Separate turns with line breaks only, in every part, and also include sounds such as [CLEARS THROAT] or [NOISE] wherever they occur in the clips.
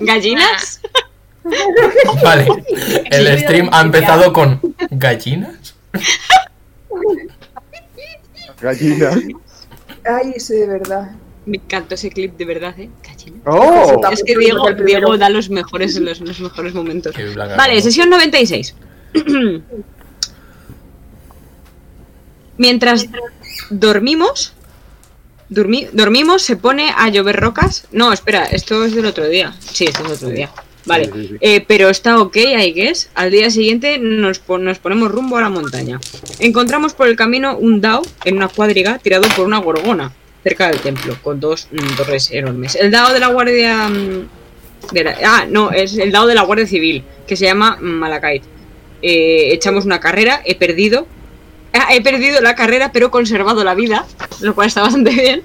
¿Gallinas?
[LAUGHS] Vale. El stream ha empezado con gallinas.
Gallina. [LAUGHS]
Ay, sí, de verdad.
Me encantó ese clip de verdad, ¿eh? Gallinas.
¡Oh!
Es que Diego, Diego da los mejores, los, los mejores momentos.
Qué blanca
Vale,
como-
sesión 96. [CLEARS THROAT] Mientras dormimos, durmi- dormimos, se pone a llover rocas. No, espera, esto es del otro día. Sí, esto es del otro día. Vale,
Sí, sí, sí.
Eh, pero está ok, I guess. Al día siguiente nos, po- nos ponemos rumbo a la montaña. Encontramos por el camino un Dao en una cuadriga tirado por una gorgona cerca del templo, con dos mm, torres enormes. El Dao de la guardia mm, de la- ah, no, es el lado de la Guardia Civil, que se llama Malakait. Eh, echamos una carrera, he perdido. Ah, he perdido la carrera, pero he conservado la vida, lo cual está [LAUGHS] bastante bien.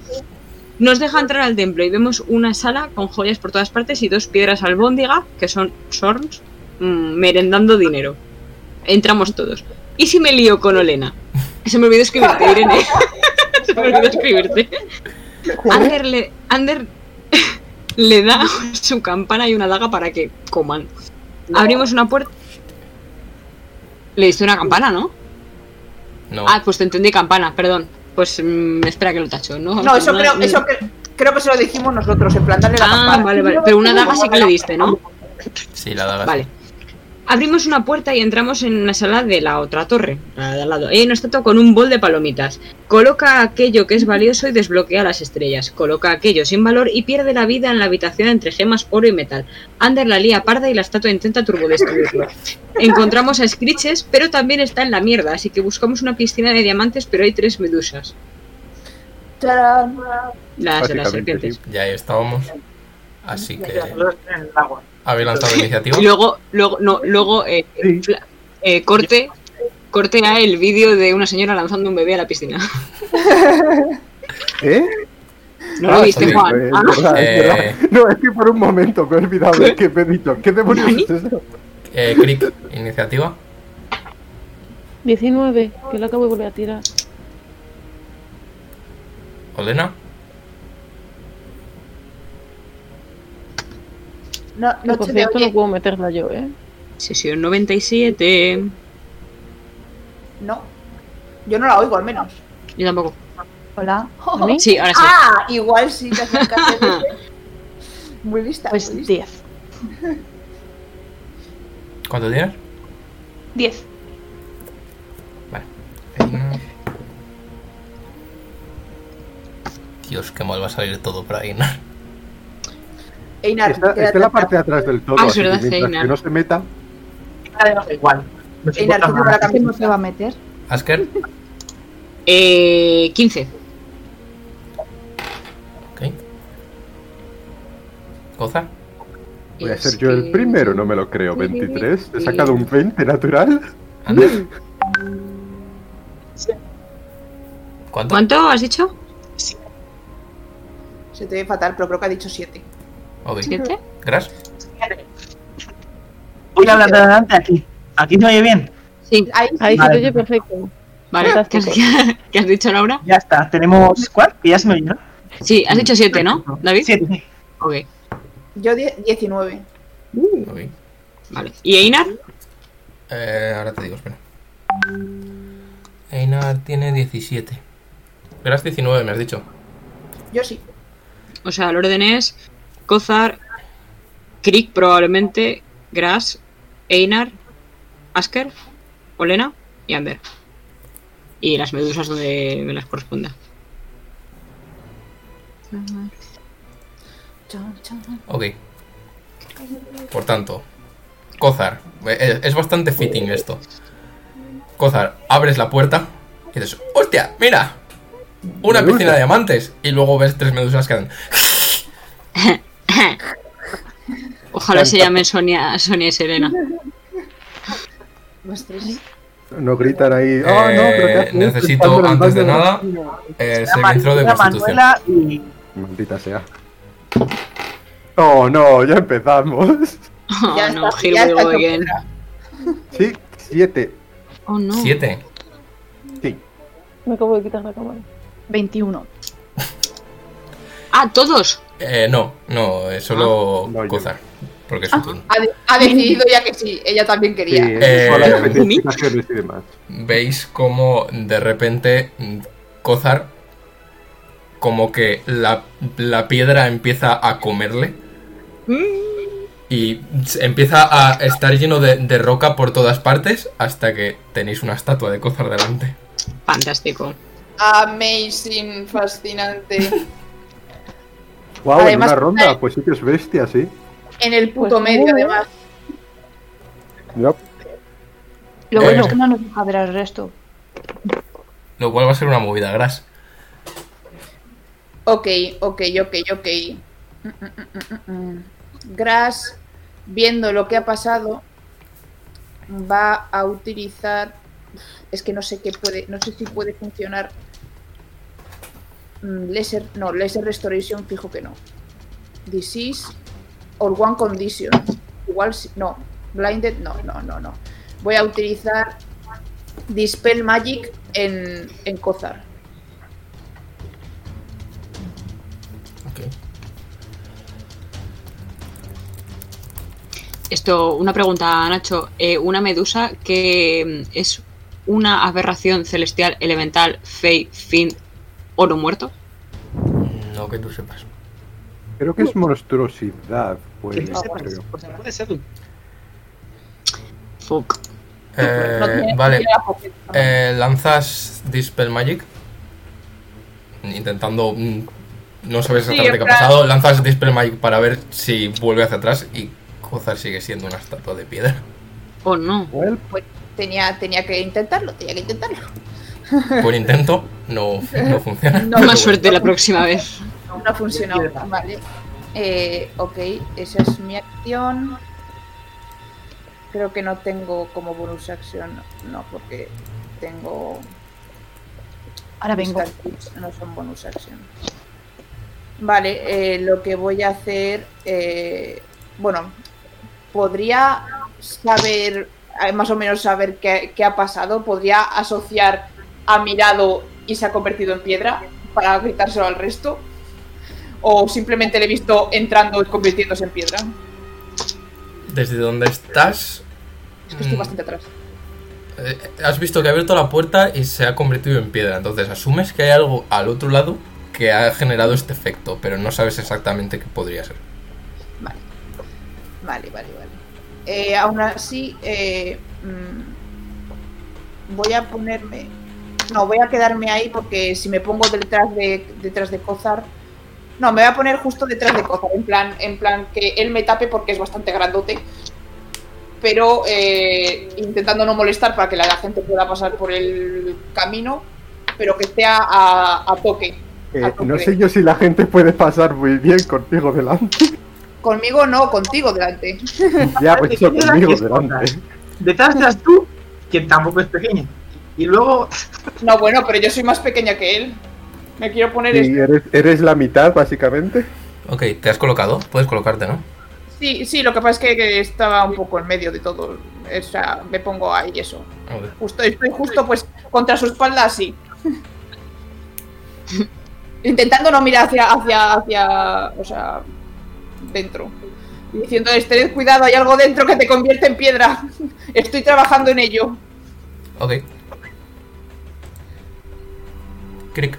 Nos deja entrar al templo y vemos una sala con joyas por todas partes y dos piedras albóndiga, que son Sorns, mm, merendando dinero. Entramos todos. ¿Y si me lío con Olena? Se me olvidó escribirte, Irene. [LAUGHS] se me olvidó escribirte. Ander le, Ander le da [LAUGHS] su campana y una daga para que coman. Abrimos una puerta. Le diste una campana, ¿no?
No.
Ah, pues te entendí campana, perdón. Pues mm, espera que lo tacho, ¿no? mm.
No, eso creo, eso cre- creo que se lo dijimos nosotros, en plan, dale la
Ah,
campana.
vale, vale. Pero una daga sí que le diste, ¿no?
Sí, la daga.
Vale. Abrimos una puerta y entramos en una sala de la otra torre, la de al lado. Eh, Ella nos trató con un bol de palomitas. Coloca aquello que es valioso y desbloquea las estrellas. Coloca aquello sin valor y pierde la vida en la habitación entre gemas, oro y metal. Ander la lía parda y la estatua intenta turbodestruirlo. Encontramos a Screeches, pero también está en la mierda, así que buscamos una piscina de diamantes, pero hay tres medusas.
Tarán.
Las de las
Básicamente,
serpientes.
sí.
Ya ahí estábamos. Así que.
Las dos en el agua.
¿Habéis lanzado iniciativa?
Y luego, luego, no, luego eh,
Sí.
fla- eh, corte, corte a el vídeo de una señora lanzando un bebé a la piscina. [LAUGHS]
¿Eh?
¿No lo
Ah,
viste,
sí,
Juan?
es
Ah,
verdad, es verdad.
Eh.
No, es que por un momento me he olvidado de que me he dicho. ¿Qué demonios
¿Nani?
es eso?
Eh, Crick, iniciativa.
19, que lo acabo de volver a tirar.
Olena.
No,
Que
no
por
se te
cierto no
oye.
puedo meterla yo, ¿eh?
Ah, Sesión 97.
No. Yo no la oigo, al menos.
Yo tampoco.
[LAUGHS] Hola.
¿A mí?
Sí, ahora sí.
Ah, igual sí te acercaste. Muy lista.
Pues
muy lista.
10.
¿Cuánto tienes?
10.
Vale. Reina. Dios, qué mal va a salir todo para Einar.
Einar,
Está,
quédate
está en la
atrás.
parte de atrás del todo.
Ah, es
así que
verdad,
mientras
Einar.
que no se meta.
Vale, no,
Igual. No se
Einar,
importa
tú con la
nada.
¿Qué no se va
camiseta.
a meter?
Asker.
Eh, 15.
Ok. Goza.
Voy a
Es
ser yo el
que-
primero, no me lo creo. 23. He sacado un 20 natural.
Ander.
Mm.
¿Cuánto?
¿Cuánto has dicho?
Se te ve fatal, pero creo que ha dicho 7.
Ok.
¿Siete?
Gras.
Voy hablando adelante aquí. Aquí se oye bien.
Sí, Ah,
Ahí
Ahí se
Vale.
te oye perfecto.
vale. ¿Qué has,
Fantástico.
[LAUGHS] qué has dicho, Laura?
Ya está. Tenemos. ¿Cuál? Que ya se me oye, ¿no?
Sí, has dicho 7, ¿no, David?
Siete, sí.
Ok,
yo die- 19.
Uh.
Ok.
vale. ¿Y Einar?
Eh, ahora te digo, espera. Einar tiene 17. Gras 19, me has dicho.
Yo sí.
O sea, el orden es Kozar, Krik probablemente, Gras, Einar, Asker, Olena y Amber. Y las medusas donde me las corresponda. [LAUGHS]
Chan, chan.
Ok. Por tanto, Kozar, eh, es bastante fitting esto. Kozar, abres la puerta y dices, ¡hostia! ¡Mira! Una
Medusa.
piscina de diamantes. Y luego ves tres medusas que hacen.
Ojalá se llame Sonia, Sonia y Serena.
Más tres.
No gritan ahí. "Ah, no, pero ¿qué
Eh,
haces?
necesito,
Estando en el
antes de
baño".
nada, Eh, se
Llama-
entró de
llama
constitución.
Manuela y-
Maldita sea. Oh, no, ya empezamos.
Oh,
[LAUGHS] Ya
no,
está,
here
ya
we
está
go again.
Sí, 7.
Oh, no.
Siete.
Sí.
Me acabo de quitar la cámara.
21.
Ah, todos.
Eh, no, no, es solo
Ah, no, yo.
Kozar, porque es su turno.
Ha, de- ha decidido ya que sí, ella también
Sí,
quería.
Eh,
con las
Umi.
peticiones y demás.
veis como de repente mm, Kozar como que la, la piedra empieza a comerle y se- empieza a estar lleno de, de roca por todas partes hasta que tenéis una estatua de Kozar delante.
Fantástico.
Amazing, fascinante.
[LAUGHS]
Wow, en
Además,
una ronda, pues sí que es bestia, sí.
En el puto
Pues
medio,
muy bien.
además.
Yup.
Lo
Eh.
bueno es que no nos deja ver al resto.
Lo cual va a ser una movida gras.
Ok, ok, ok, ok. Mm, mm, mm, mm, mm. Grass, viendo lo que ha pasado, va a utilizar. Es que no sé qué puede. No sé si puede funcionar. Mm, Lesser. No, Lesser Restoration, fijo que no. Disease. Or One Condition. Igual si- No. Blinded, no, no, no, no. Voy a utilizar Dispel Magic en, en Kozar.
Esto, una pregunta, Nacho. Eh, una medusa que mm, es una aberración celestial, elemental, fey, fin, oro muerto.
No que tú sepas.
Creo que es monstruosidad,
Que
pues.
tú sepas,
creo.
o sea, puede ser.
Fuck.
Eh,
No tiene-
vale,
tiene la pocket.
Eh, lanzas Dispel Magic. Intentando. mm, No sabes
Sí,
exactamente
en
qué ha
plan-
pasado. Lanzas Dispel Magic para ver si vuelve hacia atrás. Y Kozar sigue siendo una estatua de
[LAUGHS]
piedra.
Oh no.
Well,
tenía, tenía que intentarlo, tenía que intentarlo.
Buen intento, no, no funciona.
No,
pero bueno.
Más suerte la próxima vez.
No ha funcionado. Vale. Eh, ok, esa es mi acción. Creo que no tengo como bonus acción, no, porque tengo.
Ahora
mis
vengo.
cartas, No son bonus acción. Vale, eh, lo que voy a hacer. eh, bueno, podría saber, eh, más o menos saber qué, qué ha pasado. Podría asociar a mirado y se ha convertido en piedra para gritárselo al resto. O simplemente le he visto entrando y convirtiéndose en piedra.
Desde donde estás.
Es que estoy
mm,
bastante atrás.
eh, has visto que ha abierto la puerta y se ha convertido en piedra. Entonces asumes que hay algo al otro lado que ha generado este efecto, pero no sabes exactamente qué podría ser.
Vale. Vale, vale, vale. Eh, aún así, eh, mm, voy a ponerme. No, voy a quedarme ahí porque si me pongo detrás de detrás de Cozar. No, me voy a poner justo detrás de Cozar, en plan, en plan que él me tape porque es bastante grandote. Pero eh, intentando no molestar para que la, la gente pueda pasar por el camino, pero que esté a, a- a toque.
eh, no sé yo si la gente puede pasar muy bien contigo delante.
Conmigo no, contigo delante.
Ya, pues eso
Aparte,
conmigo
es corta.
delante.
Detrás estás tú, que tampoco es pequeña. Y luego,
No, bueno, pero yo soy más pequeña que él. Me quiero poner.
Y
este-
eres, eres la mitad, básicamente.
Ok, te has colocado, puedes colocarte, ¿no?
Sí, sí, lo que pasa es que, que estaba un poco en medio de todo. O sea, me pongo ahí eso.
Ok.
Justo, estoy justo pues contra su espalda así. [LAUGHS] Intentando no mirar hacia, hacia, hacia. O sea. Dentro. Y Diciendo, tened cuidado, hay algo dentro que te convierte en piedra. [LAUGHS] Estoy trabajando en ello.
Ok. Crick.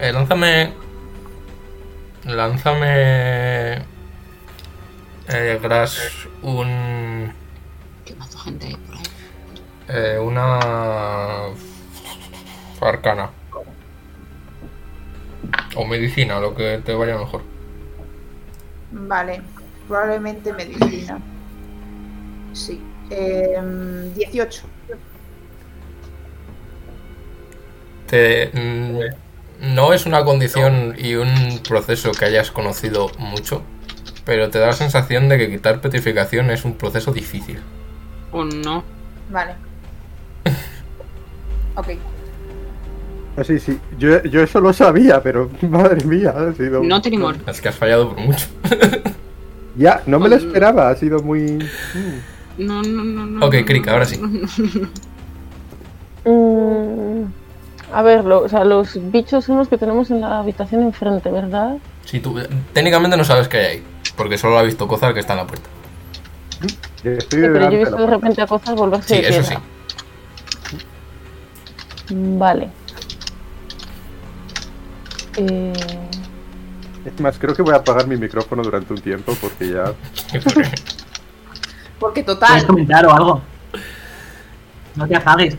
Eh, lánzame. Lánzame. Eh, Grass. Un.
Que mazo gente ahí por ahí.
eh, una. Arcana. O medicina, lo que te vaya mejor.
Vale, probablemente medicina. Sí. Em, 18.
Te, mm, no es una condición y un proceso que hayas conocido mucho, pero te da la sensación de que quitar petrificación es un proceso difícil.
Oh no.
Vale. Ok.
Así, Ah, sí. Yo, yo eso lo sabía, pero [LAUGHS] madre mía, ha sido.
No te ni mor.
Es que has fallado por mucho.
Ya, no me lo
Mm.
esperaba, ha sido muy. mm.
No, no, no, no.
Ok,
no,
Crick,
no,
ahora
no,
sí.
[LAUGHS] no, no.
Mm, a ver, lo- o sea, los bichos son los que tenemos en la habitación enfrente, ¿verdad?
Si tú, técnicamente no sabes qué hay ahí, porque solo lo ha visto Cozar que está en la puerta.
Yo estoy
Sí, pero yo he
delante de
visto
la
de
puerta.
repente a cosas volverse
Sí,
de
eso sí.
piedra. Vale. Eh,
Es más, creo que voy a apagar mi micrófono durante un tiempo porque ya.
Porque
¿Puedes
total,
comentar o algo? No te apagues.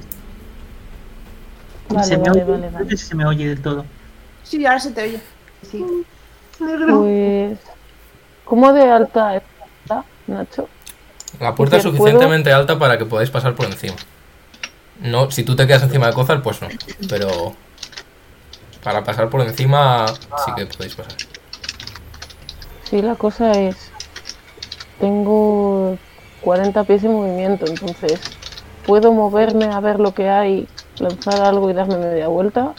Vale,
se me
vale,
oye,
vale,
no sé
vale.
si se me oye del todo.
sí, ahora se te oye.
sí. Pues. ¿Cómo de alta está, Nacho?
La puerta es
Porque
suficientemente alta para que podáis pasar por encima. No, si tú te quedas encima de Cozar, pues no. Pero para pasar por encima sí que podéis pasar.
Sí, la cosa es. Tengo 40 pies de movimiento, entonces. ¿Puedo moverme a ver lo que hay, lanzar algo y darme media vuelta?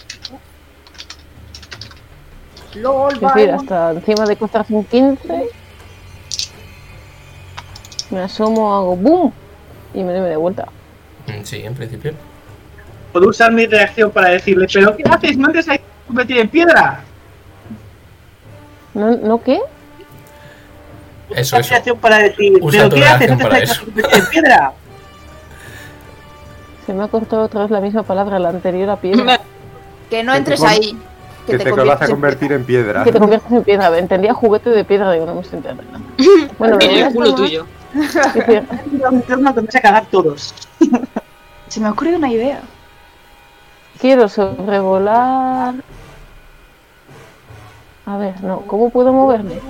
LOL,
Es decir,
Byron.
hasta encima de costas un 15. Me asomo, hago boom y me doy media vuelta.
Mm, Sí, en principio.
Puedo usar mi reacción para decirle, ¿pero qué haces? ¿No te sabes convertir en piedra?
¿No, ¿no qué?
Eso,
Usa mi
eso.
reacción para decir,
Usa
¿pero
tu
qué haces?
reacción
¿No te
para
sabes
eso.
convertir en
[LAUGHS]
piedra?
Se me ha cortado otra vez la misma palabra, la anterior a piedra.
Que
que
no
te
entres
con-
ahí.
Que te vas a
en-
convertir en
[LAUGHS]
piedra.
que te conviertes en piedra. Entendía juguete de piedra, digo, no me estoy entendiendo. Bueno,
En
lo
el culo
voy
tuyo.
a asomar, es decir,
No te vas a cagar todos.
Se me ha ocurrido una idea.
Quiero sobrevolar. A ver, no, ¿cómo puedo moverme?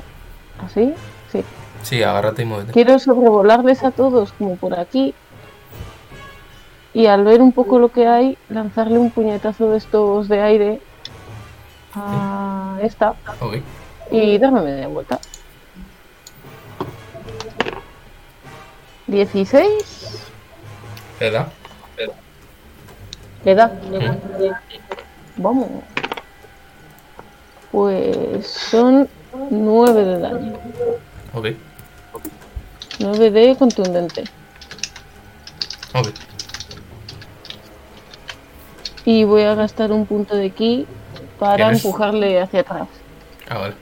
¿Así? Sí.
Sí, agárrate y muévete.
Quiero sobrevolarles a todos, como por aquí. Y al ver un poco lo que hay, lanzarle un puñetazo de estos de aire a esta
Ok.
y darme media vuelta. 16.
¿Te da?
Le da.
Mm.
Vamos. Pues son 9 de daño.
Ok.
9 de contundente.
Ok.
Y voy a gastar un punto de ki para
¿Tienes?
empujarle hacia atrás.
Ah, vale.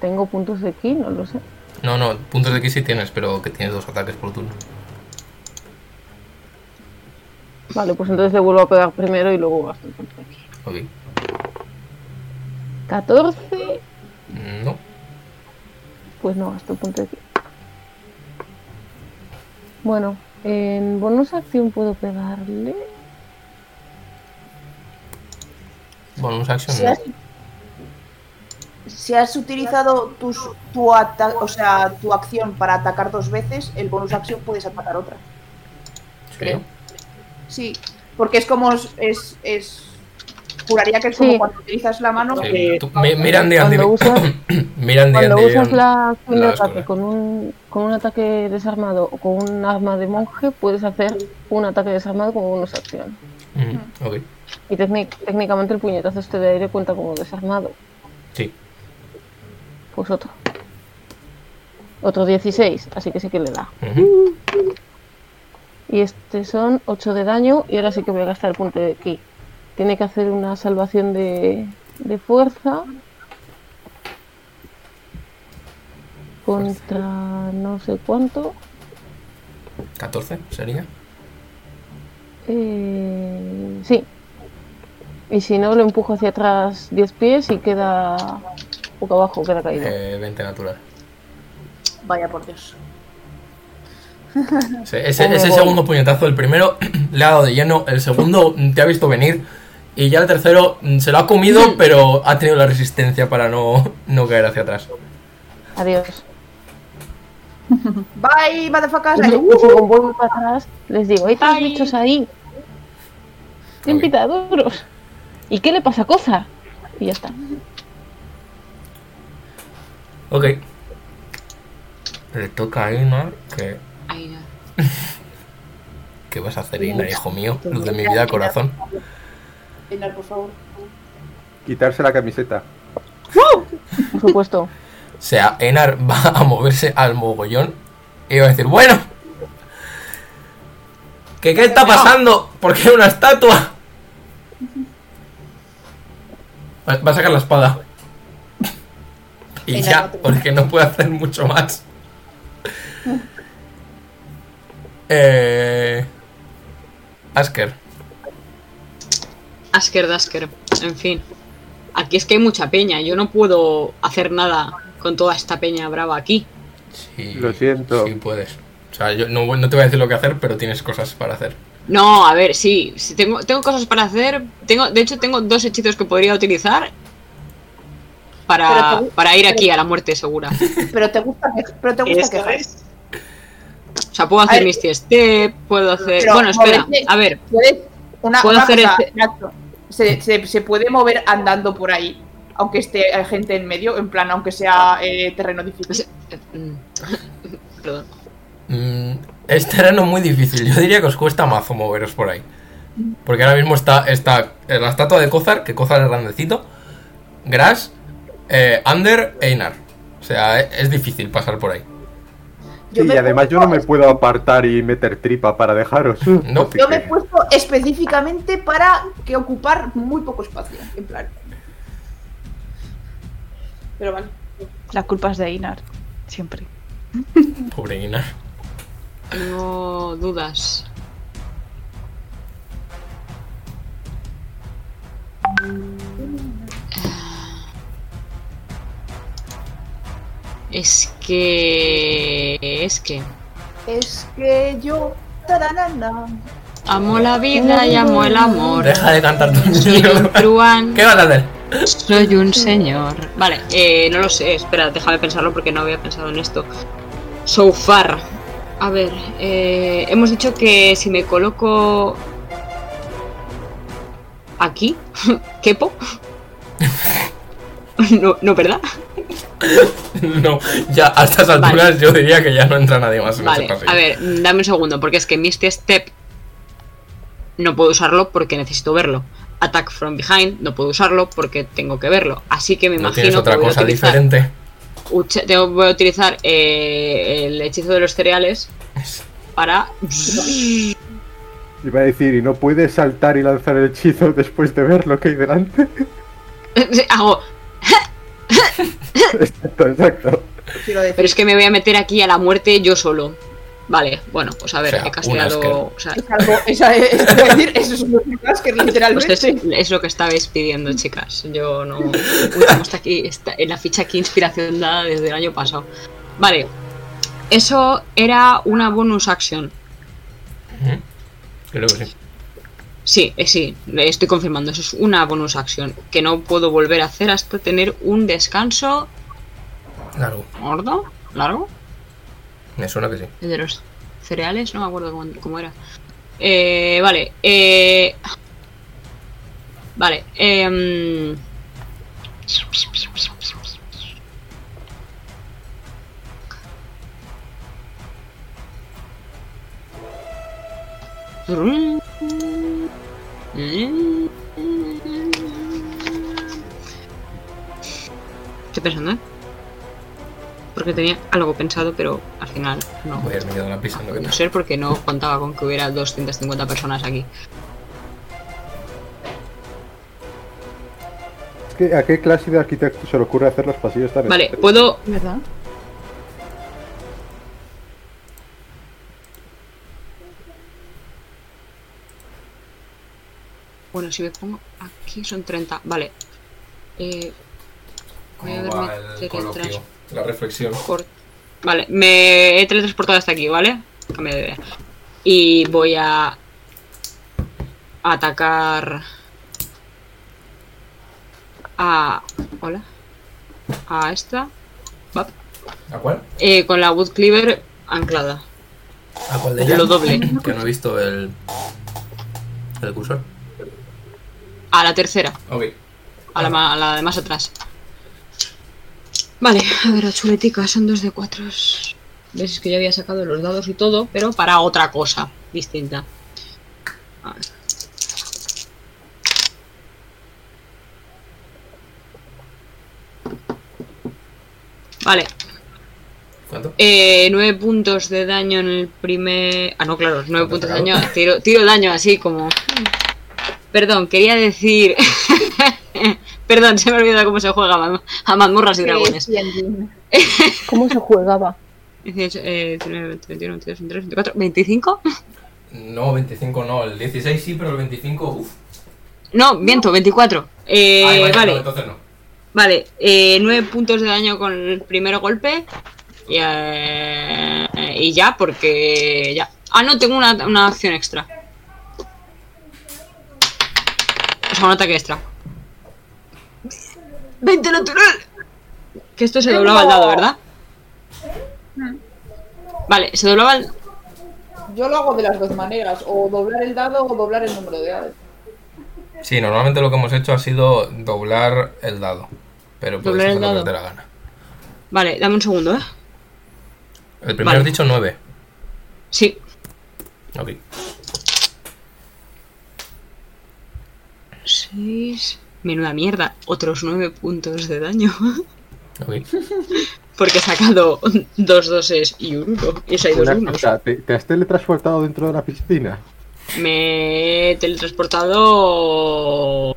¿Tengo puntos de ki? No lo sé.
No, no, puntos de ki sí tienes, pero que tienes dos ataques por turno.
Vale, pues entonces le vuelvo a pegar primero y luego gasto el punto de ki.
Ok.
14.
Mm, No.
Pues no gasto el punto de ki. Bueno, en bonus acción puedo pegarle.
Bonus action
Si
no.
has, si has utilizado tus, tu, ata- o sea, tu acción para atacar dos veces, el bonus acción puedes atacar otra.
Sí.
Sí, porque es como. Es, es, es- juraría que es
Sí.
como cuando utilizas la mano.
Sí.
que-
Tú- mi- mira en D&D,
Eh, Cuando usas-
[COUGHS] Mira en
Cuando
D&D,
usas la acción
la
de
bascula.
ataque con un, con un ataque desarmado o con un arma de monje, puedes hacer un ataque desarmado con bonus acción.
Mm, ok.
Y técnic- técnicamente el puñetazo este de aire cuenta como desarmado.
Sí.
Pues otro. Otro 16, así que sí que le da.
Ujú.
Y este son 8 de daño y ahora sí que voy a gastar el punto de ki. Tiene que hacer una salvación de, de fuerza. Contra no sé cuánto.
14 sería.
Eh, sí. Y si no, lo empujo hacia atrás 10 pies y queda boca abajo, queda caído.
Eh, 20 natural.
Vaya por Dios.
Ese, ese-
O me
ese
voy.
segundo puñetazo, el primero [COUGHS] le ha dado de lleno, el segundo mm, te ha visto venir y ya el tercero mm, se lo ha comido, pero ha tenido la resistencia para no, [LAUGHS] no caer hacia atrás.
Adiós.
Bye, motherfuckers.
Y si, y si vuelvo para atrás, les digo, hay tres bichos ahí. Tienen
Ok.
pitaduros. ¿Y qué le pasa a Cosa? Y ya está.
Ok. Le toca a Ina que...
Ay, no.
¿Qué vas a hacer, Ina, hijo mío? Luz de mi vida, corazón.
Final, por favor.
Quitarse la camiseta.
Por supuesto.
O sea, Enar [LAUGHS] va a moverse al mogollón y va a decir, bueno, ¿qué, qué está pasando? ¿Por qué una estatua? Va, va a sacar la espada. Y
Venga,
ya,
no te-
porque no puedo hacer mucho
[LAUGHS]
más. Eh, Asker,
Asker Dasker, en fin. Aquí es que hay mucha peña, yo no puedo hacer nada con toda esta peña brava aquí.
sí,
Lo siento.
sí puedes. O sea, yo no, no te voy a decir lo que hacer, pero tienes cosas para hacer.
No, a ver, sí, sí, tengo, tengo cosas para hacer. Tengo, de hecho, tengo dos hechizos que podría utilizar para,
Pero te-
para ir
pero-
aquí a la muerte segura.
Pero te gusta, que- pero te gusta
Eso
quejar.
es.
O sea, puedo
A
hacer
ver.
mis step, puedo hacer.
Pero
bueno, espera,
moverte-
a ver,
Puedes- Una,
Puedo
una
hacer
cosa,
este-
Nacho, se, se- se puede mover andando por ahí, aunque esté eh, gente en medio, en plan, aunque sea eh, terreno difícil.
Mm. [LAUGHS] Perdón.
Mm, es terreno muy difícil. Yo diría que os cuesta mazo moveros por ahí. Porque ahora mismo está, está eh, la estatua de Kozar, que Kozar es grandecito. Grass, eh, Under e Einar. O sea, e- es, difícil pasar por ahí.
Sí,
me
y
he
además yo no
puesto-
me puedo apartar y meter tripa para dejaros.
No,
Así
Yo me he
que-
puesto específicamente para que ocupar muy poco espacio, en plan. Pero vale.
Las culpas de Inar. Siempre.
pobre Einar.
Tengo dudas. Ah. Es que... Es que...
Es que yo. taranana.
Amo la vida y amo el amor.
Deja de cantar tu
Soy un truán,
¿Qué vas a hacer? [LAUGHS]
soy un señor. Vale, eh, no lo sé, espera, déjame pensarlo porque no había pensado en esto. So far. A ver, eh, hemos dicho que si me coloco... Aquí, [LAUGHS] quepo. No, no, ¿verdad?
No, ya a estas
Vale.
alturas yo diría que ya no entra nadie más en
Vale,
ese pasillo.
a ver, mm, dame un segundo, porque es que Misty Step no puedo usarlo porque necesito verlo. Attack from Behind no puedo usarlo porque tengo que verlo. Así que me
¿No tienes
imagino
otra
que voy a
cosa
utilizar,
diferente?
uche- tengo- voy a utilizar eh, el hechizo de los cereales para... [LAUGHS]
Iba a decir, ¿y no puedes saltar y lanzar el hechizo después de ver lo que hay delante? [LAUGHS]
Hago...
Exacto, exacto.
Quiero decir.
Pero es que me voy a meter aquí a la muerte yo solo. Vale, bueno, pues a ver,
O sea,
he
un
castigado...
asco.
o sea,
Es algo, esa- es, quiero decir, eso es un
[LAUGHS]
que
pues
literalmente.
es, es lo que estabais pidiendo, chicas. Yo no. Uy, cómo está aquí, está en la ficha aquí inspiración dada desde el año pasado. Vale. Eso era una bonus action.
Ujú. Creo que sí.
Sí, eh, sí, estoy confirmando. Eso es una bonus action que no puedo volver a hacer hasta tener un descanso
Largo.
gordo, largo,
Me suena que sí.
el de los cereales. No me acuerdo cómo, cómo era. Eh, vale. eh, vale. em, Estoy pensando, ¿eh? Porque tenía algo pensado, pero al final no.
Voy a haberme quedado en la pista. no que
No
tal.
ser porque no contaba con que hubiera 250 personas aquí.
Es que, ¿A qué clase de arquitecto se le ocurre hacer los pasillos tan
Vale,
estrechos?
puedo.
¿Verdad?
Bueno, si me pongo aquí son 30. Vale. Eh, voy a
¿Cómo
verme
va el
teletransportar.
coloquio? La reflexión.
Cor- Vale, me he teletransportado hasta aquí, ¿vale? Cambio de idea. Y voy a atacar a... Hola. A esta. Vap.
¿A cuál?
Eh, con la Wood Cleaver anclada.
¿A cuál de
Yo
ellas?
lo doble.
[LAUGHS] Que no he visto el. el cursor.
A la tercera.
Ok.
A la, ma- a la de más atrás. Vale, a ver, la chuletica, son dos de cuatro. ¿Ves? Es que ya había sacado los dados y todo, pero para otra cosa distinta. A ver. Vale,
¿Cuánto?
eh, nueve puntos de daño en el primer... Ah, no, claro, nueve
¿Cuánto
puntos de
has
daño. Tiro, tiro daño así como... Perdón, quería decir... [LAUGHS] Perdón, se me ha olvidado cómo se juega a, ma- a mazmorras y dragones.
Sí, sí,
¿Cómo se jugaba?
18, eh, 19, 20, 21, 22, 23, 24, 25?
No, 25 no, el 16 sí, pero el 25, uff.
No, viento, 24. Eh, vale,
entonces Ah, no.
vale. Eh, 9 puntos de daño con el primer golpe. Y, eh, y ya, porque ya. Ah, no, tengo una, una acción extra. O sea, un ataque extra. ¡20 natural! Que esto se doblaba al dado, ¿verdad? Vale, se doblaba al...
Yo lo hago de las dos maneras, o doblar el dado o doblar el número de dados.
Sí, normalmente lo que hemos hecho ha sido doblar el dado. Pero puedes
Doblar el
hacer lo que
dado.
te dé la gana.
Vale, dame un segundo, ¿eh?
El primero
Vale.
has dicho 9.
Sí,
Ok.
6. Menuda mierda, otros 9 puntos de daño.
ok.
Porque he sacado [LAUGHS] dos doses y un pues, uno. Y se hay dos
Una
unos.
cosa, ¿te, te has teletransportado dentro de la piscina?
Me he teletransportado.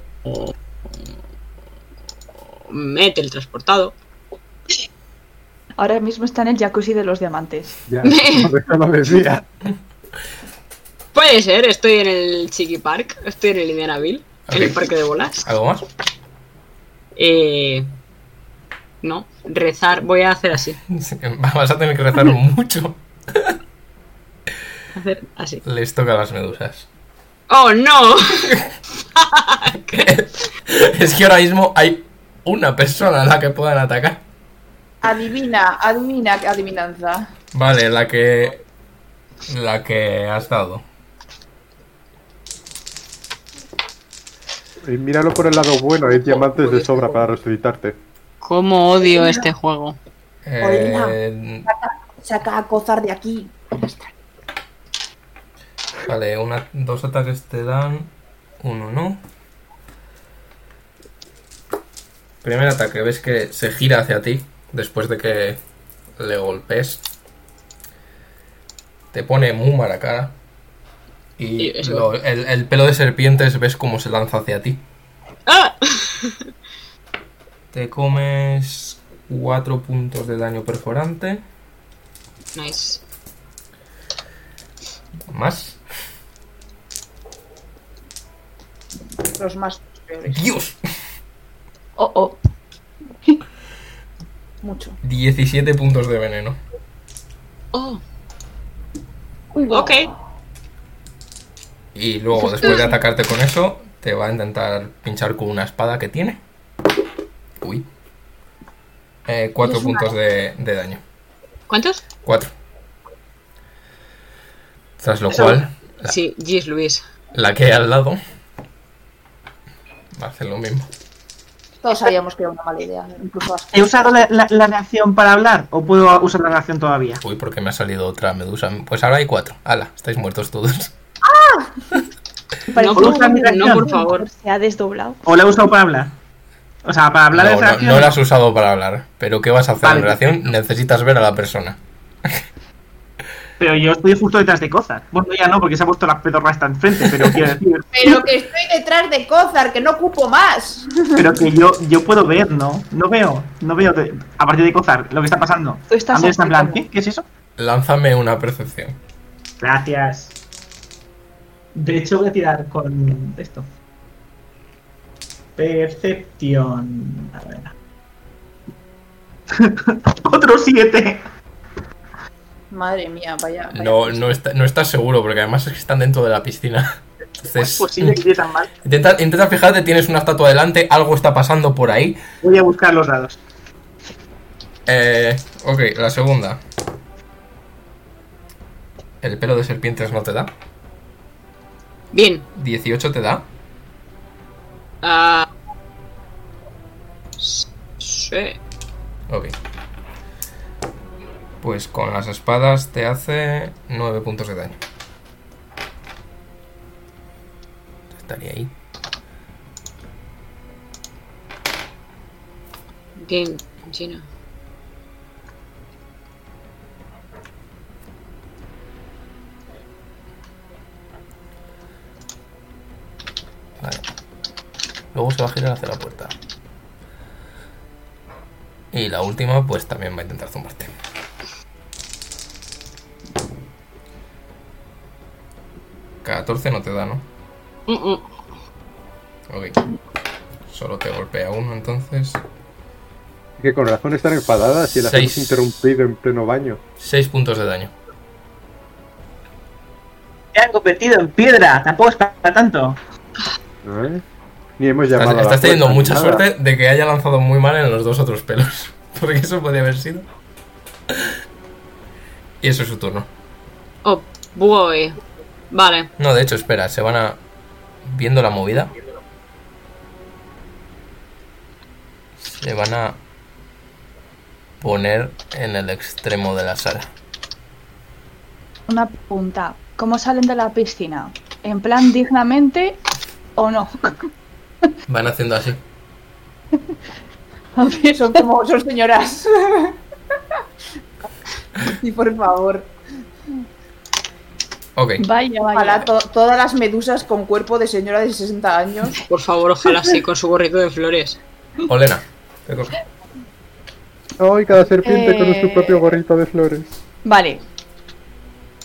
Me he teletransportado.
Ahora mismo está en el jacuzzi de los diamantes.
Ya, [LAUGHS] por eso lo decía.
Puede ser, estoy en el Chiqui Park, estoy en el Indianaville, en el
Ok.
parque de bolas.
¿Algo más? [LAUGHS]
Eh, no, rezar, voy a hacer así.
Sí, Vas a tener que rezar mucho.
Hacer así.
Les toca a las medusas. [LAUGHS]
¡Oh no!
Es que ahora mismo hay una persona a la que puedan atacar.
Adivina, adivina, adivinanza.
Vale, la que. La que has dado.
[LAUGHS] Y míralo por el lado bueno, hay diamantes de sobra para resucitarte.
¿Cómo odio este juego?
Eh,
Saca a Cozar de aquí.
vale, una, dos ataques te dan. Uno no. Primer ataque, ves que se gira hacia ti después de que le golpes. Te pone muy mala cara. Y
Y eso-
lo- el, el pelo de serpientes ves cómo se lanza hacia ti.
¡Ah!
Te comes cuatro puntos de daño perforante.
Nice.
Más.
Los más peores.
¡Dios!
Oh, oh.
Mucho.
17 puntos de veneno.
Oh,
Uy, va.
ok.
[LAUGHS]
Y luego, después de atacarte con eso, te va a intentar pinchar con una espada que tiene. Uy. Eh, cuatro puntos de, de daño.
¿Cuántos?
Cuatro. Tras lo cual,
Ah.
la,
Sí, Gis Luis.
la que hay al lado va a hacer lo mismo.
Todos sabíamos que era una mala idea, incluso Ascar.
¿He usado la, la- la reacción para hablar o puedo usar la reacción todavía?
Uy, porque me ha salido otra medusa. Pues ahora hay cuatro. Ala, estáis muertos todos.
Parece
No,
¿Puedo
por,
usar mi
no, por
reacción?
favor.
Se ha desdoblado.
¿O la he usado para hablar? O sea, para hablar
No,
es
no,
reacción.
no la has usado para hablar. Pero ¿qué vas a hacer
Vale.
en relación? Necesitas ver a la persona.
Pero yo estoy justo detrás de Cozar. Bueno, ya no, porque se ha puesto la pedorra hasta enfrente, pero quiero decir.
Pero que estoy detrás de Cozar, que no ocupo más.
Pero que yo, yo puedo ver, ¿no? No veo, no veo de- a partir de Cozar lo que está pasando.
Tú estás
Andrés está en plan,
aplicando.
¿qué? ¿Qué es eso?
Lánzame una percepción.
Gracias. De hecho, voy a tirar con esto. Percepción. A ver. [LAUGHS] Otro 7.
Madre mía, vaya. vaya.
No, no, está- no estás seguro, porque además es que están dentro de la piscina. [LAUGHS] Entonces,
Es posible que esté tan mal.
intenta, intenta fijarte, tienes una estatua delante, algo está pasando por ahí.
Voy a buscar los dados.
Eh, ok, la segunda. El pelo de serpientes no te da.
Bien.
18 te da.
Ah. sí.
Ok. Pues con las espadas te hace 9 puntos de daño. Estaría ahí.
Game China.
Vale. Luego se va a girar hacia la puerta. Y la última, pues también va a intentar zumbarte. ¿14 no te da, no?
Mm, mm.
Ok. Solo te golpea uno entonces.
Que con razón están enfadadas y las
Seis.
hemos interrumpido en pleno baño.
6 puntos de daño.
Te han convertido en piedra, tampoco es para tanto.
¿eh? Ni hemos llamado
Estás,
a la
estás teniendo
puerta,
mucha
nada.
suerte de que haya lanzado muy mal en los dos otros pelos. [LAUGHS] Porque eso podía haber sido. Y eso es su turno.
Oh, boy. Vale.
No, de hecho, espera, se van a. Viendo la movida. Se van a. Poner en el extremo de la sala.
Una pregunta. ¿Cómo salen de la piscina? ¿En plan dignamente
[LAUGHS]
o no?
Van haciendo así.
A ver,
[LAUGHS] Son como, son señoras. Y por favor,
Ok.
Vaya,
ojalá
vaya.
to- todas las medusas con cuerpo de señora de 60 años.
Por favor, ojalá sí, con su gorrito de flores.
Olena. te toca.
Ay, cada serpiente con
Eh.
su propio gorrito de flores.
Vale.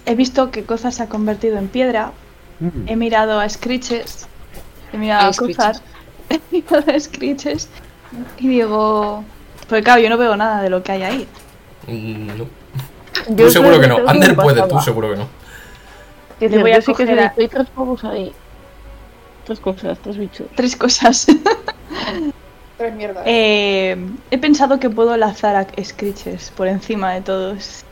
He visto que Cozar se ha convertido en piedra.
Mm.
He mirado a Screeches. He mirado
A
a Cozar. [LAUGHS] He mirado a Screeches. Y digo. Porque claro, yo no veo nada de lo que hay ahí.
Mm, no.
Yo
Tú seguro que
creo
no.
eso
Ander
me
puede, tú
pasaba.
seguro que no.
Que te
Yo-
voy
yo
a
sí que
coger
sé,
a-
hay tres pavos ahí. Tres cosas, tres bichos.
Tres cosas. [LAUGHS]
Tres mierdas.
Eh, he pensado que puedo lanzar a Screeches por encima de todos.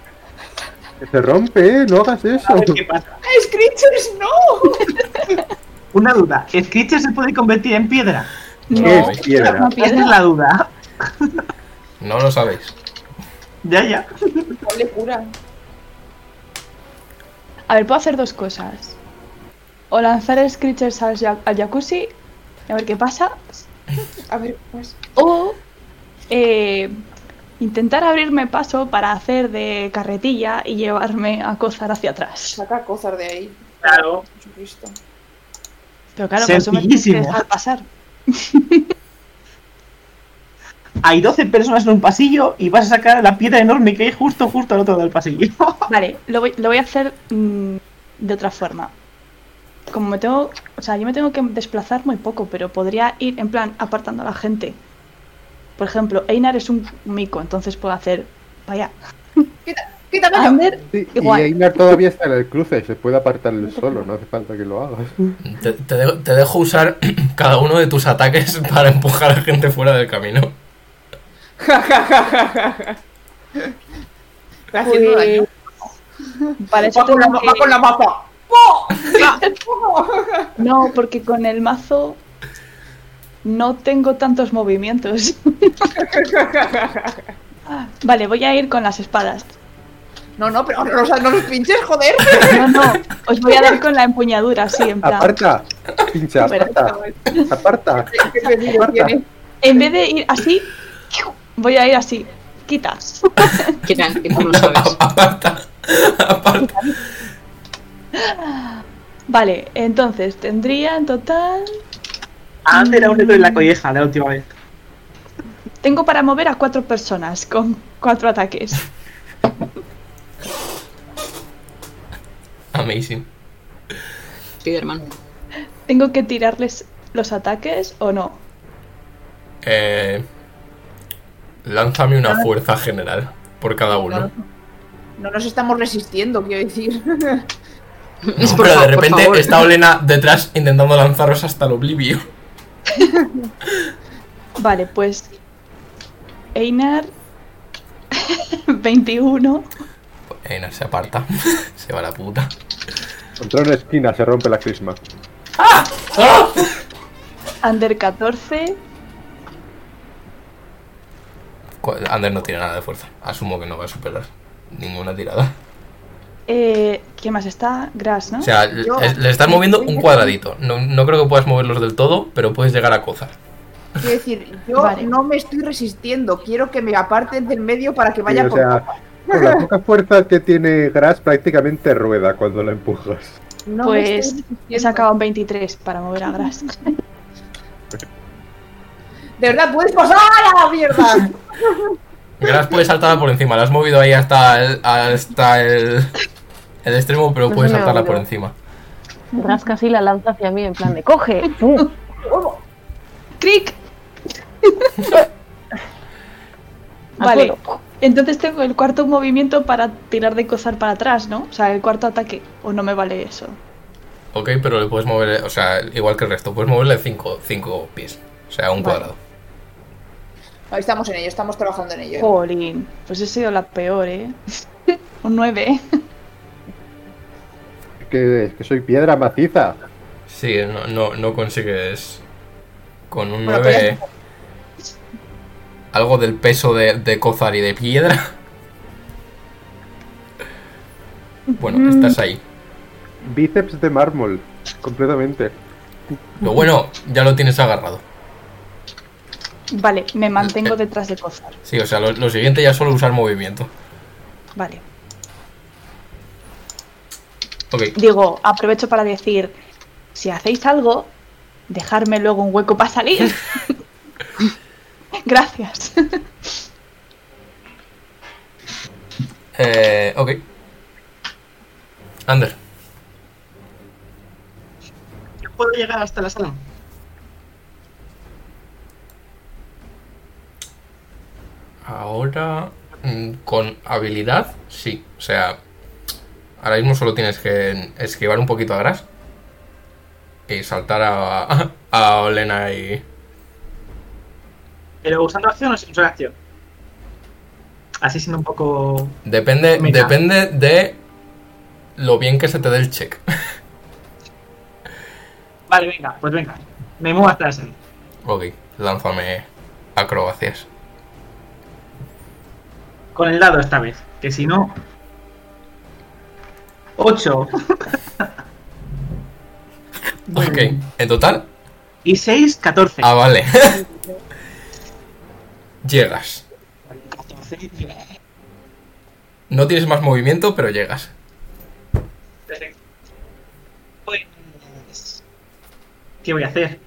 Que se rompe, ¿eh? No hagas eso. [LAUGHS]
A ver qué pasa.
¡Screechers, no!
[LAUGHS] Una duda, ¿Screeches se puede convertir en piedra?
No,
¿Qué es
Una
piedra?
Esa es
piedra.
la duda.
No lo sabéis.
Ya, ya.
No le cura.
[LAUGHS] A ver, puedo hacer dos cosas. O lanzar a Screechers al, ya- al jacuzzi, a ver qué pasa.
A ver, pues.
O eh, intentar abrirme paso para hacer de carretilla y llevarme a cozar hacia atrás.
Saca cosas de ahí.
Claro.
Jesucristo.
Pero claro, por eso me tienes que
Sencillísimo.
dejar pasar.
Hay 12 personas en un pasillo y vas a sacar la piedra enorme que hay justo, justo al otro lado del pasillo. [LAUGHS]
Vale, lo voy, lo voy a hacer mm, de otra forma. Como me tengo. O sea, yo me tengo que desplazar muy poco, pero podría ir en plan apartando a la gente. Por ejemplo, Einar es un mico, entonces puedo hacer. Vaya.
¿Qué tamaño?
Ander.
Sí, y
Igual.
Einar todavía está en el cruce, se puede apartar él solo, no hace falta que lo hagas.
Te, te de- te dejo usar [CLEARS THROAT] cada uno de tus ataques [LAUGHS] para empujar a la gente fuera del camino.
Está haciendo daño.
Para eso
Va con, la,
tengo
va
que-
con la mapa.
No, porque con el mazo. No tengo tantos [LAUGHS] movimientos. Vale, voy a ir con las espadas.
No, no, pero no los, no los pinches, joder.
No, no, os voy a dar con la empuñadura, sí, en plan.
Aparta, pincha,
Pero-
aparta, aparta.
¿Qué [LAUGHS] sentido
Aparta.
tiene?
En vez de ir así, voy a ir así. Quitas.
Que tan- que tú lo sabes.
Aparta. Aparta.
Vale, entonces tendría en total.
A Ander aún le duele la colleja de la última vez.
Tengo para mover a cuatro personas con cuatro ataques.
Amazing.
Spiderman.
¿Tengo que tirarles los ataques o no?
Eh, lánzame una fuerza general por cada uno.
No nos estamos resistiendo, quiero decir. [LAUGHS]
Es
No,
por
pero de
fa- por
repente
favor.
está Olena detrás intentando lanzaros hasta el oblivio. [LAUGHS]
Vale, pues. Einar. [LAUGHS] 21.
Einar
[LAUGHS]
se aparta. Se va la puta.
Contra una esquina se rompe la crisma.
¡Ah!
Under 14.
Cu- Ander no tiene nada de fuerza. Asumo que no va a superar ninguna tirada.
Eh, ¿Quién más está? Grass, ¿no?
Ah,
O sea, le, le estás moviendo un cuadradito. No, no creo que puedas moverlos del todo, pero puedes llegar a cozar.
Quiero decir, yo
Vale.
no me estoy resistiendo. Quiero que me aparten del medio para que
Sí,
vaya
o
por
sea, con la poca fuerza que tiene Grass prácticamente rueda cuando la empujas.
No me
pues
estoy
he
resistiendo.
sacado un 23 para mover a Grass.
De verdad, puedes pasar a la mierda.
Gras puede saltarla por encima. La has movido ahí hasta el, hasta el, el extremo, pero
Pues No
puedes
se me
saltarla
olvidó.
por encima.
Gras casi la lanza hacia mí en plan de coge. ¡Pum!
¡Cric!
Al
vale,
suelo.
entonces tengo el cuarto movimiento para tirar de cozar para atrás, ¿no? O sea, el cuarto ataque. ¿O no me vale eso?
Ok, pero le puedes mover, o sea, igual que el resto, puedes moverle 5 cinco pies. O sea, un
Vale.
cuadrado.
Ahí estamos en ello, estamos trabajando en ello.
Jolín, pues he sido la peor, ¿eh? [LAUGHS] Un 9.
Que, que soy piedra maciza.
Sí, no, no, no consigues con un
Bueno,
9 algo del peso de, de Kozar y de piedra. Bueno, estás ahí.
Bíceps de mármol. Completamente.
Lo bueno, ya lo tienes agarrado.
Vale, me mantengo detrás de cozar.
Sí, o sea, lo, lo siguiente ya solo usar movimiento.
Vale.
Ok,
Digo, aprovecho para decir, si hacéis algo, dejarme luego un hueco para salir. [LAUGHS] Gracias.
eh, ok. Ander,
Yo puedo llegar hasta la sala.
ahora mm, con habilidad, sí. O sea, ahora mismo solo tienes que esquivar un poquito a Gras y saltar a, [LAUGHS] a Olena y...
Pero usando acción o sin usar acción. Así siendo un poco.
Depende,
Mira.
depende de lo bien que se te dé el check.
Vale, venga, pues venga. Me muevo hasta ese.
ok, lánzame acrobacias.
Con el dado esta vez. Que si no. 8 Muy
Ok,
bien.
en total
y 6, 14.
Ah, vale. [LAUGHS] llegas.
14.
No tienes más movimiento, pero llegas.
Perfecto. Pues. ¿Qué voy a hacer?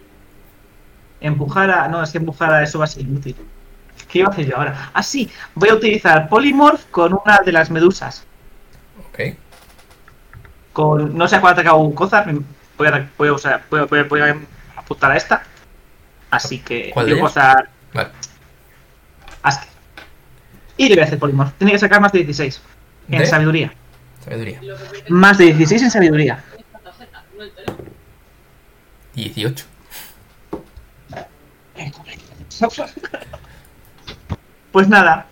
Empujar a. No, es que empujar a eso va a ser inútil. ¿Qué iba a hacer yo ahora? Ah, sí, voy a utilizar Polymorph con una de las medusas.
Ok.
Con, no sé a cuál ha atacado Kozar, me- voy a, voy, a usar- voy a- voy a- voy a apuntar a esta. Así que
¿Cuál de
digo
ellas?
Kozar
Vale.
Asker. Y le voy a hacer Polymorph. Tiene que sacar más de 16 en
¿De?
sabiduría.
Sabiduría.
Más de 16
[LAUGHS]
en sabiduría.
18.
Pues nada,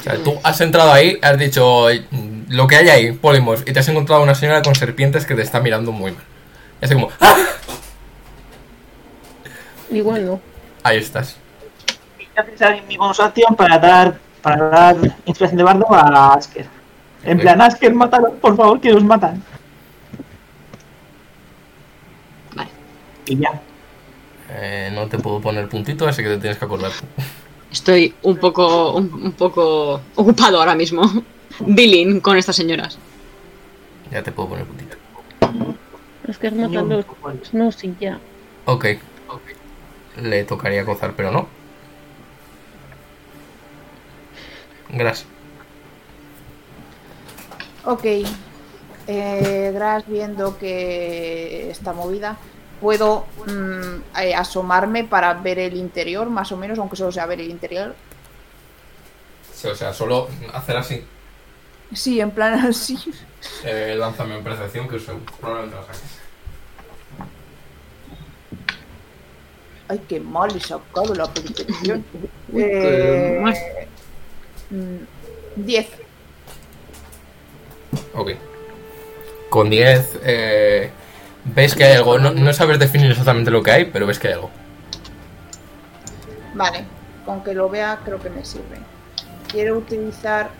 O sea, tú has entrado ahí, has dicho "Mm, lo que hay ahí, Polymorph, y te has encontrado una señora con serpientes que te está mirando muy mal. Y hace como, ¡Ah!
Igual no.
Ahí estás.
voy a utilizar mi bonus action para dar, para dar inspiración de bardo a Asker. En
Ok.
plan, Asker, mátalos, por favor, que los matan.
Vale.
Y ya.
Eh, no te puedo poner puntito, así que te tienes que acordar.
Estoy un poco, un, un poco ocupado ahora mismo. Dealing con estas señoras.
Ya te puedo poner puntito.
Es que es matando. Pues No, sí, ya.
Ok. Le tocaría gozar, pero no. Gracias.
Ok. Eh, Gras, viendo que está movida, puedo mm, eh, asomarme para ver el interior, más o menos, aunque solo sea ver el interior.
Sí, o sea, solo hacer así.
Ah, Sí, en plan así.
Eh, lánzame en percepción que seguro- probablemente lo saques.
Ay, qué mal he sacado la percepción.
[LAUGHS] Uy, qué mal.
mm, 10.
Ok. Con 10, eh, ves que hay algo. No, no sabes definir exactamente lo que hay, pero ves que hay algo.
Vale, con que lo vea creo que me sirve. Quiero utilizar...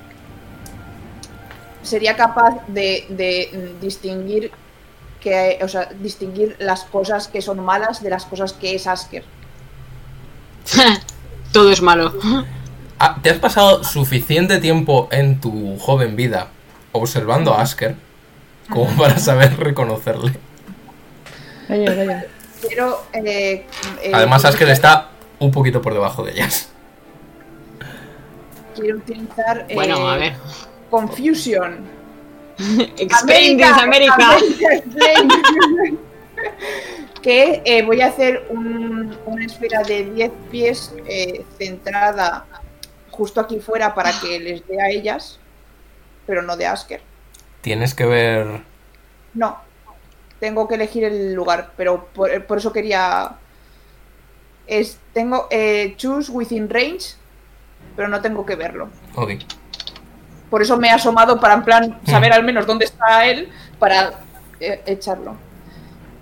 Sería capaz de, de, mm, distinguir que, o sea, distinguir las cosas que son malas de las cosas que es Asker.
Todo es malo.
Ah, te has pasado suficiente tiempo en tu joven vida observando a Asker como para saber reconocerle.
Vaya, vaya.
Quiero... eh, eh,
Además, Asker está un poquito por debajo de ellas.
Quiero utilizar. eh,
Bueno, a ver.
Confusion.
Eh,
Explain this America.
América, explain. [LAUGHS] que eh, voy a hacer un- una esfera de 10 pies eh, centrada justo aquí fuera para que les dé a ellas, pero no de Asker.
Tienes que ver.
No, tengo que elegir el lugar, pero por, eh, por eso quería... Es, tengo eh, choose within range, pero no tengo que verlo.
Ok.
Por eso me he asomado para en plan saber al menos dónde está él para eh, echarlo.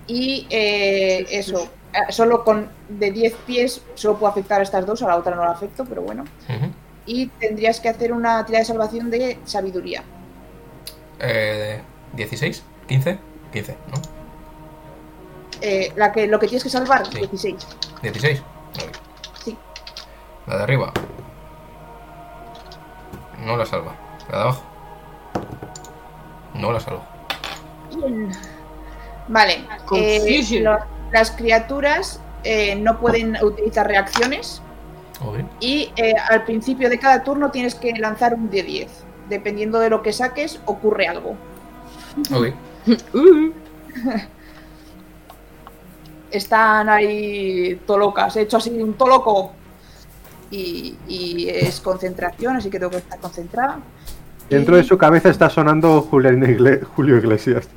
Y eh, eso, eh, solo con de 10 pies solo puedo afectar a estas dos, a la otra no la afecto, pero bueno.
Ujú.
Y tendrías que hacer una tirada de salvación de sabiduría.
Eh, 16, 15, 15, ¿no?
Eh, la que, lo que tienes que salvar,
Sí.
16.
16. Ok.
Sí.
La de arriba. No la salva. La de abajo. No la salva.
Vale.
Confusion.
eh, lo- las criaturas eh, no pueden utilizar reacciones.
Ok.
Y eh, al principio de cada turno tienes que lanzar un de 10. Dependiendo de lo que saques, ocurre algo.
Ok.
Uh,
Están ahí tolocas. He hecho así un toloco. Y, y es concentración, así que tengo que estar concentrada.
Dentro de su cabeza está sonando Julián Igle- Julio Iglesias.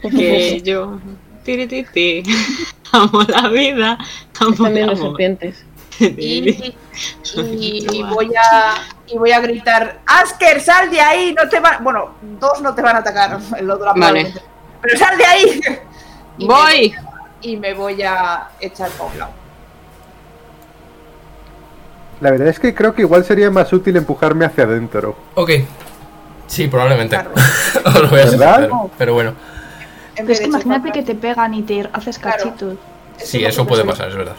que yo. Tiri, tiri, tiri. [LAUGHS] Amo la vida. Amo el
También las
amor.
serpientes.
Y,
[LAUGHS]
y- y voy a y voy a gritar Asker, sal de ahí, no te van. Bueno, dos no te van a atacar, [LAUGHS] el otro probablemente. Pero sal
[LAUGHS]
de ahí. Y me-
Voy.
y me voy a echar para un lado.
La verdad es que creo que igual sería más útil empujarme hacia adentro.
Ok. Sí, probablemente.
Claro.
[LAUGHS] Os lo voy a ser
¿Verdad?
sincero, Pero bueno.
En
Pero es
vez
que
de
Pues imagínate que
echar
te pegan y te haces
Claro.
cachitos.
es
Sí,
lo
eso
que
puede
pensé.
pasar, es verdad.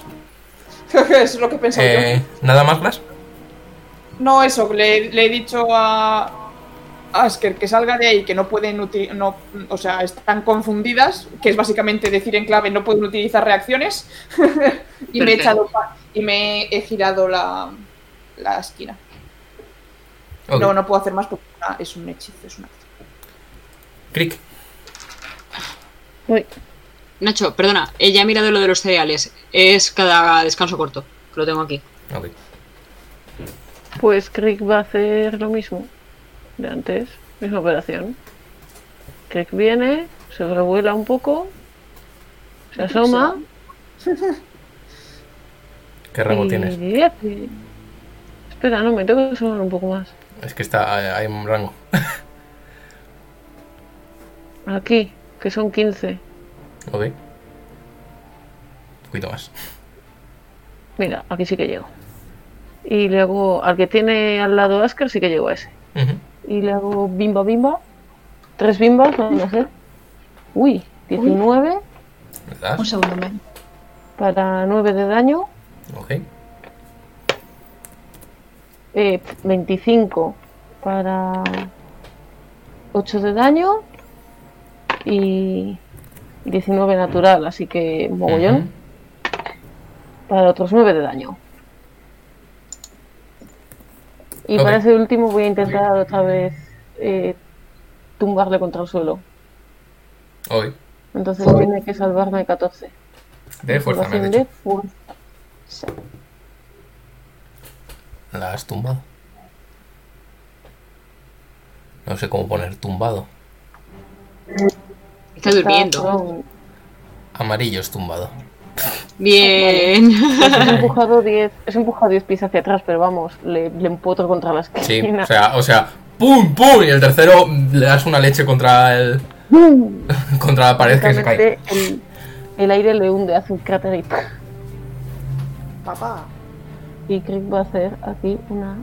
para- [LAUGHS] es lo que pensaba
Eh, ¿Nada más, Blas?
yo. No, eso, le, le he dicho a Asker que salga de ahí, que no pueden uti- no, o sea, están confundidas, que es básicamente decir en clave no pueden utilizar reacciones. [LAUGHS] y me he
Perfecto.
echado pa- y me he girado la, la esquina.
Ok.
No, no puedo hacer más porque ah, es un hechizo, es una acción.
Crick.
Uy,
Nacho, perdona. Ella ha mirado lo de los cereales. Es cada descanso corto. Que lo tengo aquí.
Ok.
pues Crick va a hacer lo mismo de antes, misma operación. Crick viene, se revuela un poco, se asoma.
¿Qué rango
y
tienes?
dice- Espera, no, me tengo que asomar un poco más.
Es que está, eh, hay un rango.
Aquí, que son 15.
Ok. Un poquito más.
Mira, aquí sí que llego. Y le hago al que tiene al lado Asker, sí que llego a ese.
Ujú.
Y le hago bimba bimba. Tres bimbas, van a ser. Uy, 19
¿Le das?
Un segundo, men.
para 9 de daño.
Ok.
Eh, 25 para 8 de daño. Y 19 natural, así que mogollón.
Ujú.
Para otros 9 de daño. Y
Ok.
para ese último voy a intentar otra vez eh, tumbarle contra el suelo.
Ok.
Entonces tiene que salvarme 14.
De fuerza, me has
Salvación
dicho.
de fuerza.
La has tumbado. No sé cómo poner tumbado.
Está
Está
durmiendo.
con-
Amarillo es tumbado.
Bien. [LAUGHS]
pues
[LAUGHS]
es empujado 10, es empujado 10 pies hacia atrás, pero vamos, le, le empotro contra la
Sí,
esquina.
o sea, o sea, ¡pum, pum! Y el tercero mm, le das una leche contra el. [LAUGHS]
¡Bum!
contra la pared que se cae.
Directamente El, el aire le hunde, hace un cráter y ¡pum!
Papá.
Y Crick va a hacer aquí una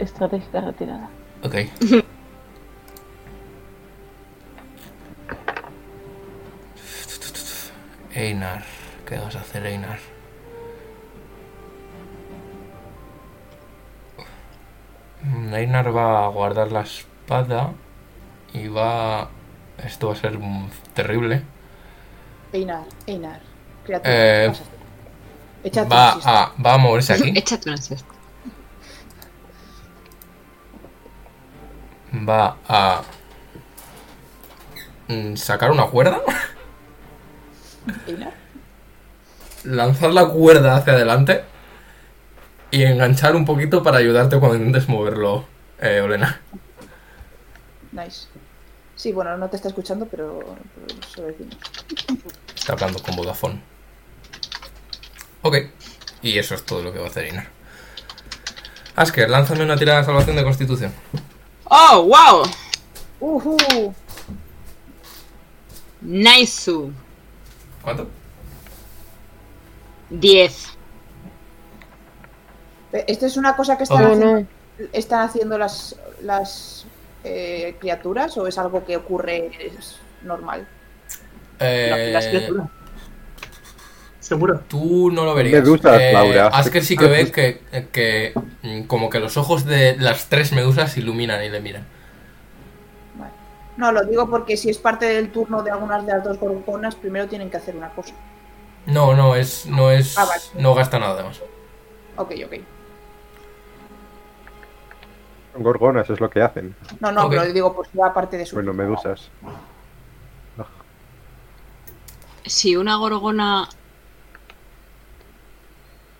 estratégica retirada.
Ok. Einar, ¿qué vas a hacer, Einar? Mm, Einar va a guardar la espada y va... Esto va a ser mm, terrible.
Einar, Einar. Criatura,
Eh,
¿qué vas a hacer? Échate un
Va
chiste.
a, va a moverse aquí.
Échate una siesta.
va a mm, sacar una cuerda,
Einar.
lanzar la cuerda hacia adelante y enganchar un poquito para ayudarte cuando intentes moverlo, eh, Olena.
Nice. Sí, bueno, no te está escuchando, pero, pero solo decimos.
Está hablando con Vodafone. Ok. Y eso es todo lo que va a hacer Inar. Asker, lánzame una tirada de salvación de constitución.
¡Oh, wow!
¡Uhu!
Nice.
¿Cuánto?
10.
Eh, Esto es una cosa que
Oh,
están,
Oh, No,
haciendo,
no. [LAUGHS]
están haciendo las, las eh, criaturas o es algo que ocurre es normal.
Eh,
La- Las criaturas. Seguro.
Tú no lo verías. Eh,
Medusas, Laura.
Asker sí que ve que, que, mm, como que los ojos de las tres medusas iluminan y le miran.
No, lo digo porque si es parte del turno de algunas de las dos gorgonas, primero tienen que hacer una cosa.
No, no, es. No es.
Ah, vale.
No gasta nada más.
Ok, ok.
Son gorgonas, es lo que hacen.
No, no,
Ok.
pero lo digo por si va parte de su.
Bueno, medusas.
Si una gorgona.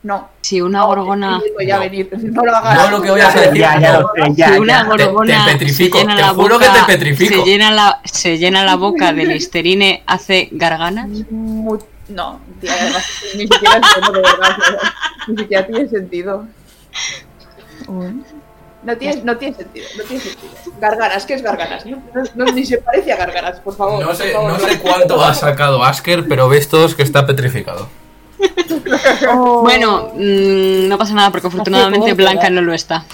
No.
Si una
Oh,
gorgona.
Digo, ya
No.
venir. [LAUGHS] No lo hagas.
No lo que voy a decir.
Ya, ya lo sé, ya,
si una
ya.
Te- te
gorgona.
petrifico,
se llena
te
la
juro que
boca-
te petrifico.
Se llena, la, se llena la boca de listerine, hace garganas.
Mu- No, tía, además, ni siquiera es bueno, de verdad, Ni siquiera tiene sentido. No tiene, no tiene sentido, no tiene sentido. Gargaras, ¿qué es garganas? No, no- no- ni se parece a gargaras, por favor.
No sé,
por favor,
no sé cuánto ha sacado Asker, pero ves todos que está petrificado.
Bueno, mm, no pasa nada porque afortunadamente
gorgona.
Blanca no lo está.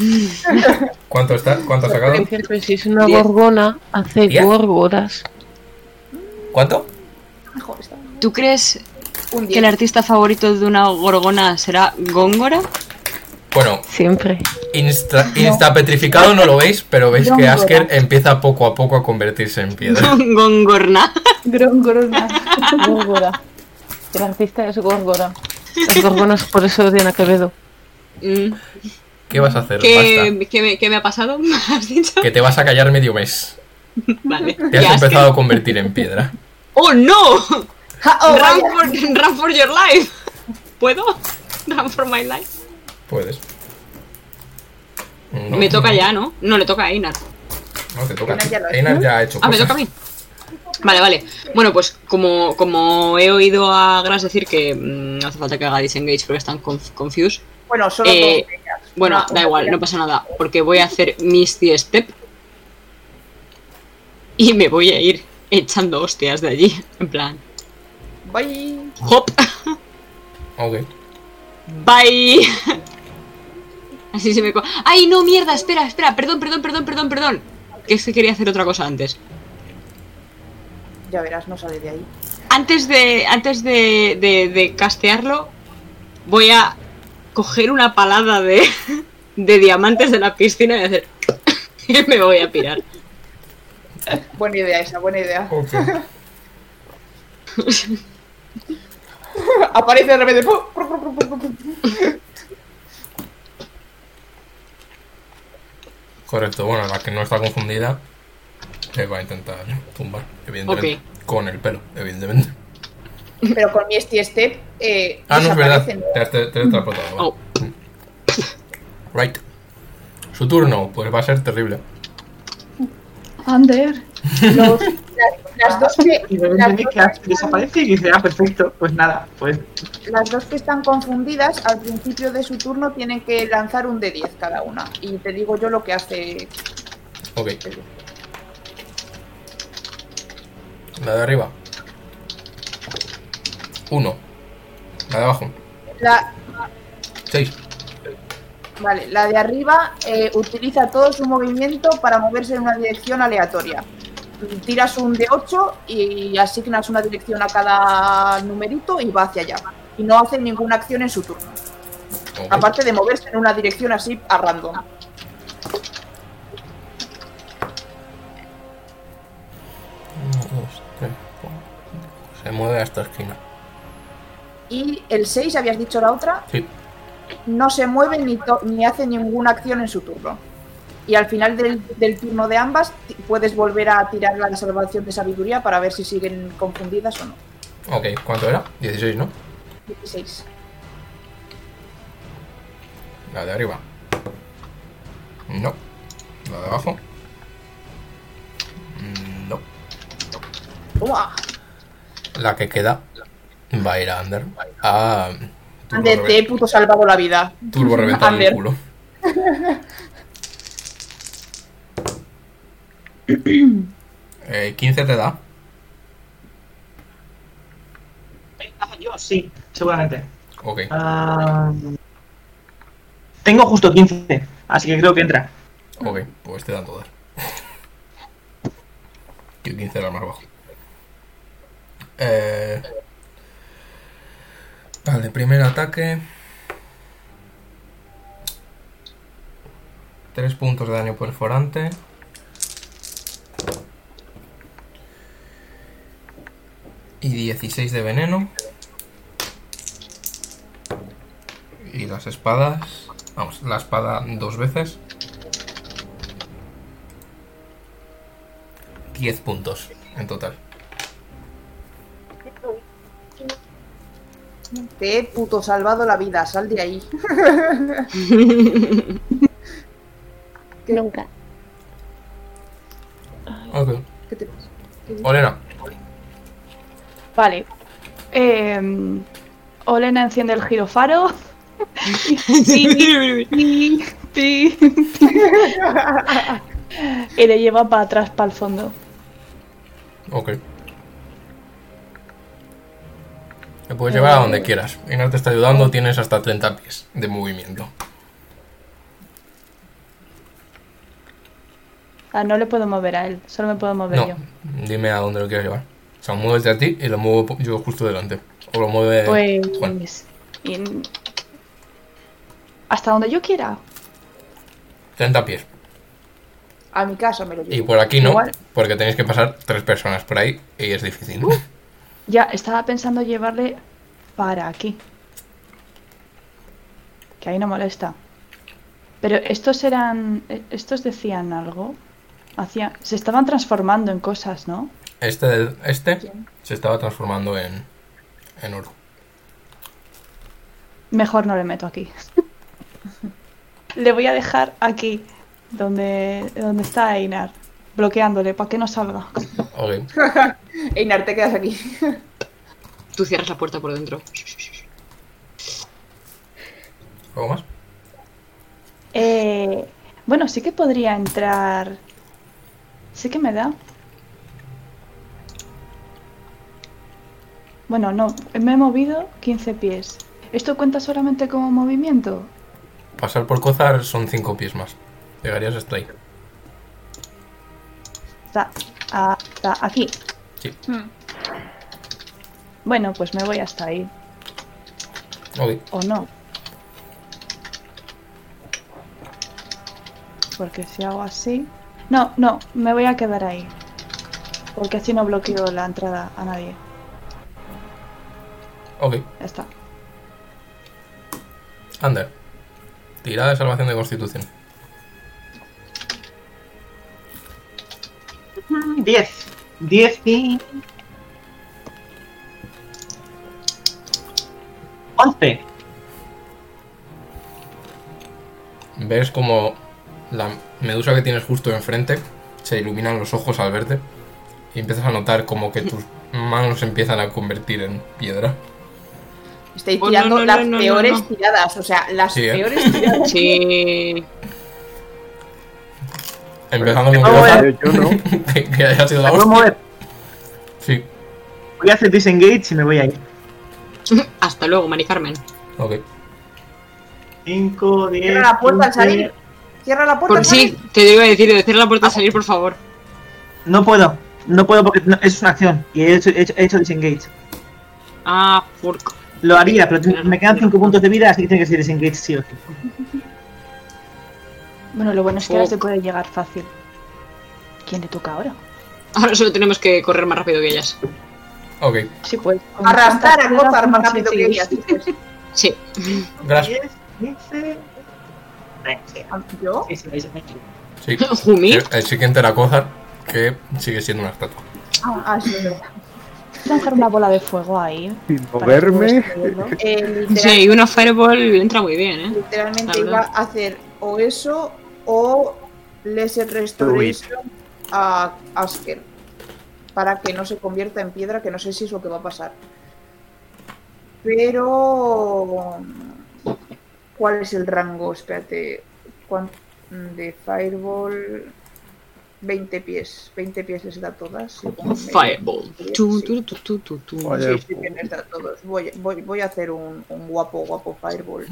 ¿Cuánto está? ¿Cuánto ha sacado?
Por cierto, si es una
Diez.
gorgona, hace
Diez.
gorgoras.
¿Cuánto?
Joder, está-
¿Tú crees
Un
que el
10.
artista favorito de una gorgona será [LAUGHS] Góngora?
Bueno,
Siempre.
insta, petrificado no lo veis, pero veis que
Gróngora.
Asker empieza poco a poco a convertirse en
[LAUGHS]
piedra.
Gongorna.
Grongorona.
Gorgora. El artista es Gorgora. Las gorgonas por eso odian a Quevedo.
Mm,
¿Qué vas a hacer? Basta.
¿Qué, qué me, qué me ha pasado? [LAUGHS] ¿Me has dicho?
Que te vas a callar medio mes.
Vale.
Te has
Ya, es que-
empezado a convertir en piedra.
¡Oh, no!
Ja, oh,
run,
vaya.
for, run for your life. ¿Puedo? Run for my life.
Puedes. No,
Me toca ya, ¿no? No le toca a Einar.
No, te toca. a ti.
Einar ya lo ha hecho.
Einar ya ha hecho
Ah, me
cosas.
toca a mí. Vale, vale. Bueno, pues como, como he oído a Gras decir que mm, no hace falta que haga disengage porque están conf- confused.
Bueno, solo
Eh,
dos de ellas.
Bueno,
Una-
da igual,
una-
no pasa nada. Porque voy a hacer Misty Step. Y me voy a ir echando hostias de allí. En plan,
Bye.
hop,
Ok.
bye. Así se me... co- ¡Ay, no, mierda! Espera, espera. Perdón, perdón, perdón, perdón, perdón. Que es que quería hacer otra cosa antes.
Ya verás, no sale de ahí.
Antes de. Antes de, de- de castearlo, voy a coger una palada de, de diamantes de la piscina y hacer. [LAUGHS] Y me voy a pirar.
Buena idea esa, buena idea. [LAUGHS] Aparece de repente. ¡pum! ¡pum, pum, pum, pum, pum, pum!
[LAUGHS] Correcto, bueno, la que no está confundida te va a intentar tumbar, evidentemente. Con el pelo, evidentemente.
Pero con mi Esti Step. Eh,
Ah, no es verdad.
desaparecen.
Te has te- te has teletransportado. vale. Mm.
Oh.
Right. Su turno, pues va a ser terrible.
Ander.
Los- las, las dos que,
Y de
las
repente ve
dos
que Asker desaparece y dice, ah, perfecto. Pues nada, pues
Las dos que están confundidas, al principio de su turno tienen que lanzar un de 10 cada una. Y te digo yo lo que hace.
Ok. La de arriba. Uno. La de abajo.
La,
Seis.
vale, la de arriba eh, utiliza todo su movimiento para moverse en una dirección aleatoria. Tiras un de 8 y asignas una dirección a cada numerito y va hacia allá. Y no hace ninguna acción en su turno.
Ok.
Aparte de moverse en una dirección así a random.
Uno, dos, tres, cuatro, cinco. Se mueve hasta esquina.
Y el 6, habías dicho la otra,
Sí.
no se mueve ni, to- ni hace ninguna acción en su turno. Y al final del, del turno de ambas ti- puedes volver a tirar la salvación de sabiduría para ver si siguen confundidas o no.
Ok, ¿cuánto era? 16, ¿no?
16.
La de arriba. No. La de abajo. Mm, No.
¡Toma!
La que queda va a ir a Ander. Ah, turbo,
Ander, te he
reven-
puto salvado la vida.
turbo reventado en el
Ander. [LAUGHS]
culo. Eh, 15 te da.
Ah, Yo sí, seguramente.
Ok.
Ah, tengo justo 15, así que creo que entra.
Ok, pues te dan todas. Yo 15 era más bajo. Eh... Vale, primer ataque. 3 puntos de daño perforante. Y 16 de veneno. Y las espadas. Vamos, la espada dos veces. 10 puntos en total.
Te he puto salvado la vida, sal de ahí.
Nunca.
Ok.
Ah, ¿Qué te pasa?
Olena,
Vale. Eh, Olena enciende el
[LAUGHS]
girofaro. Ti, ti, ti. y le lleva para atrás, para el fondo.
ok. Te puedes llevar a
Oh.
donde quieras. Inar te está ayudando, tienes hasta 30 pies de movimiento.
Ah, no le puedo mover a él, solo me puedo mover
No,
yo.
dime a dónde lo quieres llevar. O sea, muévete a ti y lo muevo po- yo justo delante. O lo mueve eh, Juan.
Pues. y- Hasta donde yo quiera.
30 pies.
A mi casa me lo
Y
llevo.
por aquí no,
Igual.
porque tenéis que pasar tres personas por ahí y es difícil.
Ya, estaba pensando llevarle para aquí. Que ahí no molesta. Pero estos eran. eh, Estos decían algo. Hacían, se estaban transformando en cosas, ¿no?
Este, del- este se estaba transformando en, en oro.
Mejor no le meto aquí. [LAUGHS] le voy a dejar aquí, donde, donde está Einar, bloqueándole para que no salga.
Ok.
[LAUGHS] Einar, te quedas aquí.
Tú cierras la puerta por dentro.
¿Algo más?
Eh, bueno, sí que podría entrar. Sí que me da. Bueno, no, me he movido 15 pies. ¿Esto cuenta solamente como movimiento?
Pasar por Cozar son 5 pies más. Llegarías hasta ahí.
Está, ah, está aquí.
Sí.
Bueno, pues me voy hasta ahí.
Ok.
¿O no? Porque si hago así... No, no, me voy a quedar ahí. Porque así no bloqueo la entrada a nadie.
Ok.
Ya está.
Ander. Tirada de salvación de constitución.
10. 10 y... 11.
Ves como la medusa que tienes justo enfrente se iluminan los ojos al verte. Y empiezas a notar como que tus manos se empiezan a convertir en piedra.
Estáis
Oh, no,
tirando
no,
las
no, no,
peores
no, no.
tiradas, o sea, las
Sí, ¿eh? [LAUGHS]
peores tiradas.
Sí.
Empezando con
Vamos a
Cozar,
ver.
Yo, yo no.
que, que haya sido
Me
la
puedo
hostia.
mover.
Sí.
Voy a hacer disengage y me voy a ir.
[LAUGHS] Hasta luego, Mari Carmen.
Ok.
5, 10.
Cierra la puerta al salir. Cierra la puerta
Por
al
sí,
salir.
te iba a decir, de cerrar la puerta a salir, por favor.
No puedo. No puedo porque no- es una acción. Y he hecho, he hecho- he hecho disengage.
Ah, porco.
Lo haría, pero te- me quedan 5 puntos de vida, así que tiene que ser disengage sí o sí.
Bueno, lo bueno es que ahora se
Fuck.
puede llegar fácil. ¿Quién le toca ahora?
Ahora solo tenemos que correr más rápido que ellas.
Ok.
Sí, pues... con
Arrastrar a
tantas piedras,
Gozar más
no sé
rápido
si-
que ellas.
Sí. [LAUGHS]
Gracias.
10, 15. Venga, sí.
¿Yo?
Sí, sí, sí.
Sí.
Jumi.
El, el siguiente era Kozar, que sigue siendo una estatua.
Ah, ah, sí, es verdad.
Lanzar una bola de fuego ahí.
Sin
para que
moverme.
puedas
[LAUGHS]
moverlo.
Eh, literal-
Sí, y una fireball entra muy bien, ¿eh?
literalmente
La
iba
verdad.
a hacer o eso o Lesser Restoration a Asker. Para que no se convierta en piedra, que no sé si es lo que va a pasar. Pero. ¿Cuál es el rango? Espérate. ¿cuán- De Fireball. 20 pies. 20 pies les da a todas. supongo.
Fireball.
Sí,
Tu,
sí.
tu, tu, tu, tu, tu.
Vaya.
Sí, sí, que les da a todos. Voy, voy- voy a hacer un, un guapo, guapo Fireball.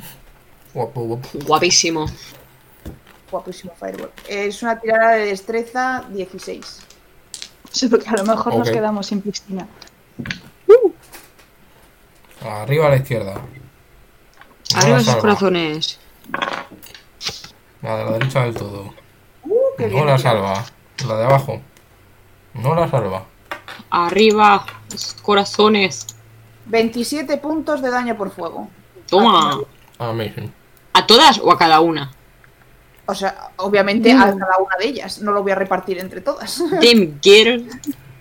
Guapo, guapo.
Guapísimo.
Guapísimo Fireball. Es una tirada de destreza 16.
Sí, porque a lo mejor nos
Ok.
quedamos sin piscina.
Arriba a la izquierda. No
Arriba
la
esos
salva.
corazones.
La de la derecha del todo.
Uh, qué
No
bien.
la salva. La de abajo. No la salva.
Arriba, corazones.
27 puntos de daño por fuego.
Toma.
Ah, Amazing.
¿A todas o a cada una?
O sea, obviamente a cada una de ellas. No lo voy a repartir entre todas. [LAUGHS]
Damn girl.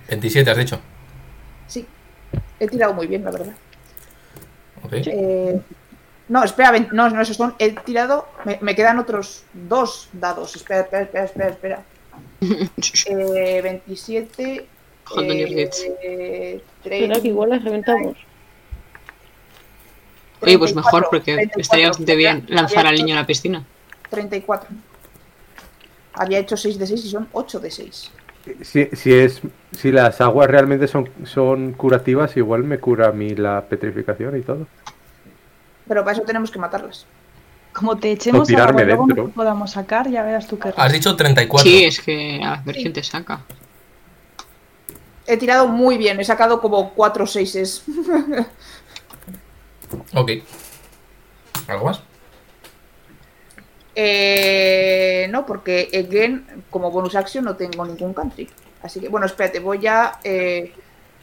27 has dicho.
Sí. He tirado muy bien, la verdad.
Ok.
Eh, no, espera, vein- no, no, esos son. He tirado. Me, me quedan otros dos dados. Espera, espera, espera, espera.
[LAUGHS]
espera. Eh, 27.
Hold on your hits.
eh,
Espera, que igual las reventamos.
Oye, pues mejor
34,
porque
34,
estaría bastante bien
había-
lanzar al
había
niño a la piscina.
34. Había hecho 6 de 6 y son 8 de 6.
Si, si es, si las aguas realmente son, son curativas, igual me cura a mí la petrificación y todo.
Pero para eso tenemos que matarlas.
Como te echemos
O
agua
tirarme
y luego no
dentro.
te podamos sacar, ya verás tú qué
Has dicho 34.
Sí, es que a ver quién te saca.
He tirado muy bien, he sacado como 4 6
Ok. ¿Algo más?
Eh, no, porque again, como bonus action no tengo ningún country. Así que, bueno, espérate, voy a. eh,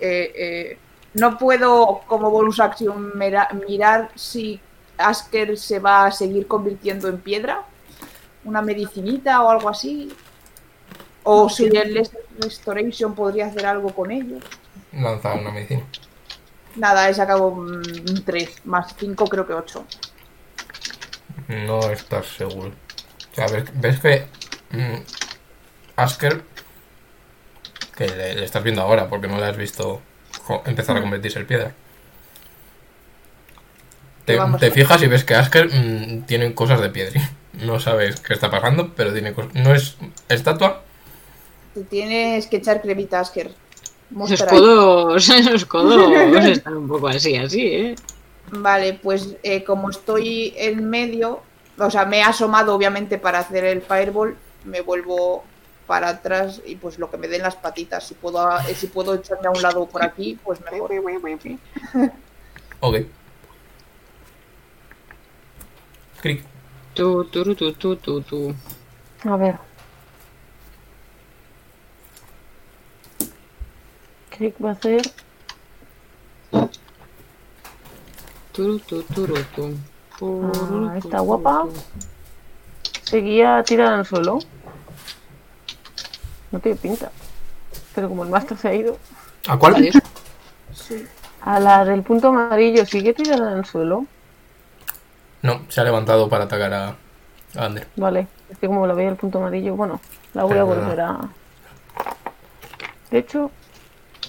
eh, eh, no puedo, como bonus action, mira- mirar si Asker se va a seguir convirtiendo en piedra. Una medicinita o algo así. O si el Less Restoration podría hacer algo con ello.
Lanza una medicina.
Nada, he sacado 3 más 5, creo que 8.
No estás seguro. O sea, ves, ves que mm, Asker, que le, le estás viendo ahora porque no le has visto jo- empezar a convertirse en piedra. Te,
Vamos.
te fijas y ves que Asker mm, tiene cosas de piedra. [LAUGHS] No sabes qué está pasando, pero tiene cosas. No es estatua.
Te tienes que echar cremita, Asker.
Esos
Mostra ahí.
codos, [LAUGHS] esos codos están un poco así, así, ¿eh?
Vale, pues eh, como estoy en medio, o sea, me he asomado obviamente para hacer el fireball, me vuelvo para atrás y pues lo que me den las patitas, si puedo, a- eh, si puedo echarme a un lado o por aquí, pues mejor.
Ok. Cric.
Tú, tú, tú, tú, tú, tú.
A ver. Crick va a hacer
Tú, tú, tú, tú, tú.
Ah, está guapa. Seguía tirada en el suelo. No tiene pinta. Pero como el máster se ha ido.
¿A cuál?
Adiós.
A la del punto amarillo, sigue tirada en el suelo.
No, se ha levantado para atacar a, a Ander.
Vale. Es que como la veía el punto amarillo, bueno, la voy a
Ah.
volver a. De hecho,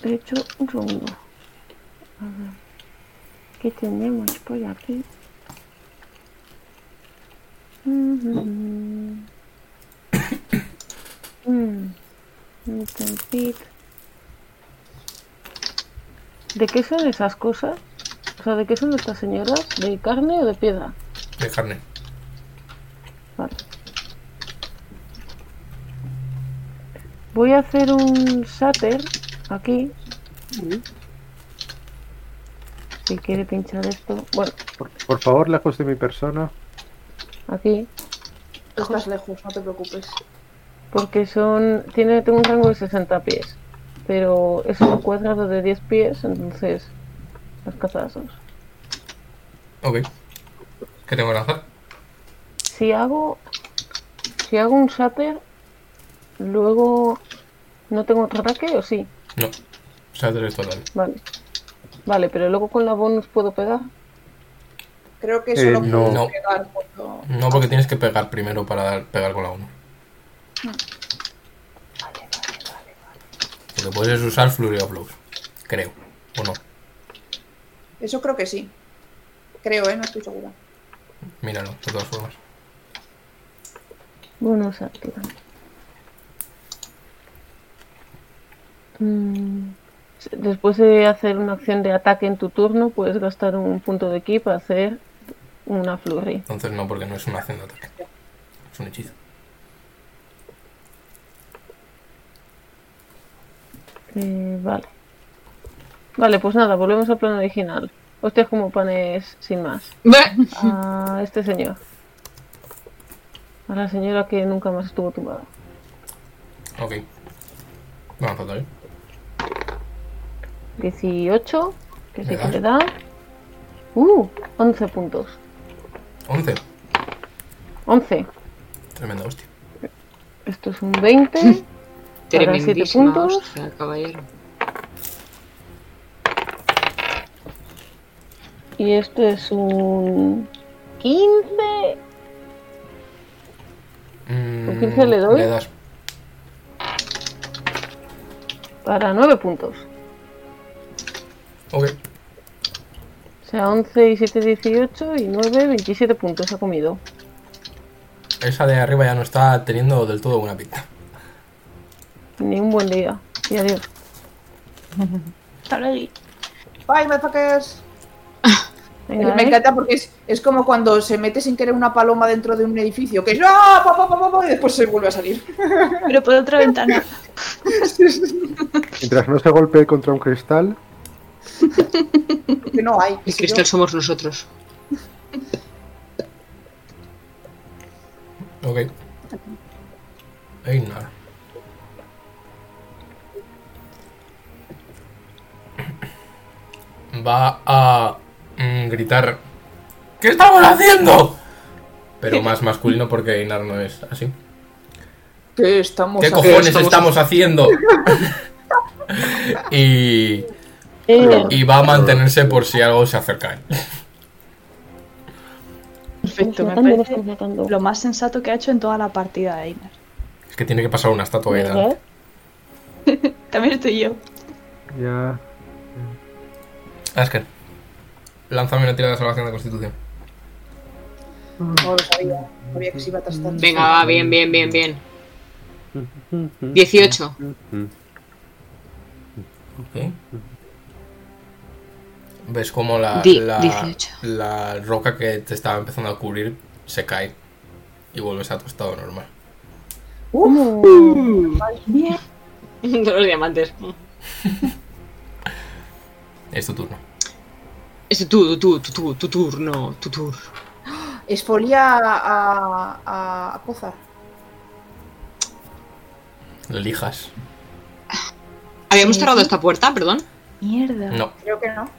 de hecho, un segundo. A ver. ¿Qué tenemos por aquí? [COUGHS] Mm, Mm-hmm. un tempit. ¿De qué son esas cosas? O sea, ¿de qué son estas señoras? ¿De carne o de piedra?
De carne.
Vale. Voy a hacer un shatter aquí. Si quiere pinchar esto. Bueno,
Por, por favor, lejos de mi persona.
aquí.
Tú Estás lejos, no te preocupes.
Porque son. Tiene, tengo un rango de 60 pies. Pero es un cuadrado de 10 pies, entonces. Las cazazos.
Ok. ¿Qué tengo que lanzar?
Si hago. Si hago un shatter, Luego. ¿No tengo otro ataque o sí?
No. O sea, tres total.
Vale. Vale, pero luego con la bonus puedo pegar.
Creo que
Eh,
solo
no.
puedo
No.
pegar cuando-
No, porque tienes que pegar primero para dar- pegar con la 1.
Mm.
Porque puedes usar Flurry of Blows. Creo. O no.
Eso creo que sí. Creo, ¿eh? No estoy segura.
Míralo, de todas formas.
Bonus activa. Mm, Después de hacer una acción de ataque en tu turno, puedes gastar un punto de ki para hacer una flurry.
Entonces no, porque no es una acción de ataque. Es un hechizo.
Eh, vale. Vale, pues nada, volvemos al plan original. Hostias como panes sin más. A este señor. A la señora que nunca más estuvo tumbada.
Ok. Vamos a total.
18, que sí
¿Le
que
das?
le da. Uh, 11 puntos.
11.
11.
Tremenda hostia.
Esto es un 20. Para siete
Tremendísima
puntos.
hostia, caballero.
y esto es un 15.
Mm,
15 le doy?
Le das.
Para 9 puntos.
Ok.
O sea, 11 y 7, 18 y 9, 27 puntos ha comido.
Esa de arriba ya no está teniendo del todo buena pinta.
Ni un buen día. Y adiós.
Hasta luego.
Bye, motherfuckers.
Venga,
Me
¿eh?
encanta porque es, es como cuando se mete sin querer una paloma dentro de un edificio, que es ¡No! pa, pa, pa, pa, pa", y después se vuelve a salir.
Pero por otra ventana.
Mientras no se golpee contra un cristal,
Que no hay. que
El
si yo-
cristal somos nosotros.
Ok. Ey, nada. Va a mm, gritar. ¿Qué estamos haciendo? Pero más masculino porque Einar no es así.
¿Qué estamos
¿Qué
haciendo?
cojones estamos haciendo? y,
Eh,
y va a mantenerse por si algo se acerca. a él.
Perfecto, me
matando,
parece
nos matando.
lo más sensato que ha hecho en toda la partida de Einar.
Es que tiene que pasar una estatua ahí
¿Verdad?
delante.
También estoy yo.
ya.
Asker, lánzame una tirada de salvación de constitución.
No lo sabía. Sabía que se iba a tastar.
Venga, va, bien, bien, bien, bien. 18.
Ok. ¿Ves cómo la,
Di-
la,
18.
la roca que te estaba empezando a cubrir se cae y vuelves a tu estado normal?
Bien.
Todos los diamantes.
Es tu turno.
Es tu, tu, tu, tu, tu turno, tu turno.
Esfolía a, a, a Cozar.
Lijas.
¿Habíamos
Sí.
cerrado esta puerta? Perdón.
Mierda.
No.
Creo que no.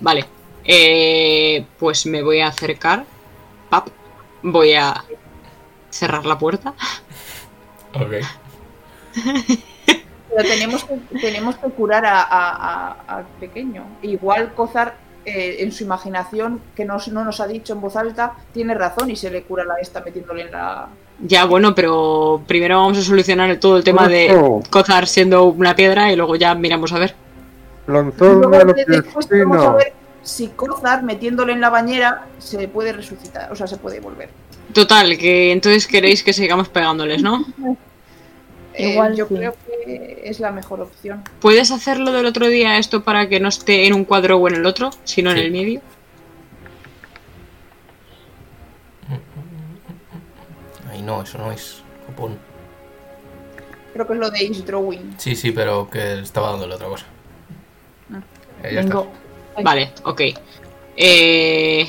Vale. Eh, pues me voy a acercar. Pap. Voy a cerrar la puerta.
Ok.
Pero
[LAUGHS]
tenemos que, tenemos que curar a, a, a- al pequeño. Igual Cozar, eh, en su imaginación, que no, no nos ha dicho en voz alta, tiene razón y se le cura la esta metiéndole en la.
Ya, bueno, pero primero vamos a solucionar el- todo el tema de
Ojo,
Cozar siendo una piedra y luego ya miramos a ver.
Lanzadme
Luego,
a los
después vamos a
destinos.
ver si Cozar, metiéndole en la bañera, se puede resucitar, o sea, se puede volver.
Total, que entonces queréis que sigamos pegándoles, ¿no?
Eh,
Igual
yo
sí.
creo que es la mejor opción.
¿Puedes hacerlo del otro día esto para que no esté en un cuadro o en el otro, sino
Sí.
en el medio?
Ay, no, eso no es. Copón.
Creo que es lo de Ace Drawing.
Sí, sí, pero que estaba dándole otra cosa.
Ah.
Eh, ya está.
Ay.
Vale, ok. Eh...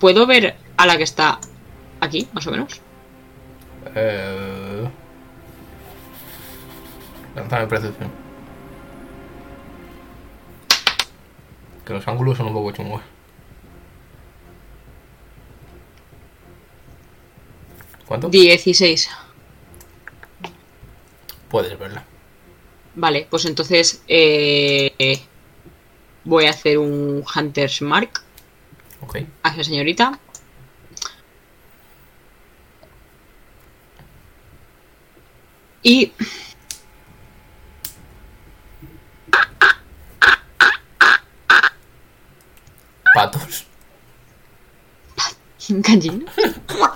¿Puedo ver a la que está aquí, más o menos?
Eh... Lanzame percepción. Que los ángulos son un poco chungos. ¿Cuánto?
16.
Puedes verla.
Vale, pues entonces eh, voy a hacer un Hunter's Mark
Ok.
a esa señorita. Y... [LAUGHS]
Patos.
Gallina.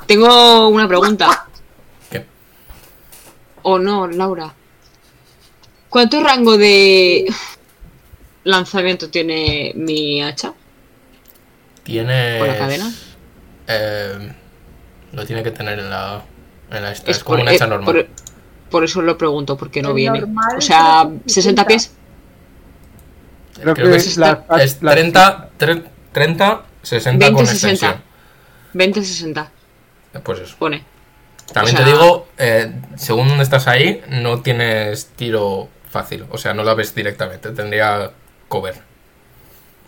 Tengo una pregunta.
¿Qué?
O no, Laura. ¿Cuánto rango de lanzamiento tiene mi hacha?
Tiene.
¿Con la cadena?
Eh, lo tiene que tener en la. En la esta. Es,
por-
como una
eh,
hecha normal.
Por, por eso lo pregunto, porque no
El
viene.
normal
O sea,
son
60
60.
pies.
Creo
Creo
que
que es,
la-
es
la-
30, tre- 30, 60
20,
con
60.
extensión.
20, 60.
Pues eso.
Pone.
También
O sea-
te digo, eh, según donde estás ahí, no tienes tiro fácil. O sea, no la ves directamente. Tendría cover.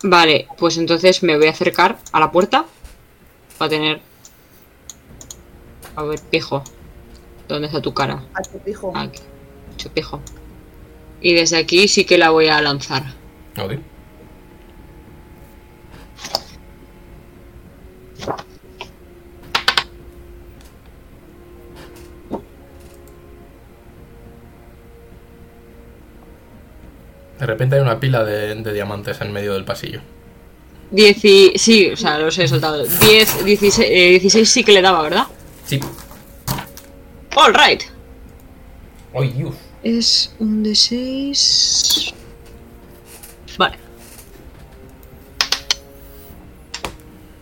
Vale, pues entonces me voy a acercar a la puerta. Para tener. A ver, pijo. ¿Dónde está tu cara?
A tu pijo.
Aquí. Chupijo. Y desde aquí sí que la voy a lanzar.
Ok. De repente hay una pila de, de diamantes en medio del pasillo.
Dieci... Sí, o sea, los he soltado. 10, 16, eh, 16 sí que le daba, ¿verdad?
Sí.
All right.
Oh, Dios.
Es un de 6. Vale.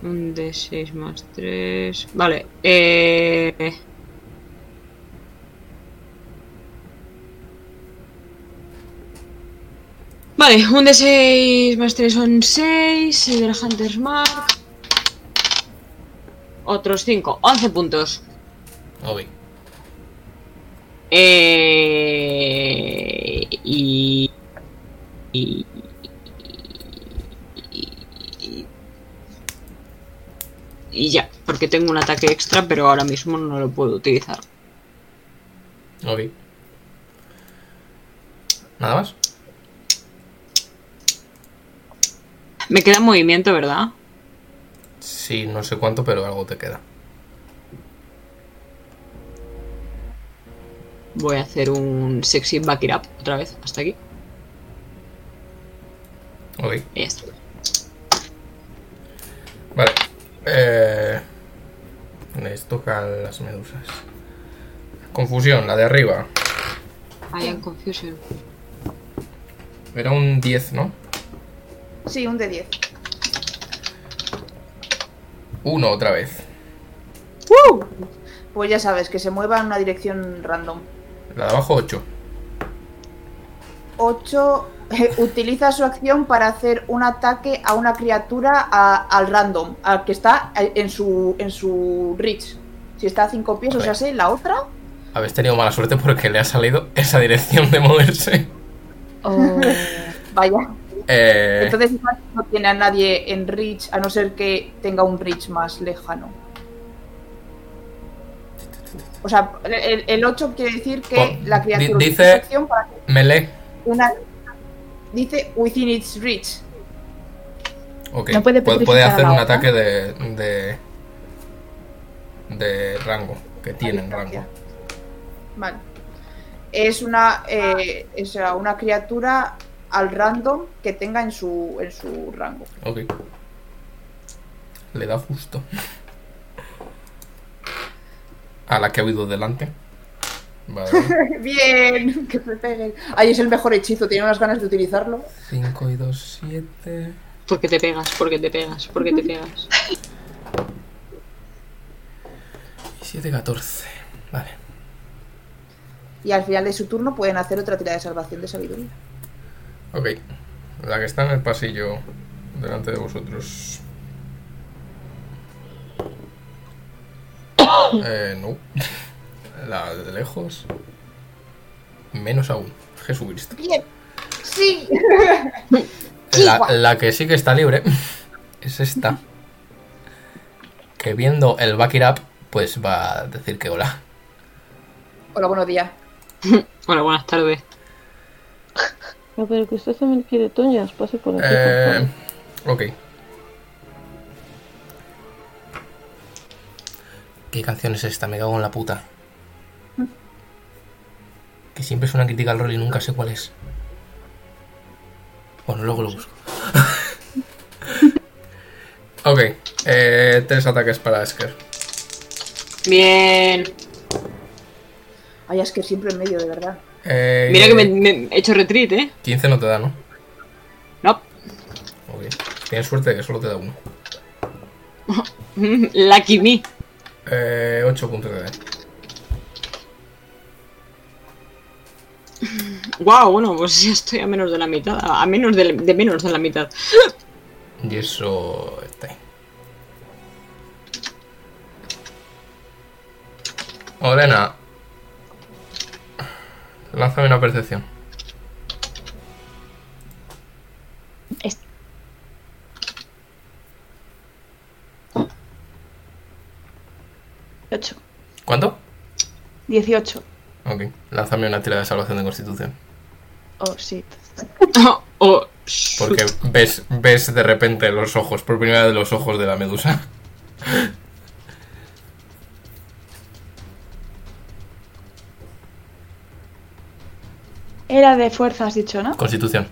Un de 6 más 3. Vale. Eh... Vale, un de 6 más 3 son 6. El del Hunter's Mark. Otros 5. 11 puntos.
Ok.
Eh, y, y- y- y ya, porque tengo un ataque extra, pero ahora mismo no lo puedo utilizar.
Ok. ¿Nada más?
Me queda movimiento, ¿verdad?
Sí, no sé cuánto, pero algo te queda.
Voy a hacer un sexy back it up otra vez, hasta aquí.
Ok.
Y ya está.
Vale. Eh, les toca a las medusas. Confusión, la de arriba.
I am confusion.
Era un 10, ¿no?
Sí, un de 10.
Uno otra vez.
Pues ya sabes, que se mueva en una dirección random.
La de abajo, 8.
8 eh, [LAUGHS] utiliza su acción para hacer un ataque a una criatura a- al random, al que está eh, en su, en su reach. Si está a 5 pies, o sea, sí, la otra.
Habéis tenido mala suerte porque le ha salido esa dirección de moverse.
Vaya.
Eh,
Entonces no tiene a nadie en reach, a no ser que tenga un reach más lejano. O sea, el, el 8 quiere decir que
Pon-
la criatura
Pues, di-
utiliza
dice-
su acción para hacer
melee.
una... Dice within its reach.
Ok.
No puede
Pu- puede,
petrificar a
hacer
la
un
otra.
ataque de, de. de rango. Que tienen rango.
distancia. Vale. Es una, eh, es una criatura al random que tenga en su, en su rango. [LAUGHS]
Ok. Le da justo. A la que ha huido delante.
[LAUGHS]
Vale.
Bien, que me peguen. Ay, es el mejor hechizo, tenía unas ganas de utilizarlo.
5 y 2, 7.
Porque te pegas, porque te pegas, porque te pegas.
Y 7, 14. Vale.
Y al final de su turno pueden hacer otra tirada de salvación de sabiduría.
Ok. La que está en el pasillo delante de vosotros. [COUGHS] Eh, no. La de lejos. Menos aún. Jesucristo.
Bien, sí.
La, la que sí que [LAUGHS] está libre es esta. Que viendo el back it up pues va a decir que hola.
Hola, buenos días.
Hola, buenas tardes.
No, pero que usted también quiere toñas, pase por aquí. por
Eh,
favor.
ok. ¿Qué canción es esta? Me cago en la puta. Que siempre es una crítica al rol y nunca sé cuál es. Bueno, luego lo busco. [LAUGHS] ok, eh, tres ataques para Esker.
Bien.
Ay, es que siempre en medio, de verdad.
Eh,
Mira que me, me he hecho retreat, ¿eh?
15 no te da, ¿no?
No.
Ok. Tienes suerte de que solo te da uno.
Lucky me.
Eh, 8 puntos de daño.
Wow, bueno, pues ya estoy a menos de la mitad. A menos de, de menos de la mitad. [LAUGHS]
Y eso está ahí. Olena. Lánzame una percepción.
Ocho.
¿Cuánto?
18.
Ok. Lánzame una tira de salvación de constitución.
Oh, sí.
Oh, oh, shoot.
Porque ves, ves de repente los ojos, por primera vez los ojos de la medusa.
Era de fuerza, has dicho,
[LAUGHS]
¿no?
[LAUGHS] Constitución.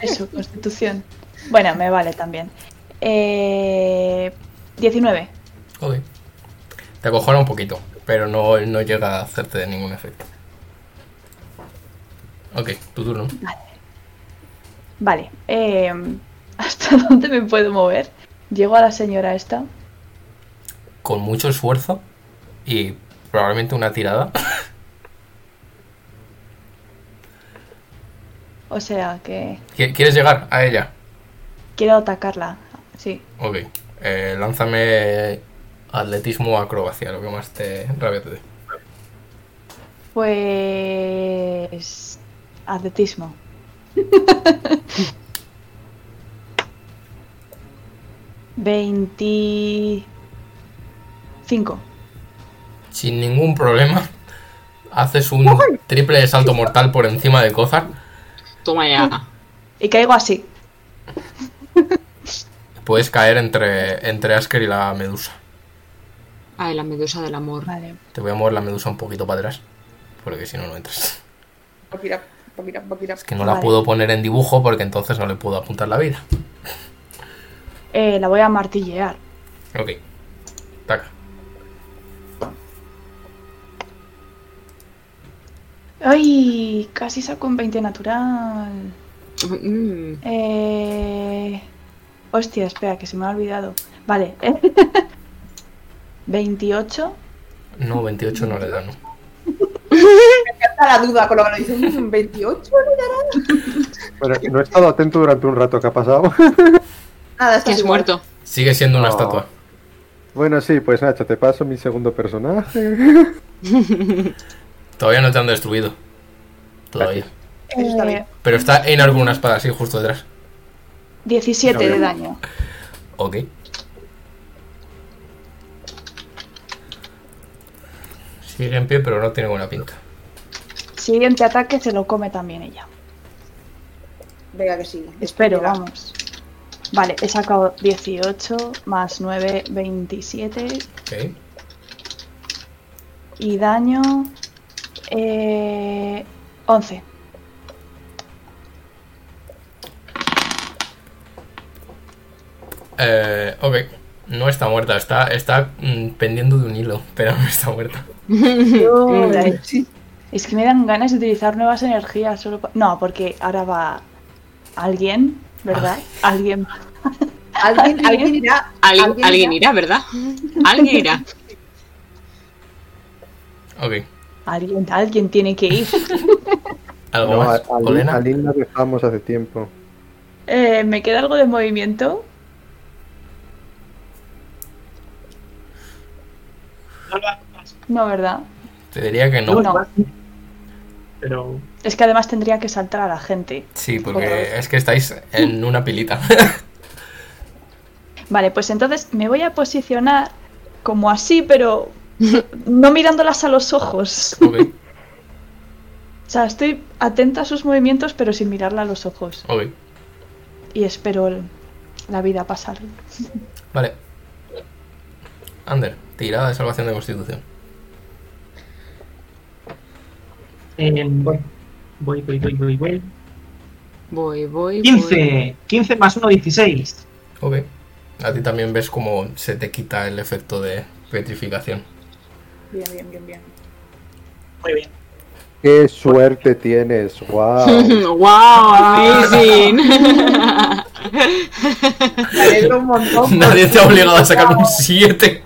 Eso, constitución. Bueno, me vale también. Eh, 19.
Ok. Te acojona un poquito, pero no, no llega a hacerte ningún efecto. Ok, tu turno.
Vale. eh, [LAUGHS] ¿Hasta dónde me puedo mover? Llego a la señora esta.
Con mucho esfuerzo y probablemente una tirada.
O sea que
[COUGHS] ¿Qui- ¿Quieres llegar a ella?
quiero atacarla. Sí.
Ok. Eh, lánzame atletismo o acrobacia, lo que más te rabia te dé.
Pues.
[LAUGHS]
Atletismo. Veinticinco.
Sin ningún problema, haces un triple de salto mortal por encima de Kozar.
Toma ya.
Y caigo así.
Puedes caer entre, entre Asker y la medusa.
Ay, la medusa del amor.
Vale.
Te voy a mover la medusa un poquito para atrás, porque si no, no entras. [LAUGHS]
Bakira, Bakira, Bakira.
Es que no la
Vale.
puedo poner en dibujo porque entonces no le puedo apuntar la vida.
Eh, la voy a martillear.
Ok. Taca.
¡Ay! Casi saco un 20 natural.
Mm,
Eh... Hostia, espera, que se me ha olvidado. Vale. [LAUGHS] 28.
No, 28 no le da, ¿no?
Está la duda con lo que nos dicen 28, ¿no?
Bueno, no he estado atento durante un rato que ha pasado. [LAUGHS]
Nada,
que
estás
has
igual.
muerto.
Sigue siendo una
No.
estatua.
Bueno, sí, pues Nacho, te paso mi segundo personaje.
Todavía no te han destruido. Todavía.
Eso está bien.
eh,
Pero está en alguna espada así justo detrás.
17
No,
de
yo-
daño.
Ok. Sigue en pie, pero no tiene buena pinta.
Siguiente ataque se lo come también ella.
Venga, que sí.
Espero, vamos. Vale, he sacado 18 más 9, 27.
Ok.
Y daño. Eh, 11.
Eh, ok. No está muerta, está, está mm, pendiendo de un hilo, [LAUGHS] pero no está muerta.
[LAUGHS] Mm,
eh,
Ay, Es que me dan ganas de utilizar nuevas energías solo pa- No, porque ahora va alguien, ¿verdad? Alguien.
Alguien, alguien irá.
Al- alguien irá, ¿verdad?
[LAUGHS]
Alguien irá.
Ok.
Alguien, alguien tiene que ir.
¿Algo
No, a,
más?
a Lin-
¿Olena?
a Lin la dejamos hace tiempo.
Eh, ¿Me queda algo de movimiento?
No lo hagas,
No, ¿verdad?
Te diría que no.
No.
Pero
Es que además tendría que saltar a la gente.
Sí,
Otra
porque
vez.
es que estáis
[LAUGHS]
en una pilita. [LAUGHS]
Vale, pues entonces me voy a posicionar como así, pero no mirándolas a los ojos.
Ok,
O sea, estoy atenta a sus movimientos, pero sin mirarla a los ojos.
ok.
Y espero el- la vida pasar.
Vale. Ander, tirada de salvación de constitución.
Eh, voy, voy, voy, voy, voy, voy.
Voy, voy, [LAUGHS]
15, 15 más 1, 16.
Ok. A ti también ves cómo se te quita el efecto de petrificación.
Bien, bien, bien, bien.
Muy bien.
¡Qué suerte tienes!
[LAUGHS]
¡Wow!
voy. ¡Wow! ¡Amazing!
Me alegro un
Oh,
[LAUGHS]
montón.
Nadie te ha
porque-
obligado a sacar un 7.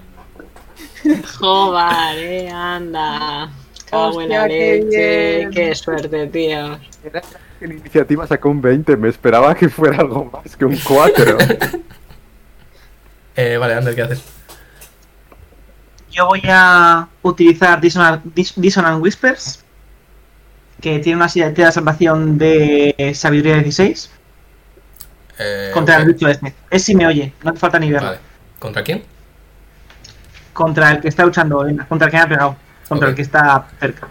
Joder, eh, anda. Cago en la
Hostia, qué
leche.
bien.
Qué suerte, tío.
En iniciativa sacó un 20, me esperaba que fuera algo más que un
[LAUGHS]
4.
Eh, vale, Ander, ¿qué haces?
Yo voy a utilizar Dissonant, Dis- Dissonant Whispers, que tiene una silla de salvación de sabiduría 16,
Eh,
contra
ok.
el bicho este. Es si me oye, no hace falta ni verlo.
Vale. ¿Contra quién?
Contra el que está luchando, contra el que me ha pegado, contra
Ok.
el que está cerca.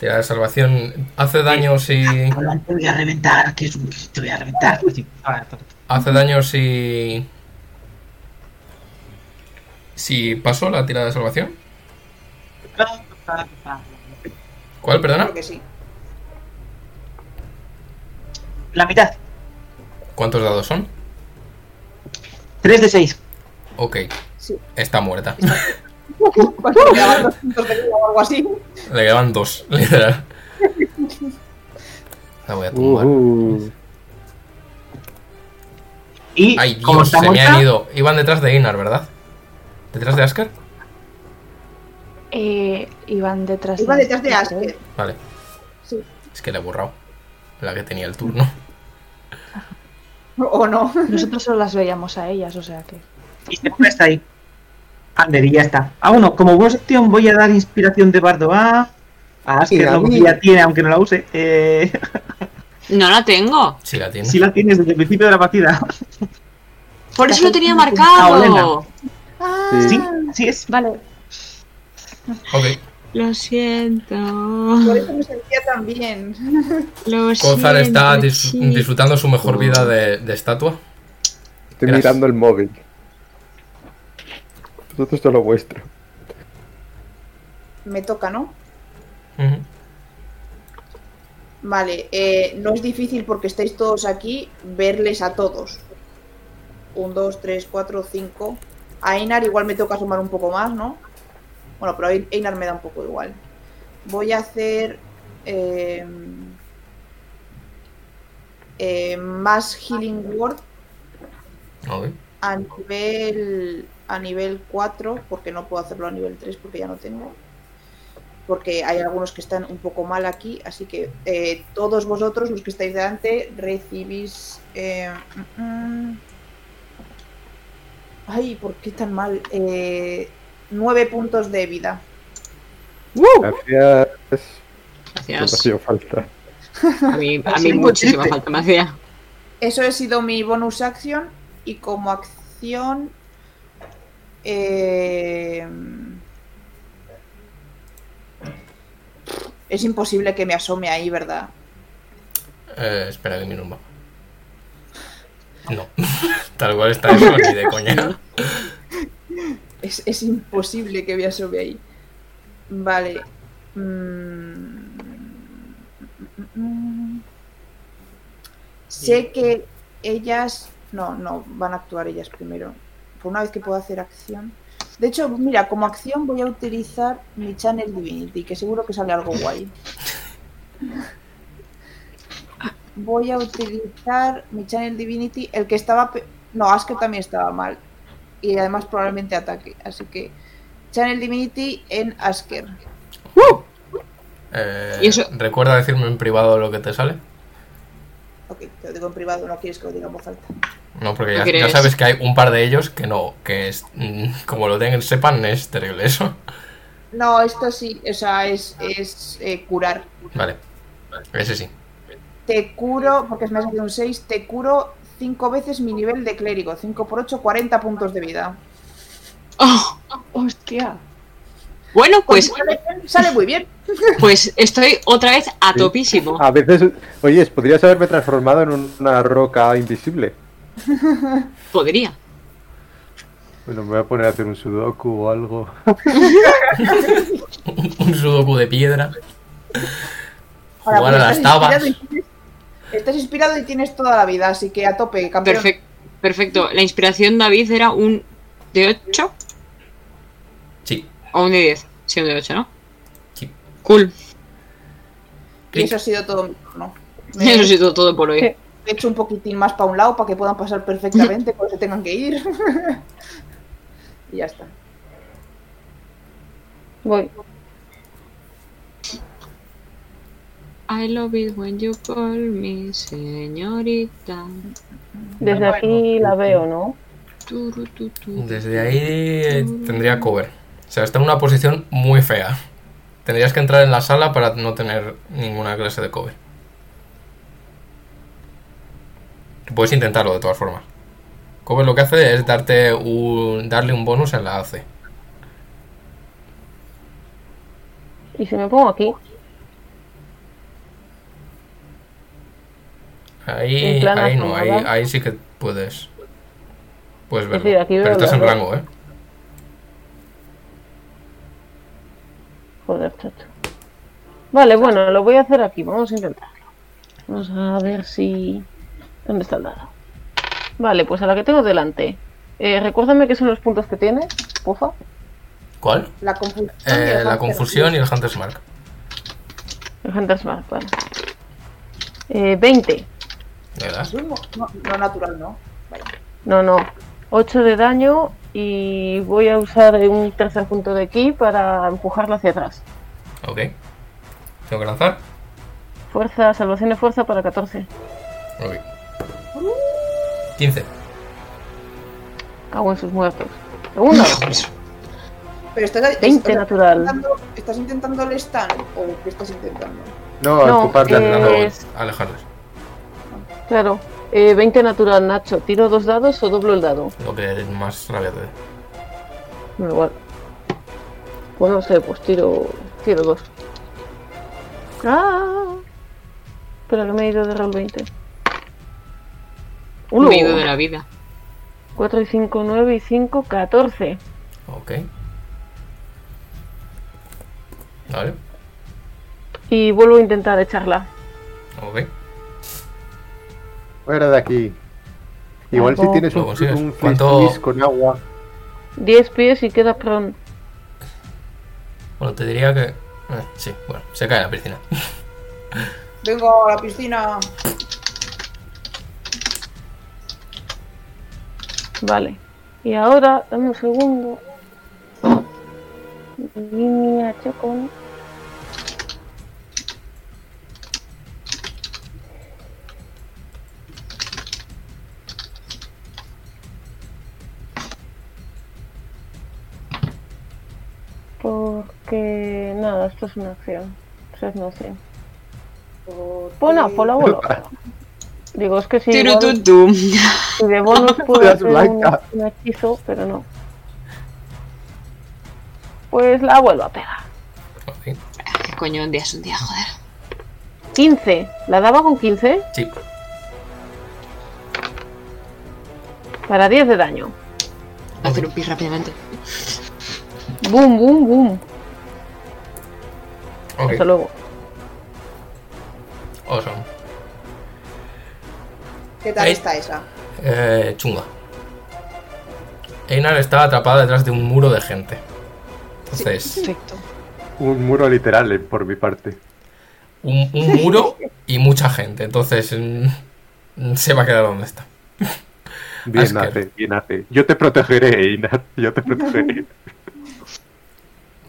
Tirada de salvación. Hace daño si.
Ahora Te voy a reventar, que es un... Te voy a reventar. Así, ahora,
Hace daño si. Si pasó la tirada de salvación. ¿Cuál, perdona?
Creo que sí.
La mitad.
¿Cuántos dados son?
3 de 6.
Ok.
Sí.
Está muerta.
Cuando me daban dos puntos de vida o algo así.
Le quedaban dos, [LAUGHS] literal. La voy a tumbar.
Ujú.
Y
Ay,
como
Dios,
está
se me han
muerta,
ido. Iban detrás de Einar, ¿verdad? ¿Detrás de Asker?
Eh, iban detrás
Iba detrás de Asker. [LAUGHS]
Vale.
Sí.
Es que la he borrado. La que tenía el turno.
O no.
Nosotros solo las veíamos a ellas, o sea que.
y se pone hasta ahí. Ander, y ya está. Ah, bueno, como bonus acción voy a dar inspiración de bardo a... A
Y
Asker,
a
lo que
mí.
ya tiene, aunque no la use. Eh,
No la tengo.
Si la tiene.
si la tienes desde el principio de la partida.
Por eso lo tenía
Ah, Elena.
marcado.
Sí, así es.
Vale,
Ok.
Lo siento.
Por eso me sentía tan bien.
Lo siento.
Kozar está dis-
chi-
disfrutando su mejor vida de, de estatua.
Estoy
Gracias.
mirando el móvil. Vosotros solo vuestro.
Me toca, ¿no?
Ujú.
Vale, eh, no es difícil porque estáis todos aquí verles a todos. Un, dos, tres, cuatro, cinco. A Einar igual me toca sumar un poco más, ¿no? Bueno, pero a Einar me da un poco igual. Voy a hacer eh, eh, más Healing Word
Ok.
a nivel a nivel 4, porque no puedo hacerlo a nivel 3 porque ya no tengo. Porque hay algunos que están un poco mal aquí, así que eh, todos vosotros, los que estáis delante, recibís. eh, mm, mm. ay, ¿por qué tan mal? Eh, 9 puntos de vida.
¡Uh!
Gracias. No
Gracias.
hacía falta.
A mí, a mí
Soy muy
muchísima
triste.
falta me hacía.
Eso ha sido mi bonus action. Y como acción. eh, es imposible que me asome ahí, ¿verdad?
Eh, espera que miro un mapa. No. [LAUGHS] Tal cual está eso
[LAUGHS]
ni de coña.
Es, es imposible que me asome ahí. Vale. Mm. Mm. Sé que ellas. No, no, van a actuar ellas primero. Por una vez que puedo hacer acción. De hecho, mira, como acción voy a utilizar mi Channel Divinity, que seguro que sale algo guay. Voy a utilizar mi Channel Divinity, el que estaba. pe- No, Asker también estaba mal. Y además probablemente ataque. Así que. Channel Divinity en Asker.
Eh,
Y eso-
Recuerda decirme en privado lo que te sale.
Ok, te lo digo en privado, no quieres que lo diga en voz alta.
No, porque
¿Tú
ya,
crees?
ya sabes que hay un par de ellos que no, que es, mm, como lo tengan, sepan, es terrible eso. [LAUGHS]
No, esto sí, o sea, es, es eh, curar.
Vale. Ese sí. [LAUGHS]
Te curo, porque me has salido un 6, te curo 5 veces mi nivel de clérigo. 5 por 8, 40 puntos de vida.
Oh, oh,
Hostia.
Bueno, pues,
Cuando sale bien, sale muy bien.
pues estoy otra vez a
Sí. Ah.
topísimo.
A veces, oye, podrías haberme transformado en una roca invisible.
Podría.
Bueno, me voy a poner a hacer un sudoku o algo. [LAUGHS]
Un sudoku de piedra.
Ahora,
Jugar a
pues,
las
estás inspirado
tabas.
y tienes- Estás inspirado y tienes toda la vida, así que a tope, campeón.
Perfec- perfecto. La inspiración David era un de 8
Sí,
o un de 10. Sí, un de 8, ¿no?
sí.
Cool.
Y eso ha sido todo mi turno.
[LAUGHS]
Me
Eso ha sido todo por hoy.
Sí.
he hecho un poquitín más para un lado para que puedan pasar
[LAUGHS]
perfectamente cuando se tengan que ir. [LAUGHS] y ya está.
Voy.
I love it when you call me señorita.
Desde
Bueno.
aquí la veo, ¿no?
Turu, tu, tu.
Desde ahí eh, tendría cover. O sea, está en una posición muy fea. Tendrías que entrar en la sala para no tener ninguna clase de cover. Puedes intentarlo de todas formas. Cover lo que hace es darte un, darle un bonus en la AC.
Y si me pongo aquí,
Ahí,
En plan
ahí no, ahí,
asomada.
ahí sí que puedes. Puedes verlo.
decir, aquí
Pero
veo
estás en
las dos.
rango, ¿eh?
joder, chacho. Vale, bueno, lo voy a hacer aquí, vamos a intentarlo. Vamos a ver si... ¿Dónde está el dado? Vale, pues a la que tengo delante. Eh, recuérdame qué son los puntos que tienes, porfa.
¿Cuál?
La confusión. y
Ah,
Eh,
el
la
hamster.
confusión y el Hunter's Mark.
El Hunter's Mark, vale. Eh, 20.
¿Verdad?
No, no natural, no.
No, no. 8 de daño y voy a usar un tercer punto de ki para empujarlo hacia atrás.
Ok. ¿Tengo que lanzar?
Fuerza, salvación de fuerza para 14.
Ok.
Uh.
15.
Cago en sus muertos. Segundo.
Pero estás,
20
estás
natural.
intentando- ¿Estás intentando el stand o qué estás intentando?
No,
No,
a ocupar
eh,
la
No,
Es-
alejarles.
Claro. Eh, 20 natural, Nacho. ¿Tiro dos dados o doblo el dado?
Lo que más rabia te dé.
No, igual. Pues no sé, pues tiro, tiro dos. ¡Ah! Pero que me he ido de roll 20.
Me he ido de la vida.
4 y 5, 9 y 5, 14.
Ok. Vale.
Y vuelvo a intentar echarla.
Ok.
Fuera de aquí. Igual si
Oh.
Algo.
tienes
Lo
un,
consigues.
un frizz
¿Cuánto-
frizz con agua.
10 pies y queda prone.
Bueno, te diría que. eh, sí, bueno, se cae la piscina.
Vengo a la piscina.
Vale. Y ahora, dame un segundo. Línea Chocón. Porque nada, esto es una Pues acción. Entonces no sé. Pon a Pola Bolo. Digo, es que si,
Turu,
igual,
tu, tu. [LAUGHS]
si de [LAUGHS] bonus puedo
Las
hacer un,
blancas.
un hechizo, pero no. Pues la vuelvo a pegar.
Ok.
¿Qué coño? Un día es un día, joder.
15. ¿La daba con 15?
Sí.
Para 10 de daño.
Voy a Hacer un pis rápidamente.
Boom, boom, boom.
Ok.
Hasta luego.
Awesome.
¿Qué tal
Ahí.
está esa?
Eh, chunga. Einar está atrapada detrás de un muro de gente. Entonces,
Perfecto.
Un muro literal eh, por mi parte.
un, un muro y mucha gente. Entonces, mm, se va a quedar donde está.
Bien
Asker.
hace, bien hace. Yo te protegeré, Einar. Yo
[LAUGHS]
te protegeré.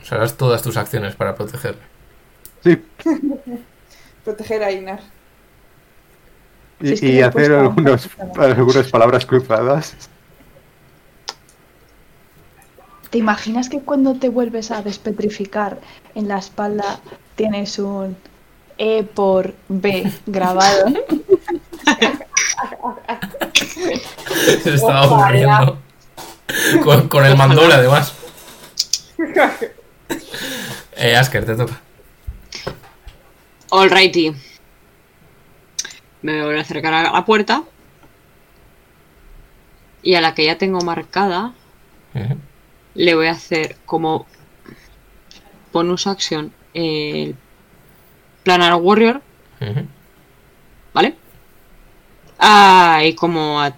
Usarás todas tus acciones para protegerle.
Sí.
Proteger a Inar.
Y,
Si es que
y
me he
hacer
puesto-
algunos, algunas palabras cruzadas.
¿Te imaginas que cuando te vuelves a despetrificar en la espalda tienes un E por B grabado?
Se estaba [LAUGHS]
Ojalá.
aburriendo. Con, con el mandol, además. Eh, Asker, te toca.
Alrighty. Me voy a acercar a la puerta. Y a la que ya tengo marcada,
Ujú.
le voy a hacer como bonus action el Planar Warrior,
Ujú.
¿vale? Ah, y como a-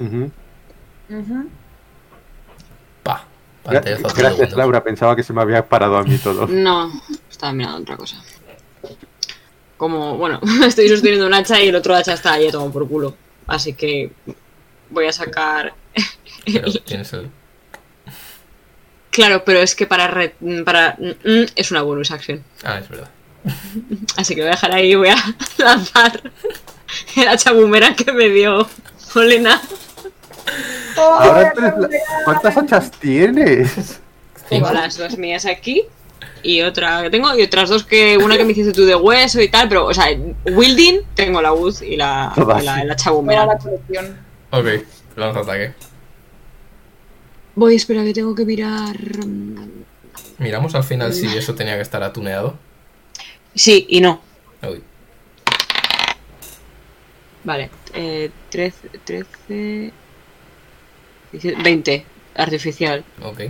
Ujú.
Ujú.
Pa.
Gra-
Pantallazo a tres
Gracias,
segundos.
Laura. Pensaba que se me había parado a mí
[LAUGHS]
todo.
No, estaba mirando otra cosa. Como, bueno, [LAUGHS] estoy sosteniendo un hacha y el otro hacha está ahí a tomar por culo. Así que voy a sacar.
Pero tienes el-
Claro, pero es que para. re- para mm, es una bonus action.
Ah, es verdad.
Así que voy a dejar ahí y voy a [LAUGHS] lanzar el hacha boomerang que me dio Olena.
Ahora tú eres la- ¿Cuántas hachas tienes?
Tengo
Cinco.
las dos mías aquí y otra que tengo y otras dos que. Una que me hiciste tú de hueso y tal, pero, o sea, Wilding tengo la Wood y la,
Todas.
y la- el hacha
Toda
boomerang.
la colección.
Ok, lanza ataque.
Voy, espera, que tengo que mirar.
Miramos al final si eso tenía que estar atuneado.
Sí, y no.
Uy,
Vale, eh, 13, 13, 17, 20, artificial.
ok.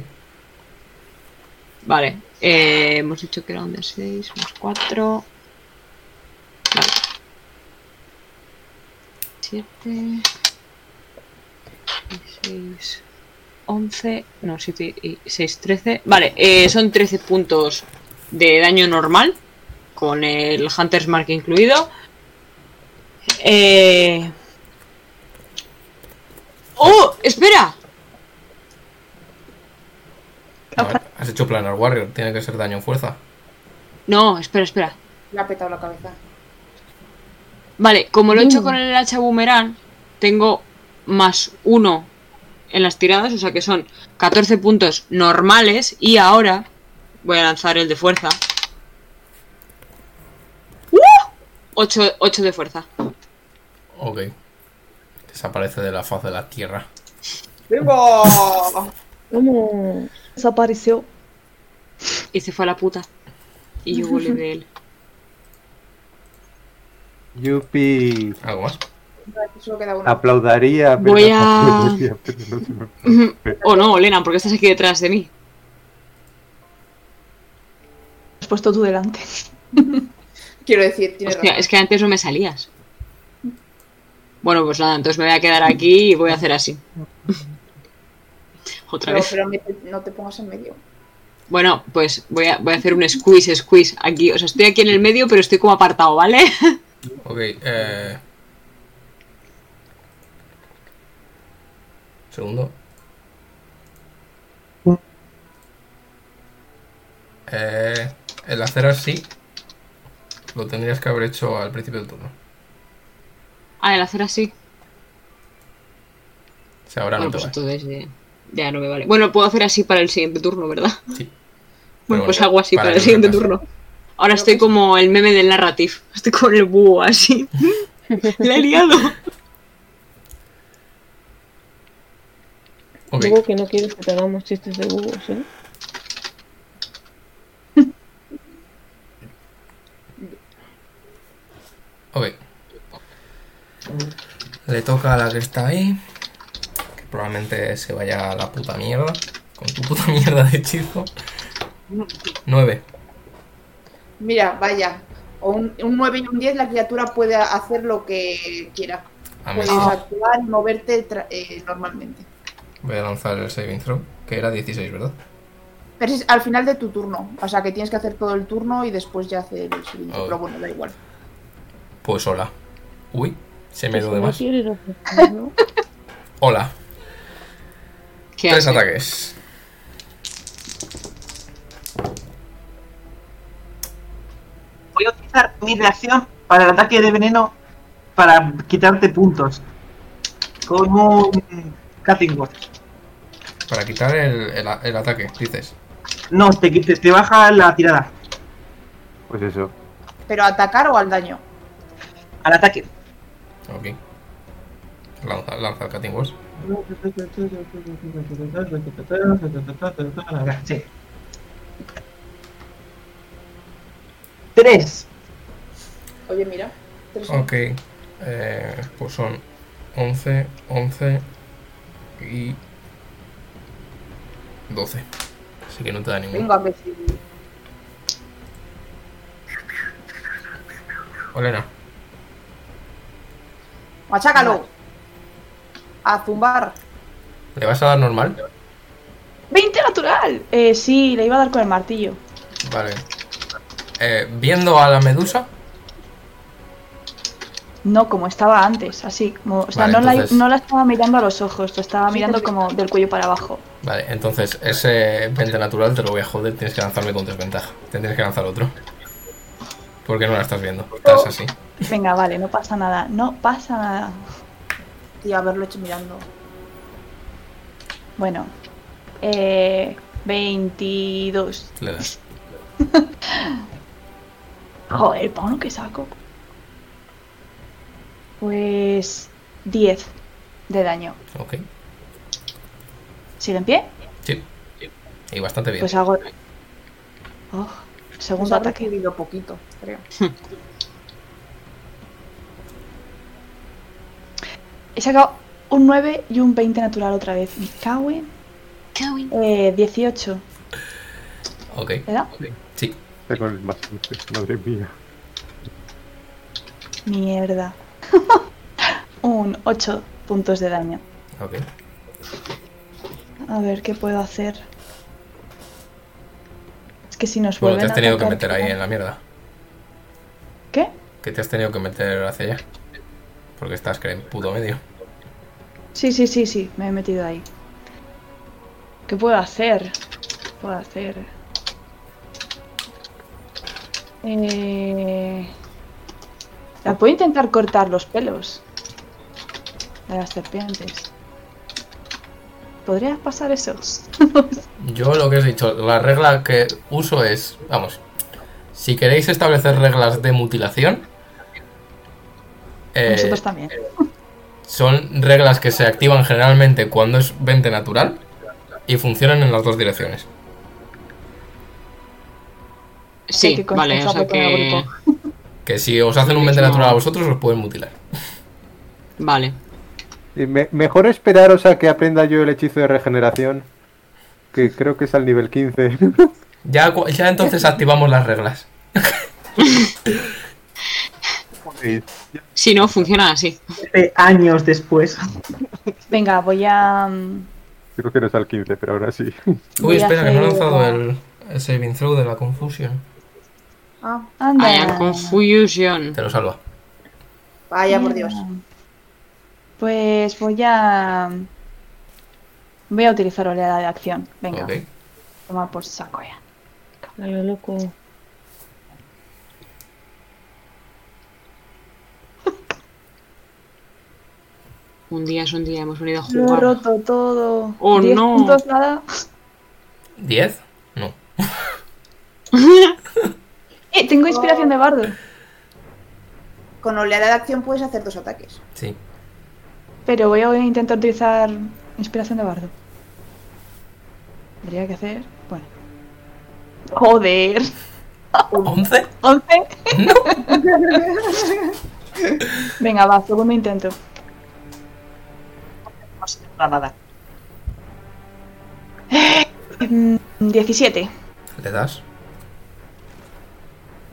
Vale, eh, hemos dicho que era un de 6, más 4. Vale. 7, 6, 11, no, 7 y 6, 13. Vale, eh, son 13 puntos de daño normal, con el Hunter's Mark incluido. Eh... ¡Oh! ¡Espera!
No, has hecho planar warrior, tiene que ser daño en fuerza.
No, espera, espera.
Le ha petado la cabeza.
Vale, como lo he hecho
Mm.
con el hacha boomerang, tengo más uno en las tiradas, o sea que son 14 puntos normales. Y ahora voy a lanzar el de fuerza. 8, de fuerza.
Ok. Desaparece de la faz de la tierra.
¡Vivo!
Vamos.
Desapareció.
Y se fue a la puta. Y yo volé de él.
Yupi.
¿Algo más?
Solo queda uno.
Ah. Aplaudaría. pero-
Voy a-
pero no se me- [LAUGHS]
O no, Olena, porque estás aquí detrás de mí.
Has puesto tú delante.
Quiero decir, tienes
Hostia,
razón.
es que antes no me salías. Bueno, pues nada, entonces me voy a quedar aquí y voy a hacer así. Otra
Pero,
vez.
pero me- no te pongas en medio.
Bueno, pues voy a, voy a hacer un squeeze, squeeze aquí. O sea, estoy aquí en el medio, pero estoy como apartado, ¿vale? [LAUGHS]
Ok, eh... Segundo. Eh, el hacer así lo tendrías que haber hecho al principio del turno.
Ah, el hacer así.
O sea, ahora
Bueno,
no
pues
te va.
entonces eh, ya no me vale. Bueno, puedo hacer así para el siguiente turno, ¿verdad? [LAUGHS]
Sí.
Bueno,
Pero
pues
bueno,
hago así para,
para
el
que
siguiente
vengas.
turno. Ahora estoy como el meme del narrative. [LAUGHS] Estoy con el búho
[LAUGHS]
así. ¡La he liado!
Ok,
Digo que no quieres que te hagamos chistes de Google, ¿eh?
ok. Le toca a la que está ahí. Que probablemente se vaya a la puta mierda. Con tu puta [LAUGHS] mierda de hechizo. Nueve.
Mira, vaya. O un, un 9 y un 10, la criatura puede hacer lo que quiera.
A mí
Puedes actuar y moverte tra- eh, normalmente.
Voy a lanzar el saving throw, que era 16, ¿verdad?
Pero es al final de tu turno. O sea que tienes que hacer todo el turno y después ya hacer el siguiente.
Oh.
Pero bueno, da igual.
Pues hola. Uy, se me ha ido
Eso
de
no
más.
quieres hacer, [LAUGHS] ¿no?
Hola.
¿Qué
[LAUGHS] Tres
hace?
ataques.
Voy a utilizar mi reacción para el ataque de veneno para quitarte puntos. Con un cutting word.
Para quitar el, el a- el ataque, dices.
No, te, te, te baja la tirada.
Pues eso.
Pero atacar o al daño.
Al ataque.
Ok. Lanza, lanza el Cutting Words.
Sí. Tres.
Oye, mira. tres-
Ok. eh, pues son 11, 11 y 12. Así que no te da ninguno.
Venga, que sí.
Olena,
Machácalo. A zumbar.
¿le vas a dar normal?
¡20 natural! Eh, sí, le iba a dar con el martillo.
Vale. Eh, viendo a la medusa,
No, como estaba antes, así. Como, o sea,
Vale,
no, la-
entonces-
no la, estaba mirando a los ojos, lo estaba mirando como del cuello para abajo.
Vale, entonces ese 20 natural te lo voy a joder, tienes que lanzarme con desventaja. Tendrías que lanzar otro. Porque no la estás viendo. Estás así.
Venga, vale, no pasa nada, no pasa nada.
Tío, haberlo hecho mirando.
Bueno, eh, 22.
Le das.
Joder, pa' uno que saco. Pues 10 de daño.
Ok.
¿Sigue en pie?
Sí. Y bastante bien.
Pues hago. Oh,
Nos
segundo
ha
ataque.
recibido poquito, creo.
He sacado un 9 y un 20 natural otra vez. Me cago en. Eh, 18,
Ok.
¿verdad?
Sí.
Está con el más once, madre mía.
Mierda. [LAUGHS] un 8 puntos de daño.
Ok.
A ver qué puedo hacer. Es que si nos
Bueno, te
vuelven
has tenido
a
que
atacar-
meter ahí en la mierda.
¿Qué?
Que te has tenido que meter hacia allá. Porque estás que en puto medio.
Sí, sí, sí, sí, me he metido ahí. ¿Qué puedo hacer? ¿Qué puedo hacer? Eh... La puedo intentar cortar los pelos de las serpientes. ¿Podrías pasar esos?
Yo lo que os he dicho, la regla que uso es, vamos, si queréis establecer reglas de mutilación, eh,
Nosotros también.
son reglas que se activan generalmente cuando es 20 natural y funcionan en las dos direcciones.
Hay
Sí,
que
vale, o sea
concentrarlo con el
que...
grupo.
Que si os hacen un 20 natural a vosotros, os pueden mutilar.
Vale.
Y me- mejor esperaros a que aprenda yo el hechizo de regeneración, que creo que es al nivel 15.
Ya, cu- ya entonces activamos las reglas.
Joder,
Si no, funciona así.
Siete años después.
Venga, voy a... mm,
creo que no es al 15, pero ahora sí.
Uy,
Voy a
espera, que no he
hacer
lanzado
la-
el, el saving throw de la confusión.
Ah,
Anda.
I am confusion.
Te lo salva.
vaya
Mm.
por Dios.
Pues voy a. Voy a utilizar oleada de acción. Venga,
Ok.
toma por saco ya.
Dale, loco.
Un día es un día, hemos venido a
Lo he
jugar.
roto todo.
Oh,
10
no.
puntos nada.
¿10? No.
Eh, tengo inspiración
Oh.
de bardo.
Con oleada de acción puedes hacer dos ataques.
Sí.
Pero voy a intentar utilizar inspiración de bardo. Tendría que hacer. Bueno. Joder.
¿11?
11. [LAUGHS] Venga, va, segundo intento.
No se nota nada.
Mm, 17.
¿Le das?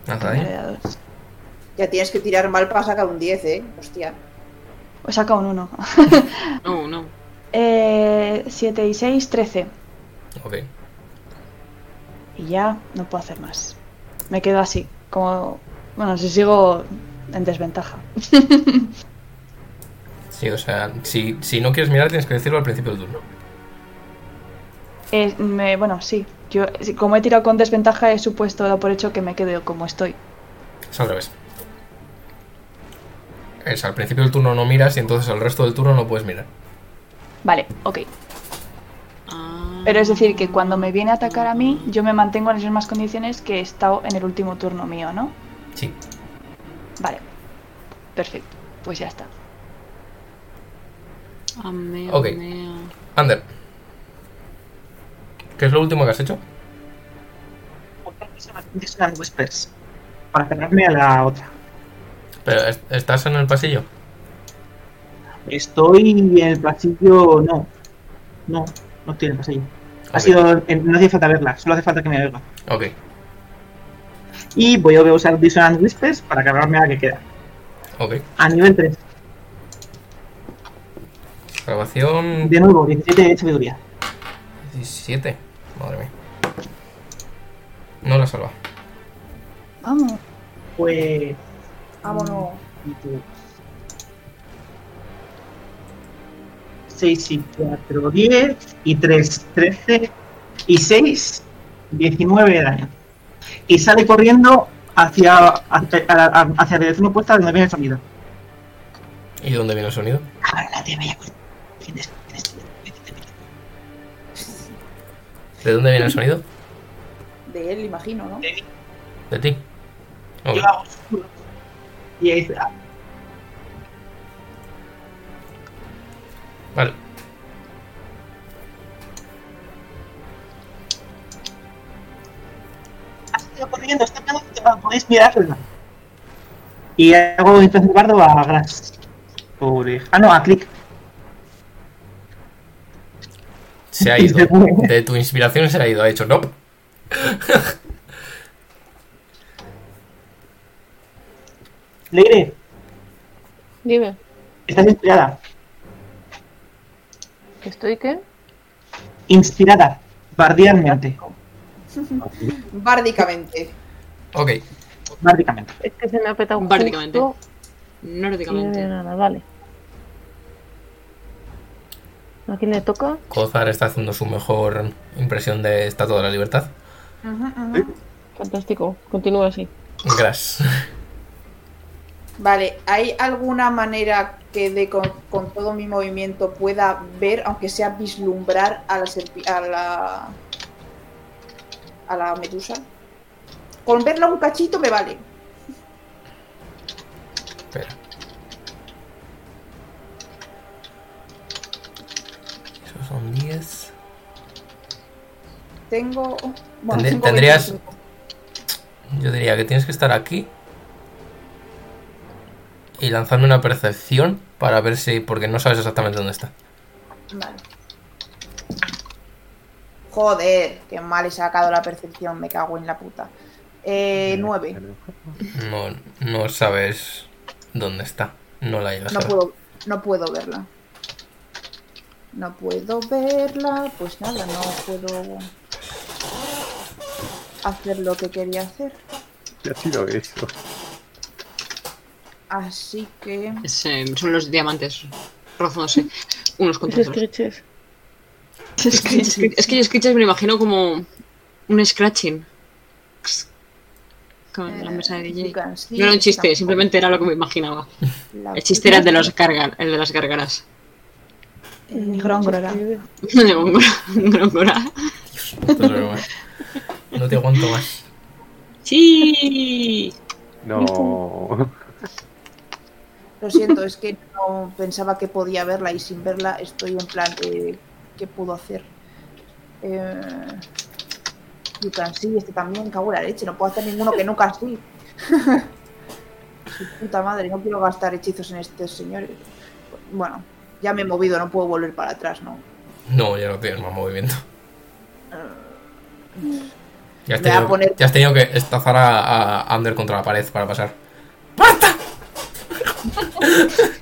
Lanza
Vale,
ahí.
dados.
Ya tienes que tirar mal para sacar un 10, eh. Hostia.
Os saca un 1.
No, no.
[LAUGHS] Eh, 7 y 6, 13.
Ok.
Y ya no puedo hacer más. Me quedo así, como... Bueno, si sigo en desventaja.
Sí, o sea, si, si no quieres mirar, tienes que decirlo al principio del turno.
Eh, me- bueno, sí. Yo, sí, como he tirado con desventaja, he supuesto dado por hecho que me quedo como estoy.
Es al revés. Es al principio del turno no miras y entonces al resto del turno no puedes mirar.
Vale, ok.
Ah.
Pero es decir, que cuando me viene a atacar a mí, yo me mantengo en las mismas condiciones que he estado en el último turno mío, ¿no?
Sí.
Vale. Perfecto. Pues ya está.
Ameo,
Ok.
ameo.
Ander. ¿Qué es lo último que has hecho?
Distant Whispers. Para pegarme a la otra.
Pero, ¿est- ¿Estás en el pasillo?
Estoy en el pasillo. No. No, no estoy en el pasillo. Ha
Ok,
sido. en- No hace falta verla, solo hace falta que me oiga.
Ok,
Y voy a usar Dissonant Whispers para cargarme a la que queda.
ok.
A nivel 3.
Grabación
De nuevo, 17 de sabiduría.
17. Madre mía. No la salva.
Vamos.
Pues.
Vámonos.
Mm.
y tú. 6 y 4, 10. Y 3, 13. Y 6, 19 de daño. Y sale corriendo hacia, hacia, a la- a- hacia la dirección opuesta de donde viene el sonido.
¿Y dónde viene el sonido?
Ahora la te vaya con. tienes- tienes-
¿De dónde viene el sonido?
De él, imagino, ¿no?
De ti. Ok,
Yo hago susurro. Y ahí dice, ah,
vale.
ha salido corriendo, está pegando, podéis mirarla. Y hago entonces guardo a Grass. Pobre. Ah, no, a Click.
Se ha
Y [LAUGHS]
ido.
se fue.
De tu inspiración se ha ido. Ha dicho, no.
Leire,
Dime,
estás inspirada.
¿estoy qué?
Inspirada. Bardialmente.
Bárdicamente.
Ok,
[LAUGHS]
Bárdicamente.
Es que se me ha petado un
Básicamente.
justo y no veo
Nórdicamente.
nada, vale. ¿A quién le toca?
Kozar está haciendo su mejor impresión de Estatua de la Libertad.
Fantástico, continúa así.
Gras.
Vale, ¿hay alguna manera que de con, con todo mi movimiento pueda ver, aunque sea vislumbrar a la serpi- a la a la medusa? Con verla un cachito me vale.
Espera. Esos son 10.
Tengo. oh,
Tendrí-
tengo
tendrías-
25.
Yo diría que tienes que estar aquí. Y lanzarme una percepción para ver si. Porque no sabes exactamente dónde está.
Vale. Joder, qué mal he sacado la percepción, me cago en la puta. Eh, nueve.
No, no sabes dónde está. No la llegas
No
a ver.
puedo, no puedo verla. No puedo verla, pues nada, no puedo hacer lo que quería hacer.
Ya ha sido eso.
Así que
Es, eh, son los diamantes rozándose unos
Es
contra otros.
Screeches.
Es que, es que- es que yo Screeches me lo imagino como un scratching. Con
Eh,
la mesa de DJ. No era un chiste, simplemente era lo que me imaginaba. El chiste era el de, los gargar- el de las gárgaras. [LAUGHS]
Ni Góngora.
De Góngora. Góngora.
Esto es broma. No te aguanto más.
Sí. [LAUGHS]
No.
Lo siento, es que no pensaba que podía verla y sin verla estoy en plan de qué puedo hacer. Eh, you can see, este también, cago en la leche, no puedo hacer ninguno que nunca sí. [LAUGHS] Su puta madre, no quiero gastar hechizos en estos señores. Bueno, ya me he movido, no puedo volver para atrás, ¿no?
No, ya no tienes más movimiento. Ya has
Me Ah. voy a
tenido,
poner-
ya has tenido que estazar a, a Ander contra la pared para pasar. [LAUGHS]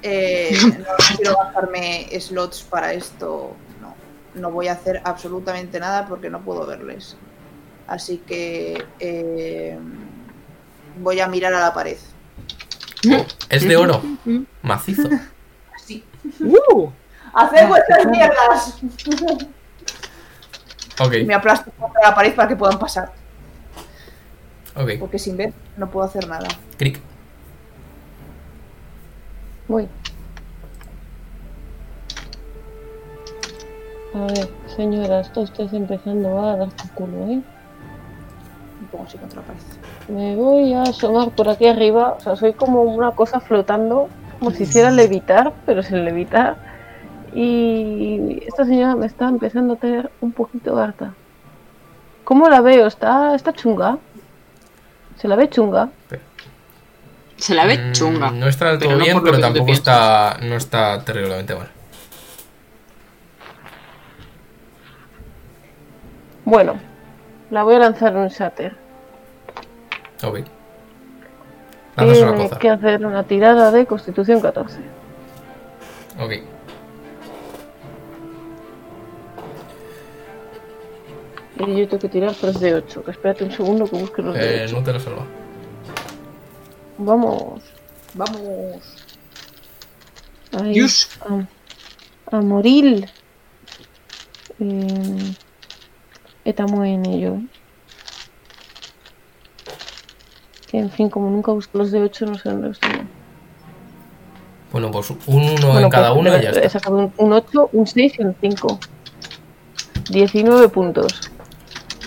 Eh, no quiero gastarme slots para esto. No, no voy a hacer absolutamente nada porque no puedo verles. Así que eh, voy a mirar a la pared.
Es de oro, macizo.
Así.
¡Uh!
¡Haced vuestras mierdas!
[LAUGHS]
Ok,
Me aplasto contra la pared para que puedan pasar.
ok.
Porque sin ver no puedo hacer nada.
Cric.
Voy. A ver, señora, está usted empezando a dar su culo, ¿eh?
Me pongo así contra la pared.
Me voy a asomar por aquí arriba, o sea, soy como una cosa flotando como si hiciera levitar, pero sin levitar. Y esta señora me está empezando a tener un poquito harta. ¿Cómo la veo? ¿Está, está chunga? ¿Se la ve chunga?
Se la ve
Mm,
chunga.
No está del todo
pero no
bien,
por lo
pero
que tú te
tampoco
piensas.
está, no está terriblemente mal.
Bueno, la voy a lanzar un shatter.
Ok. Lanzas una
Tienes
cosa.
que hacer una tirada de Constitución 14.
Ok.
Y yo tengo que tirar 3 de 8. Espérate un segundo que busque los de
Eh,
8.
no te lo salva.
Vamos.
Vamos.
Ahí.
Dios.
a, a morir. Eh, estamos en ello. ¿eh? Que en fin, como nunca busco los de 8, no sé dónde los tengo.
Bueno, pues un uno
Bueno,
en cada
pues,
uno y ya
He
está.
sacado un, 8, un 6 y un 5. 19 puntos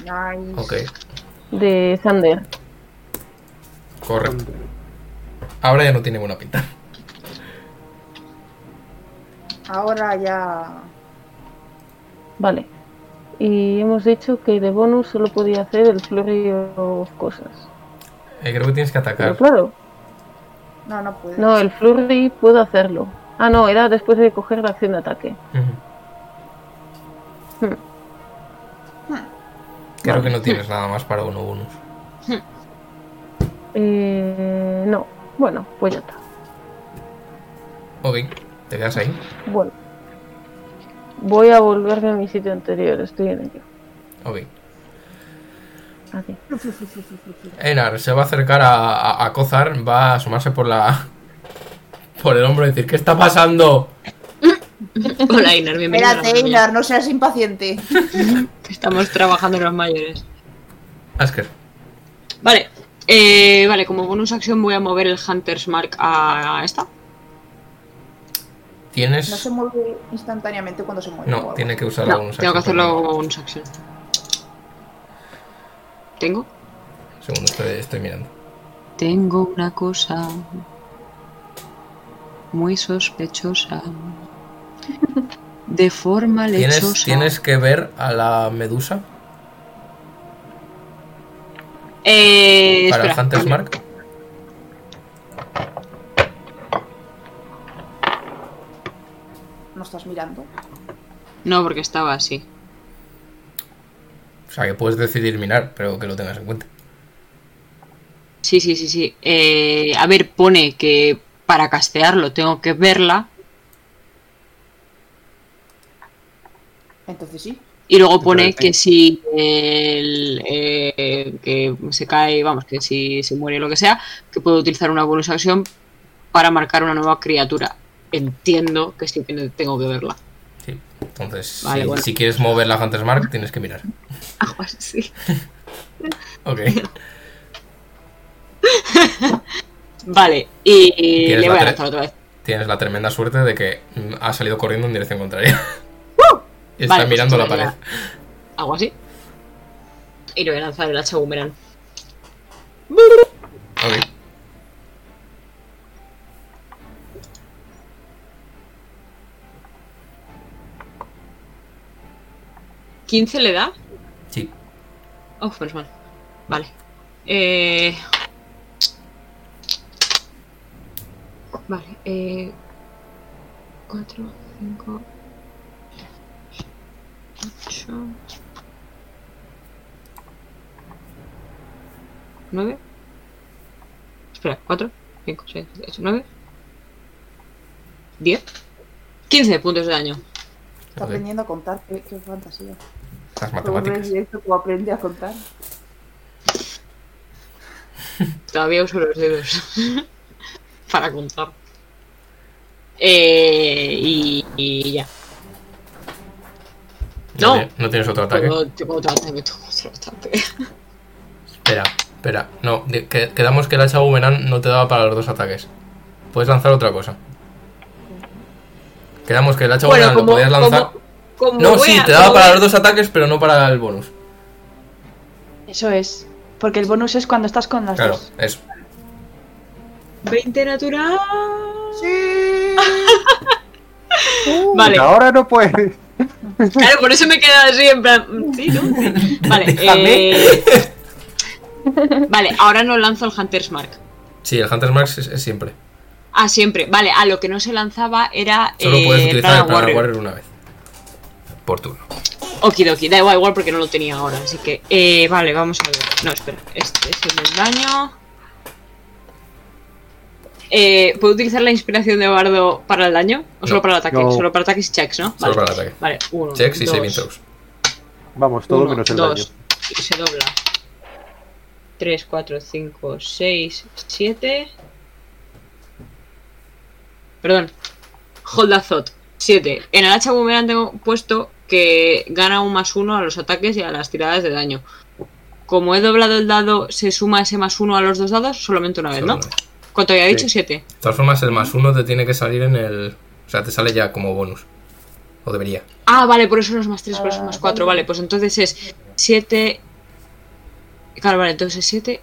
Nice.
Ok,
de Thunder.
correcto. Ahora ya no tiene buena pinta. [LAUGHS]
Ahora ya.
Vale. Y hemos dicho que de bonus solo podía hacer el flurry of cosas.
Eh, creo que tienes que
Pero
atacar.
claro,
No, no puede.
no, el flurry puedo hacerlo. Ah, no, era después de coger la acción de ataque.
Ujú.
Hmm.
Creo que no tienes nada más para uno bonus.
Eh, no, bueno, pues ya está.
Ok, te quedas ahí.
Bueno. Voy a volverme a mi sitio anterior, estoy en ello.
Ok.
Aquí.
Einar se va a acercar a, a, a Kozar, va a asomarse por la. [LAUGHS] por el hombro y decir: ¿Qué está pasando?
Hola, Inar, bienvenido. a la
Espérate,
familia.
Einar, no seas impaciente.
Estamos trabajando en los mayores.
Asker.
Vale. eh, vale, como bonus acción voy a mover el Hunter's Mark a esta.
¿Tienes.?
No se mueve instantáneamente cuando se mueve. o
No,
algo.
tiene que usar la
No,
bonus
tengo que
action.
hacerlo como bonus acción. ¿Tengo?
Segundo, estoy, estoy mirando.
Tengo una cosa muy sospechosa. De forma
¿Tienes,
lechosa.
tienes que ver a la medusa
Eh,
para
espera.
Hunter's Mark.
No estás mirando.
No, porque estaba así.
O sea, que puedes decidir mirar, pero que lo tengas en cuenta.
Sí, sí, sí, sí. Eh, a ver, pone que para castearlo tengo que verla
Entonces sí.
Y luego pone
Entonces,
que si el, eh, que se cae, vamos, que si se muere lo que sea, que puedo utilizar una bonus acción para marcar una nueva criatura. Entiendo que sí que tengo que verla.
Sí. Entonces,
Vale,
si,
bueno.
si quieres mover la Hunter's Mark, tienes que mirar.
Aguas, sí.
Ok.
[LAUGHS] Vale, y, y
¿Tienes
le
la
voy a
tre-
lanzar otra vez.
Tienes la tremenda suerte de que mm, ha salido corriendo en dirección contraria. [LAUGHS] y está
Vale, pues
mirando la
esto
pared.
sería- Hago así. Y le voy a lanzar el hacha boomerang.
Ok.
¿15 le da?
Sí.
Oh, menos mal. Vale. Eh... Vale. Eh... 4, 5, 8, 9. Espera, 4, 5, 6, 7, 8, 9. 10. 15 puntos de daño.
Está
Ok.
aprendiendo a contar. Qué, qué fantasía.
Las
Como ves
matemáticas.
directo, como aprende a contar.
Todavía uso los dedos [LAUGHS] para contar. Eh, y, y ya. No.
tie- no tienes otro ataque.
Tengo, tengo otro ataque, tengo otro ataque.
Espera, espera. No, de- que- quedamos que el hacha boomerang no te daba para los dos ataques. Puedes lanzar otra cosa. Quedamos que el hacha boomerang lo podías lanzar.
como
no,
voy
sí,
a-
te daba
como
para
voy a-
los dos ataques, pero no para el bonus.
Eso es. Porque el bonus es cuando estás con las
Claro,
dos.
eso.
20 natural.
¡Sí!
[LAUGHS] Vale.
Ahora no puedes.
Claro, por eso me he quedado así en plan. mm, Sí, ¿no? Sí. Vale,
[LAUGHS] Déjame.
eh, Vale, ahora no lanzo el Hunter's Mark.
Sí, el Hunter's Mark es, es siempre.
Ah, siempre. Vale, a lo que no se lanzaba era.
Solo
eh,
puedes utilizar
Prana
el Prana
Warrior.
Warrior una vez. Por turno.
Okidoki, da igual, igual porque no lo tenía ahora, así que. eh, vale, vamos a ver. No, espera, este es el del daño. Eh, ¿Puedo utilizar la inspiración de Bardo para el daño? ¿O solo
No.
para el ataque?
No.
Solo para ataques y checks, ¿no?
Solo
Vale.
para el ataque.
Vale, uno.
Checks y
dos,
saving throws.
Vamos, todo
uno,
menos el
dos,
daño.
Y se dobla. 3, 4, 5, 6, 7. Perdón. Hold that thought. 7. En el hacha boomerang tengo puesto que gana un más 1 a los ataques y a las tiradas de daño. Como he doblado el dado, se suma ese más 1 a los dos dados solamente una vez,
Solo
¿no?
una vez.
¿Cuánto había
Sí.
dicho? 7.
De todas formas, el más uno te tiene que salir en el. O sea, te sale ya como bonus. O debería.
Ah, vale, por eso no es más 3, por eso es
Ah,
más 4. Vale, pues entonces es 7. Claro, vale, entonces es 7.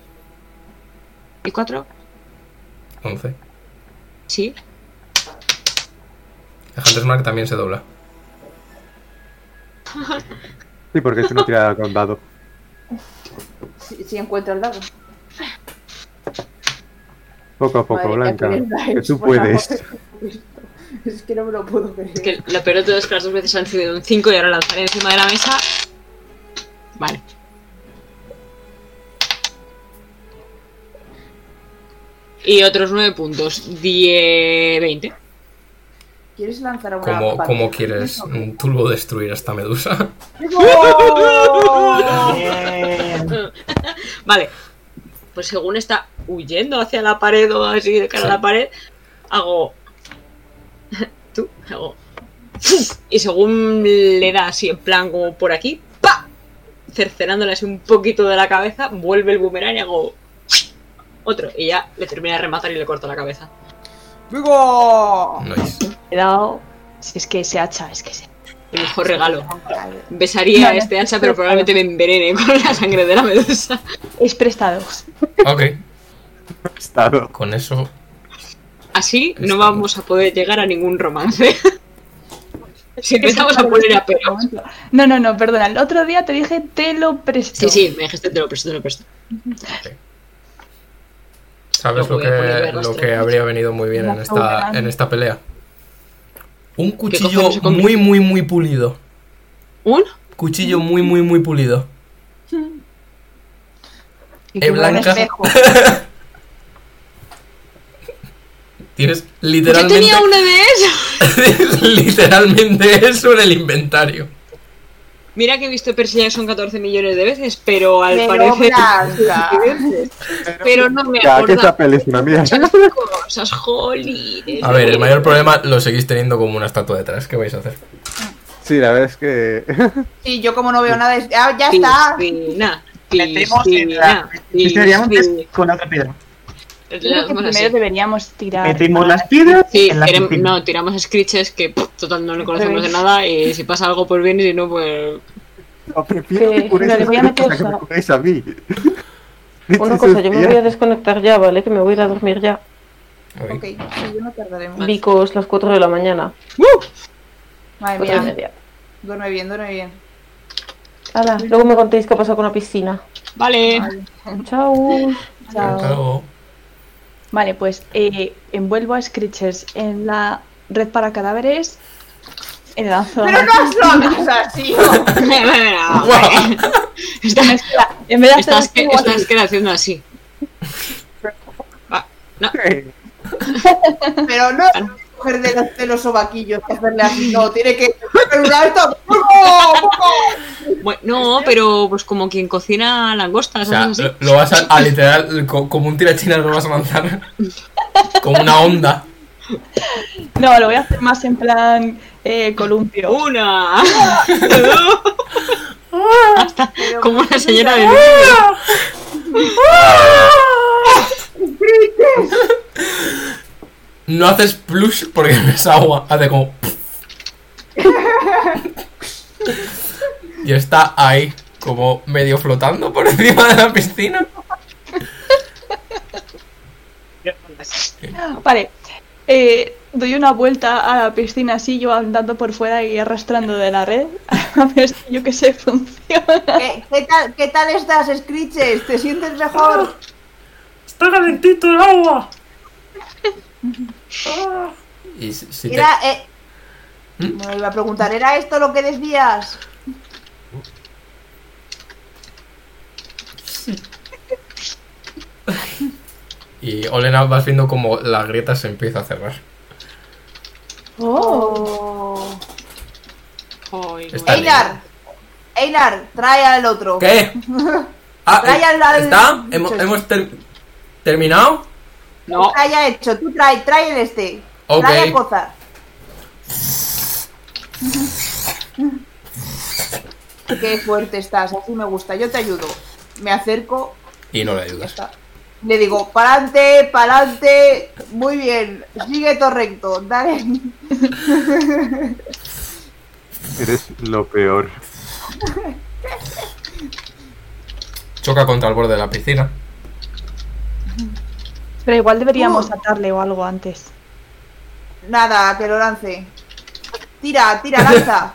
¿Y 4?
11.
Sí.
El Hunter's Mark también se dobla.
Sí, porque es una tirada con dado.
Si, si encuentro el dado.
Poco a poco,
Madre mía,
Blanca.
qué bien
Que
dais,
tú
por favor.
puedes.
pues, [LAUGHS] Es que no me lo puedo creer.
Es que lo peor de todo es que las dos veces han sido un 5 y ahora lanzaré encima de la mesa. Vale. Y otros 9 puntos. 10. 20.
¿Quieres lanzar una
Como,
pantalla?
como quieres mm, turbo destruir a esta medusa. [LAUGHS]
¡No!
Bien.
Vale. Pues según está huyendo hacia la pared o así de cara a la pared, hago. [LAUGHS] Tú, hago. Y según le da así en plan como por aquí, ¡pa! Cercenándole así un poquito de la cabeza, vuelve el boomerang y hago. Otro. Y ya le termina de rematar y le corto la cabeza.
¡Vigo!
Nice.
Cuidado. Si es que se hacha, es que se.
El mejor regalo.
Vale.
Besaría
Vale.
a este hacha, pero probablemente me envenene con la sangre de la medusa.
Es prestado.
Ok.
[LAUGHS]
Estado.
Con eso.
Así no
Está
vamos a poder llegar a ningún romance. Si empezamos a poner a peor.
No, no, no, perdona. El otro día te dije te lo presto.
Sí, sí, me dijiste, te lo presto, te lo presto.
¿Sabes
Lo
lo
voy a poner de
que, lo
rostro.
que habría venido muy bien en
La
esta,
sobran.
en esta pelea? Un cuchillo
cojones se come?
muy, muy, muy pulido.
¿Un? Pues
Cuchillo muy, muy, muy pulido.
Y
Eh,
que
Un
Blanca,
espejo.
[LAUGHS] tienes
Yo
literalmente.
tenía una de esas.
Tienes [LAUGHS] literalmente eso en el inventario.
Mira que he visto Percy Jackson 14 millones de veces, pero al
Pero
parecer.
blanca.
Pero no me
Ya, que esta
acuerdo
peli es una mierda.
esas cosas, jolines.
A ver, el mayor problema lo seguís teniendo como una estatua detrás. ¿Qué vais a hacer?
Sí, la verdad es que.
[LAUGHS]
Sí, yo como no veo nada, es... ¡Ah, ya está!
Piscina,
Metemos en la. ¿Este
piscina,
Tiraríamos
piscina.
con la otra piedra.
Yo creo que
Vamos así.
primero deberíamos tirar.
Metemos las piedras
Sí,
en la
querem-
piscina.
no, tiramos screeches que pff, total no le conocemos de
Revés.
nada y si pasa algo pues bien y si no pues...
No, prefiero
Que-
que curéis
no, le
a
voy a
vosotros a
meter
que me
esa-
curéis a mí.
Una cosa, yo me voy a desconectar ya, ¿vale? Que me voy a ir a dormir ya.
Ok.
Ok, sí, yo no tardaré mucho.
Vicos, las 4 de la mañana.
Madre
4 y
mía,
media.
duerme bien, duerme bien.
Hala, luego me contéis qué ha pasado con la piscina.
Vale.
Vale.
Chao.
Hasta luego.
Vale, pues eh, envuelvo a Screechers en la red para cadáveres. En el lanzo.
Pero no os lo hagas así.
Venga, [LAUGHS] vale. [LAUGHS]
Me
Estás,
espera, En vez de hacer
estás, que,
así,
estás que haciendo así.
Pero no coger de los, de los sobaquillos y hacerle así. No, tiene que hacer un alto. ¡Poco! ¡Poco!
Bueno, no, pero pues como quien cocina
O
langostas,
sea,
¿sabes?
lo, lo vas a, a literal, co- como un tirachina lo vas a lanzar. Como una onda.
No, lo voy a hacer más en plan eh,
Así.
columpio.
Una. [LAUGHS] Hasta como una señora de...
No haces plush porque [LAUGHS] no es agua. Hace como. [LAUGHS] y está ahí, como medio flotando por [LAUGHS] encima de la piscina.
Vale. eh, doy una vuelta a la piscina así, yo andando por fuera y arrastrando de la red. [LAUGHS] A ver si yo que sé funciona.
¿Qué, Eh, qué tal, ¿Qué tal estás, Screeches? ¿Te sientes mejor?
Está calentito el agua.
Y si, si te-
Era, eh,
¿Mm?
me iba a preguntar, ¿era esto lo que decías?
Y Olena vas viendo como la grieta se empieza a cerrar.
Oh.
Ay,
Está bien.
Einar, Einar, trae al otro.
¿Qué? Ah,
Trae al- al-
¿Está? ¿Hemos, hemos ter- terminado?
No,
Trae a Ah, hecho, tú trae, trae el este.
Ok.
Trae a Cozar. Qué fuerte estás, así me gusta. Yo te ayudo. Me acerco,
Y no le
ya
ayudas.
está. Le digo, pa'lante, pa'lante, muy bien, sigue todo recto, dale. [LAUGHS]
Eres lo peor.
Choca contra el borde de la piscina.
Pero igual deberíamos
Uh.
atarle o algo antes.
Nada, que lo lance. Tira,
[LAUGHS]
tira, lanza.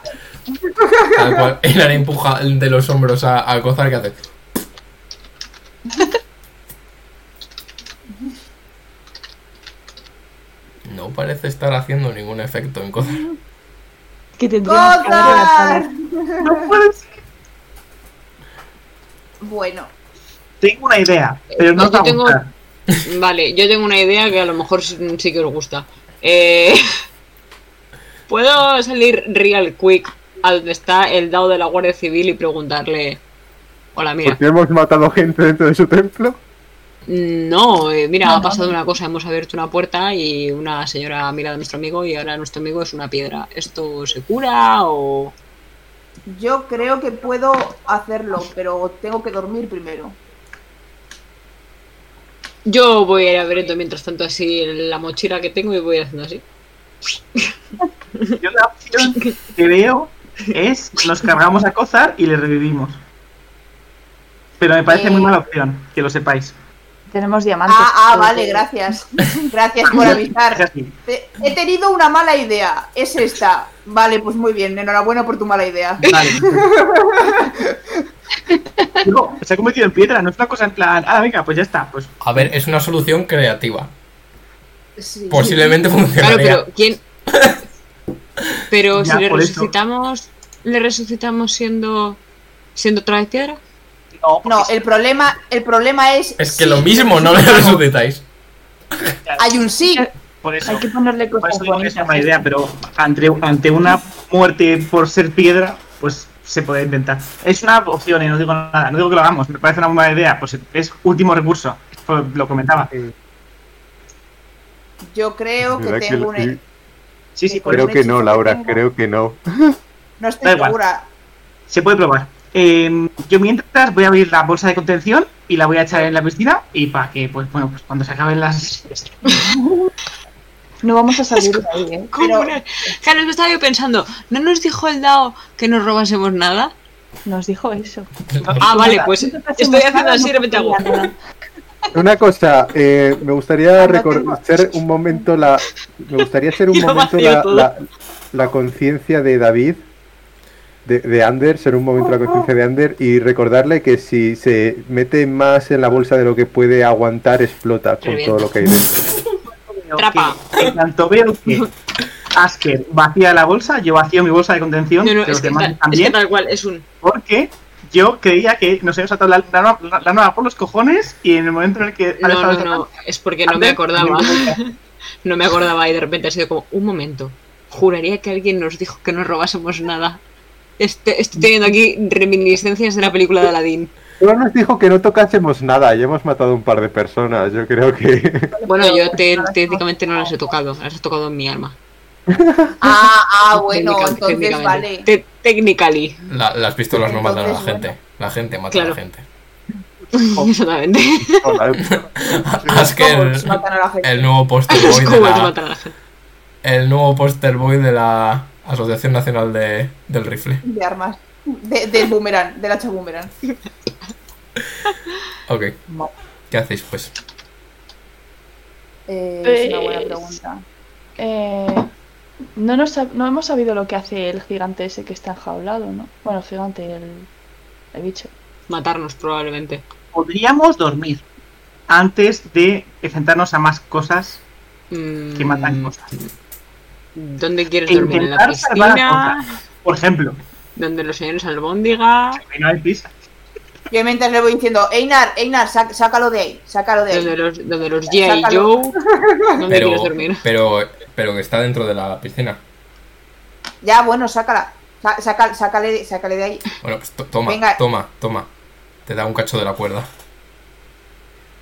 Tal cual. [LAUGHS] Elan empuja de los hombros a, a Gozar que hace. No parece estar haciendo ningún efecto en Gozar.
Que tendríamos que abrir las
[LAUGHS] ¡Gozar!
alas.
No puede ser.
Bueno,
Tengo una idea, pero no
Yo
os va a
tengo-
gustar.
vale, yo tengo una idea que a lo mejor sí sí que os gusta. Eh, [LAUGHS] Puedo salir real quick a donde está el dado de la Guardia Civil y preguntarle. Hola, mira.
Porque hemos matado gente dentro de su templo.
No, eh, mira, ha pasado una cosa. Hemos abierto una puerta y una señora mira a nuestro amigo y ahora nuestro amigo es una piedra. ¿Esto se cura o.?
yo creo que puedo hacerlo, pero tengo que dormir primero.
Yo voy a ir abriendo mientras tanto así la mochila que tengo y voy a ir haciendo así.
Yo la opción que veo es nos cargamos a Cozar y le revivimos. Pero me parece muy mala opción, que lo sepáis.
Tenemos diamantes.
Ah, ah,
Todo
vale,
que-
gracias. Gracias por
Es
avisar.
así.
Te- He tenido una mala idea. Es esta. Vale, pues muy bien. Enhorabuena por tu mala idea.
Vale. [LAUGHS] No, se ha convertido en piedra, no es una cosa en plan, ah, venga, pues ya está, pues
A ver, es una solución creativa.
Sí.
Pues
Posiblemente
Claro,
funcionaría.
pero
[LAUGHS]
¿quién? Pero
Ya,
si le
por eso.
resucitamos, le resucitamos siendo siendo otra vez piedra.
no, pues porque
No, el problema, el problema es.
Es que
sí.
lo mismo no le resucitáis.
Hay un sí.
por eso,
Hay que ponerle
por
cosas
eso digo que es una mala
bonitas. ¿eh?
idea, pero ante, ante una muerte por ser piedra, pues se puede inventar. Es una opción y no digo nada, no digo que lo hagamos, me parece una mala idea, pues es último recurso, pues lo
Ah,
comentaba.
Yo creo que
¿Verdad que
tengo
lo-
una.
Sí, sí,
pues
por
Creo
eso
que no, Laura,
tengo.
creo que no.
No
Da
estoy
igual.
segura.
se puede probar. Eh, yo mientras voy a abrir la bolsa de contención y la voy a echar en la piscina y para que, pues bueno, pues cuando se acaben las...
No vamos a salir de ahí, ¿eh?
¿Cómo
[LAUGHS]
Pero-
una- Claro, es que estaba yo pensando, ¿no nos dijo el Dao que nos robásemos nada?
Nos dijo eso.
Ah, vale,
nada.
pues
No te
estoy haciendo
hacemos nada,
así
no
y de repente hago.
ocurría nada.
Una cosa, eh, me gustaría
Ah, no tengo-
reconocer un momento la. Me gustaría
[LAUGHS]
ser un
Y lo
momento
vacío
la,
todo.
la- la conciencia de David, de, de Ander, ser un momento la conciencia de Ander y recordarle que si se mete más en la bolsa de lo que puede aguantar, explota con
Revienta.
todo lo que hay dentro.
Veo
Trapa.
que- en tanto veo que Asker vacía la bolsa, yo vacío mi bolsa de contención,
No, no,
que los
es que,
demás
tal, es que
también,
tal cual, es un
porque yo creía que nos habíamos atado la, la, la- la nueva por los cojones y en el momento en el que...
No,
ha dejado
no,
de atar-
no, es porque no me
Ander,
acordaba. No me acordaba y de repente ha sido como, un momento, juraría que alguien nos dijo que no robásemos nada. Este- estoy teniendo aquí reminiscencias de la película de Aladdin.
Solo nos dijo que no tocásemos nada y hemos matado un par de personas. Yo creo
[LAUGHS]
que. [LAUGHS]
Bueno,
pues
yo te- técnicamente no las he tocado, las he tocado en mi alma.
Ah, ah, bueno,
Técnica-
entonces
técnicamente.
vale.
Te- Technically,
La- las pistolas no matan a la
Entonces,
gente. La gente mata a
Claro.
la gente.
[LAUGHS] exactamente.
Hola.
[LAUGHS] Asker,
Todos matan a la gente.
el nuevo póster
Los
boy de
cubos
la,
matan a la gente.
el nuevo póster boy de la Asociación Nacional de, del Rifle.
De armas. De, del boomerang, del hacha boomerang.
Ok,
No.
¿qué hacéis pues?
Eh, es una buena
Pues-
pregunta.
Eh, no, nos sab- no hemos sabido lo que hace el gigante ese que está enjaulado, ¿no? Bueno, el gigante, el, el bicho.
Matarnos probablemente.
Podríamos dormir antes de enfrentarnos a más cosas
Mm,
que matan cosas.
¿Dónde quieres
E
dormir? ¿En la
intentar salvar a
piscina?
Por ejemplo,
¿Donde los señores albóndiga?
que no hay prisa.
Yo mientras le voy diciendo, Einar, Einar, sac- sácalo de ahí, sácalo de
¿Donde
ahí.
los, donde los G.I.
Sácalo. [LAUGHS]
Joe? ¿Dónde
Pero,
quieres dormir?
pero, pero que está dentro de la piscina.
Ya, bueno, sácala. Sa- saca- sácale, sácale de ahí.
Bueno, pues to- toma,
Venga.
toma, toma. Te da un cacho de la cuerda.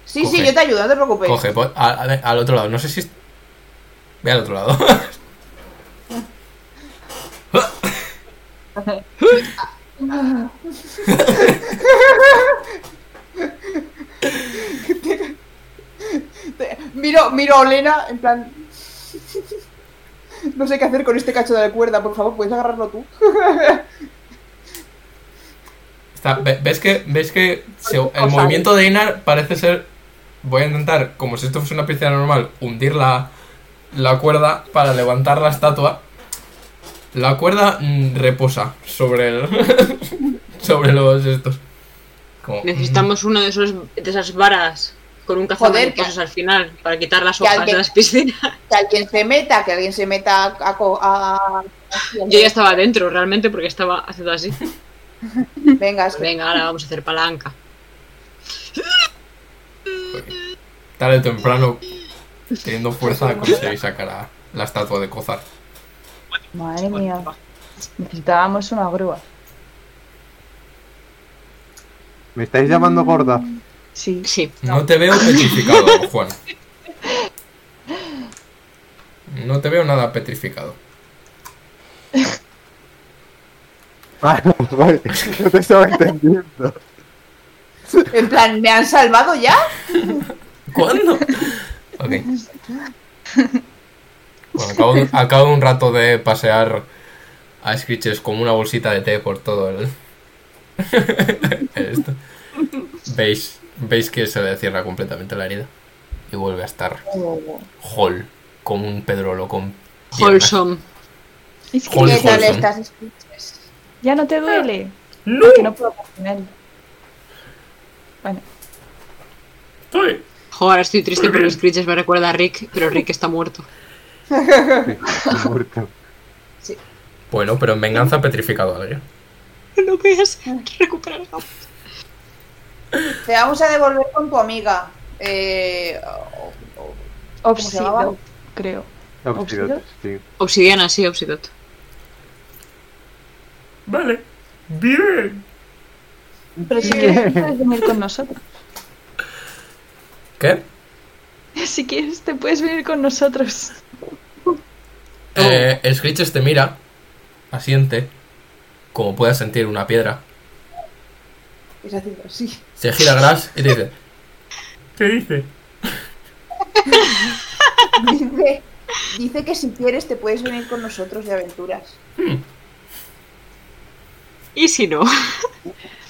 Sí,
Coge.
sí, yo te ayudo, no te preocupes.
Pues-
Coge, pon- a- a- al otro lado. No sé si. es- Ve al otro lado.
Te- Miro, miro a Olena, en plan. [LAUGHS] No sé qué hacer con este cacho de la cuerda, por favor, puedes agarrarlo tú.
Está- ve- ¿Ves que, ves que se- el
Cosas.
movimiento de Einar parece ser. Voy a intentar, como si esto fuese una piscina normal, hundir la, la cuerda para levantar la estatua. La cuerda mm, reposa sobre el, [LAUGHS] sobre los estos. Como, mm,
Necesitamos uno de esos de esas varas con un
Joder,
cosas al final para quitar las
que
hojas
alguien-
de las
[LAUGHS]
piscinas.
Que alguien se meta, que alguien se meta a. co- a-
Yo ya estaba dentro realmente porque estaba haciendo así. Pues
Venga, es que-
venga, ahora vamos a hacer palanca.
mm, tarde o temprano, teniendo fuerza, conseguís sacar a la estatua de Kozar.
Madre mía. Necesitábamos una grúa.
¿Me estáis llamando gorda?
Sí.
Sí.
No te veo petrificado, Juan. No te veo nada petrificado.
Ah, no, vale. No te estaba entendiendo.
En plan, ¿me han salvado ya?
¿Cuándo? Ok. Bueno, acabo, de- acabo de un rato de pasear a Screeches como una bolsita de té por todo el. el esto. Veis, veis que se le cierra completamente la herida y vuelve a estar whole, como un pedrolo con. piernas.
Wholesome.
Es que
Joder,
¿Qué tal
Wilson.
estás? escuchas?
ya no te duele.
No,
Que no puedo cocinar. Bueno,
estoy.
Joder, estoy triste pero los Screeches me recuerda a Rick, pero Rick está muerto.
Sí, he muerto.
Bueno, pero en venganza ha petrificado a alguien.
[LAUGHS] No veas recuperar
Te vamos a devolver con tu amiga. Eh, o- o-
obsidio,
llamaba?
creo.
Oxidotes, sí.
Obsidiana, sí, obsidot.
Vale. Bien.
Pero si quieres, [LAUGHS] puedes venir con nosotros.
¿Qué?
Si quieres, te puedes venir con nosotros.
Oh.
Eh, Screeches te mira, asiente, como puedas sentir una piedra.
es haciendo así.
Se gira Grass y te dice:
¿Qué dice?
[LAUGHS] Dice, dice que si quieres te puedes venir con nosotros de aventuras.
Y si no,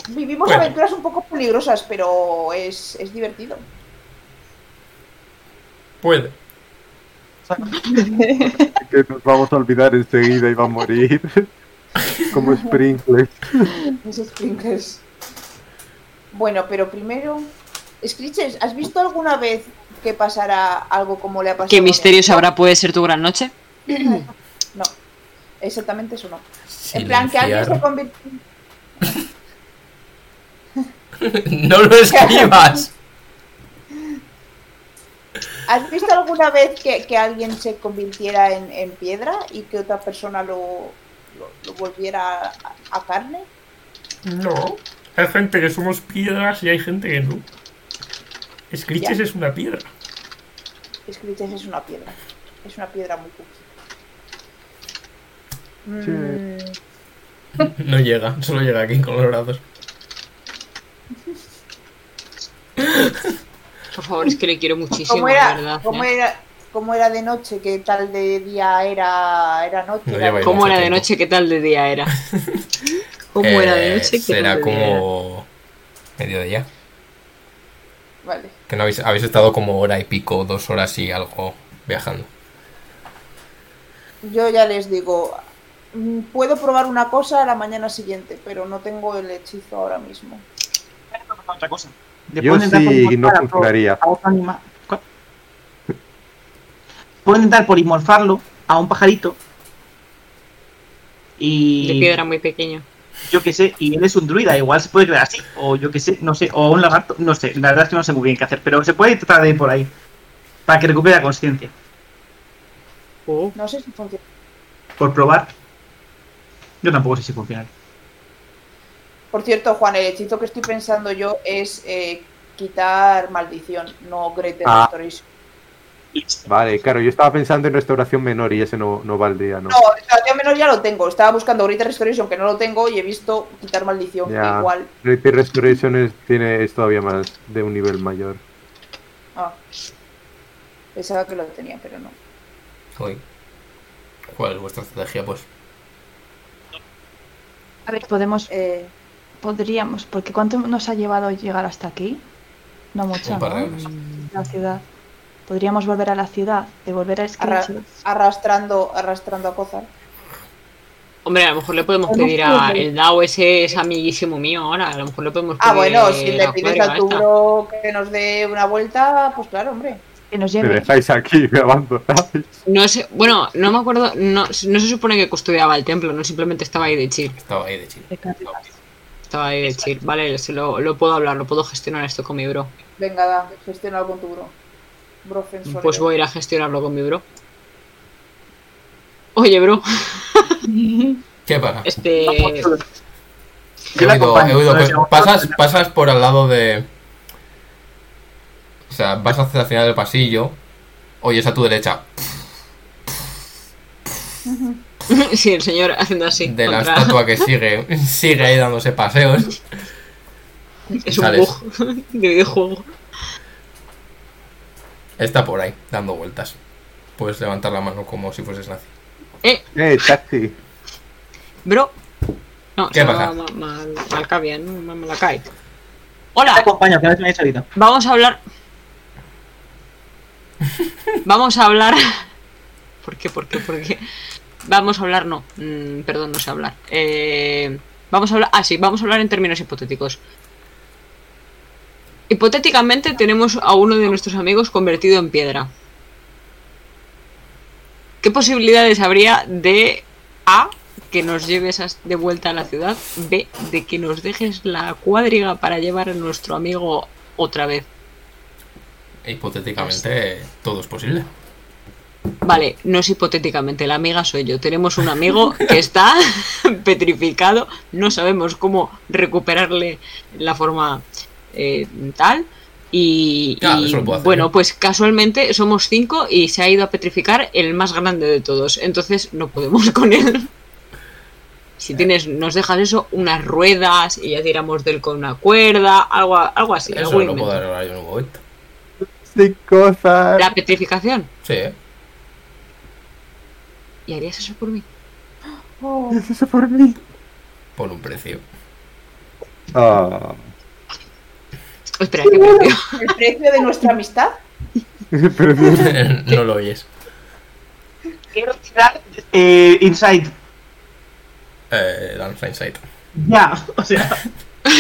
Vivimos
Bueno.
aventuras un poco peligrosas, pero es, es divertido.
Puede.
Que nos vamos a olvidar enseguida y va a morir. Como Sprinkles.
Mis sprinkles. Bueno, pero primero... Screeches, ¿has visto alguna vez que pasará algo como le ha pasado?
¿qué
a-
misterio sabrá puede ser tu gran noche?
No, exactamente eso no. En plan, que alguien se
Silenciar. [LAUGHS]
convirtió...
No
[LAUGHS]
lo escribas.
¿Has visto alguna vez que, que alguien se convirtiera en, en piedra y que otra persona lo, lo, lo volviera a, a carne?
No. Hay gente que somos piedras y hay gente que no. Screeches es una piedra.
Screeches es una piedra. Es una piedra muy cookie.
Sí.
Mm,
No llega, solo llega aquí con los brazos.
Por favor, es que le quiero muchísimo,
¿Cómo,
de
era,
verdad.
cómo,
¿eh?
era, ¿Cómo era de noche? ¿Qué tal de día era, era noche?
No
Era-
lleváis
¿Cómo
mucho
era de
tiempo.
noche? ¿Qué tal de día era? [LAUGHS] ¿Cómo
Eh,
era de noche? ¿Qué
Será
tal de día era?
como mediodía.
Vale.
Que no habéis, habéis estado como hora y pico, dos horas y algo viajando.
Yo ya les digo, mm, puedo probar una cosa a la mañana siguiente, pero no tengo el hechizo ahora mismo.
Otra cosa. Le
Yo
pueden dar
sí no
polimorfar a otro-
funcionaría.
a otro anima- ¿Cuál? Pueden intentar polimorfarlo a un pajarito. Y.
De piedra muy pequeña.
yo qué sé, y él es un druida, igual se puede quedar así, o yo qué sé, no sé, o un lagarto, no sé, la verdad es que no sé muy bien qué hacer, pero se puede tratar de ir por ahí, para que recupere la conciencia,
Oh,
No sé si funciona.
por probar. Yo tampoco sé si funciona.
Por cierto, Juan, el hechizo que estoy pensando yo es eh, quitar maldición, no Greater
Ah.
Restoration.
Vale, claro, yo estaba pensando en restauración menor y ese no, no valdría, ¿no?
No, restauración menor ya lo tengo. Estaba buscando Greater Restoration, que no lo tengo, y he visto quitar maldición, que
Ya.
igual.
Great Restoration es, tiene, es todavía más de un nivel mayor.
Ah. Pensaba que lo tenía, pero no.
Uy. ¿Cuál es vuestra estrategia? Pues
A ver, podemos,
Eh,
podríamos, porque ¿cuánto nos ha llevado llegar hasta aquí? No mucho,
un par de
¿no?
horas.
La ciudad. Podríamos volver a la ciudad, devolver a
Arra-
Screechers.
arrastrando, arrastrando a Cozar.
Hombre, a lo mejor le podemos
Podemos
pedir a
pedir.
el DAO ese es amiguísimo mío ahora. A lo mejor le podemos pedir
Ah, bueno, si
a
le
la
pides
cuadriga
al
esta.
tubro que nos dé una vuelta, pues claro, hombre.
Que nos
Me
lleve.
dejáis aquí, me abandonáis.
No sé, bueno, no me acuerdo, no, no se supone que custodiaba el templo, no simplemente estaba ahí de chill,
Estaba ahí de chill.
de Carrión.
estaba ahí de chill, vale, se lo, lo puedo hablar, lo puedo gestionar esto con mi bro.
Venga, da, gestiona con tu bro. Bro, friendzone.
Pues voy a ir a gestionarlo con mi bro. Oye, bro,
¿Qué pasa?
este [LAUGHS]
He oído, he oído cosas. pasas, pasas por al lado de. O sea, vas hacia el final del pasillo. Oyes a tu derecha.
sí, el señor haciendo así
de la
contra- [LAUGHS]
estatua que sigue. Sigue ahí dándose paseos.
es un
sales.
bug [LAUGHS] de videojuego.
Está por ahí, dando vueltas. Puedes levantar la mano como si fueses nazi.
Eh, taxi.
Bro. No,
¿Qué
se
pasa?
llama Ma- Ma- Malcavia, ¿no? Ma- Malakai. Hola,
acompaño, que no me habéis oído.
vamos a hablar. Vamos a hablar. [LAUGHS] ¿Por qué? ¿Por qué? ¿Por qué? Vamos a hablar, no. Mm, perdón, no sé hablar. Eh, vamos a hablar. Ah, sí, vamos a hablar en términos hipotéticos. Hipotéticamente tenemos a uno de nuestros amigos convertido en piedra. ¿Qué posibilidades habría de A que nos lleves as- de vuelta a la ciudad? B de que nos dejes la cuadriga para llevar a nuestro amigo otra vez.
Hipotéticamente, todo es posible.
Vale, no es hipotéticamente, la amiga soy yo. Tenemos un amigo que está [LAUGHS] petrificado, no sabemos cómo recuperarle la forma eh, tal. Y,
Claro,
y,
eso lo puedo hacer ¿eh?
bueno,
yo.
pues casualmente somos cinco y se ha ido a petrificar el más grande de todos, entonces no podemos con él. Si tienes, nos dejas eso, unas ruedas y ya tiramos de él con una cuerda, algo, algo así.
Eso
algo
no lo
invento.
puedo arreglar yo en un momento.
Sí, cosas.
La petrificación.
Sí, ¿eh?
¿Y harías eso por mí?
Oh,
¿Es eso por mí?
por un precio.
[LAUGHS]
[LAUGHS]
Ah,
Espera, ¿qué precio?
¿El precio de nuestra amistad?
pero
no lo oyes.
Quiero tirar eh, Inside.
Eh, Dance Insight.
Ya, [LAUGHS] o sea,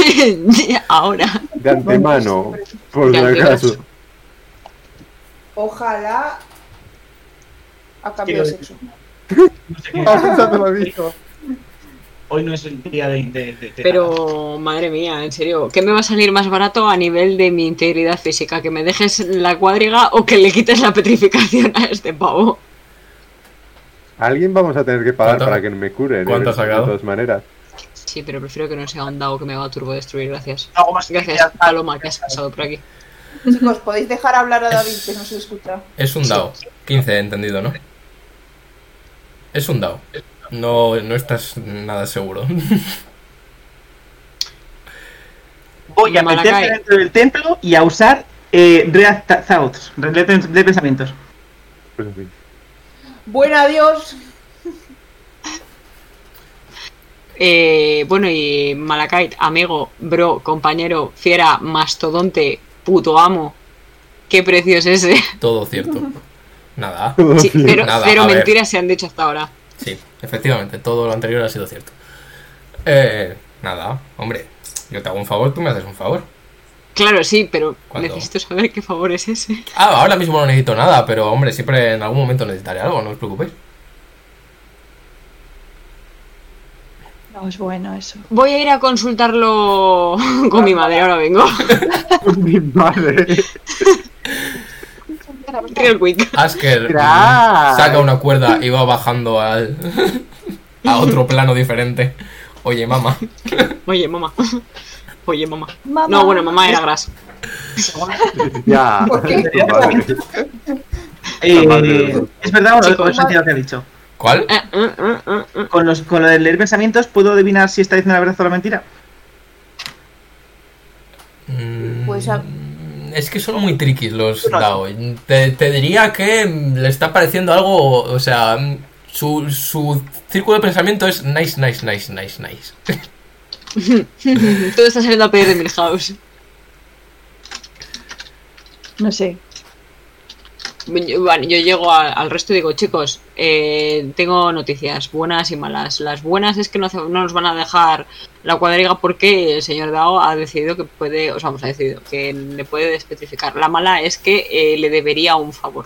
[LAUGHS] Ahora.
de antemano, por
De
si
antemano.
acaso.
Ojalá a cambio de sexo.
no sé qué. [LAUGHS]
Ah, ya te lo he dicho.
Hoy no es el día de. de- de- de-
Pero, madre mía, en serio, ¿qué me va a salir más barato a nivel de mi integridad física? ¿Que me dejes la cuadriga o que le quites la petrificación a este pavo?
Alguien vamos a tener que pagar
¿Cuánto?
para que me curen.
¿Cuánto
eh,
has sacado?
De todas maneras.
Sí, pero prefiero que no sea un dado que me va a turbodestruir, gracias.
Algo más que
Gracias,
crear-
Paloma, que has pasado por aquí.
[LAUGHS] Chicos, podéis dejar hablar a David que no se escucha.
Es un DAO. 15, entendido, ¿no? Es un DAO. No, no estás nada seguro. [LAUGHS]
Voy a meterme
Malakai.
dentro del templo y a usar eh, Red Thoughts, Red de Pensamientos.
Pues en fin.
Buen adiós.
Eh, bueno, y Malakite, amigo, bro, compañero, fiera,
[LAUGHS]
mastodonte, puto amo. ¿Qué precio es ese? [LAUGHS]
Todo cierto. Nada.
Sí, cero
Nada,
cero
a ver.
mentiras se han dicho hasta ahora.
Sí, efectivamente, todo lo anterior ha sido cierto. Eh, nada, hombre, yo te hago un favor, tú me haces un favor.
Claro, sí, pero
¿Cuándo?
necesito saber qué favor es ese.
Ah, ahora mismo no necesito nada, pero hombre, siempre en algún momento necesitaré algo, no os preocupéis.
No es bueno eso.
Voy a ir a consultarlo [LAUGHS] con mi madre,
[LAUGHS]
ahora vengo.
Mi madre.
Real quick.
Asker mm,
Crack.
saca una cuerda y va bajando al [LAUGHS] a otro plano diferente. Oye, mamá.
Oye, mamá. Oye, mamá.
Mamá.
No, bueno, mamá era gras.
Ya.
[LAUGHS] ¿Por
[LAUGHS]
qué?
Tu madre.
Eh,
madre.
¿Es verdad o no?
Chicos.
Es sencillo lo que ha dicho.
¿Cuál?
Eh, eh, eh, eh, eh.
Con, los, con lo de leer pensamientos, ¿puedo adivinar si está diciendo la verdad o la mentira?
Mm,
Pues a-
Es que son muy triquis los
No.
DAO. Te, te diría que mm, le está pareciendo algo, o sea, mm, su, su círculo de pensamiento es nice, nice, nice, nice, nice.
Todo está saliendo a pedir de Milhouse.
No sé.
Yo, bueno, yo llego a- al resto y digo, chicos, eh, tengo noticias buenas y malas. Las buenas es que no, hace- no nos van a dejar la cuadriga porque el señor Dao ha decidido que puede, o sea, vamos, ha decidido que le puede especificar. La mala es que eh, le debería un favor.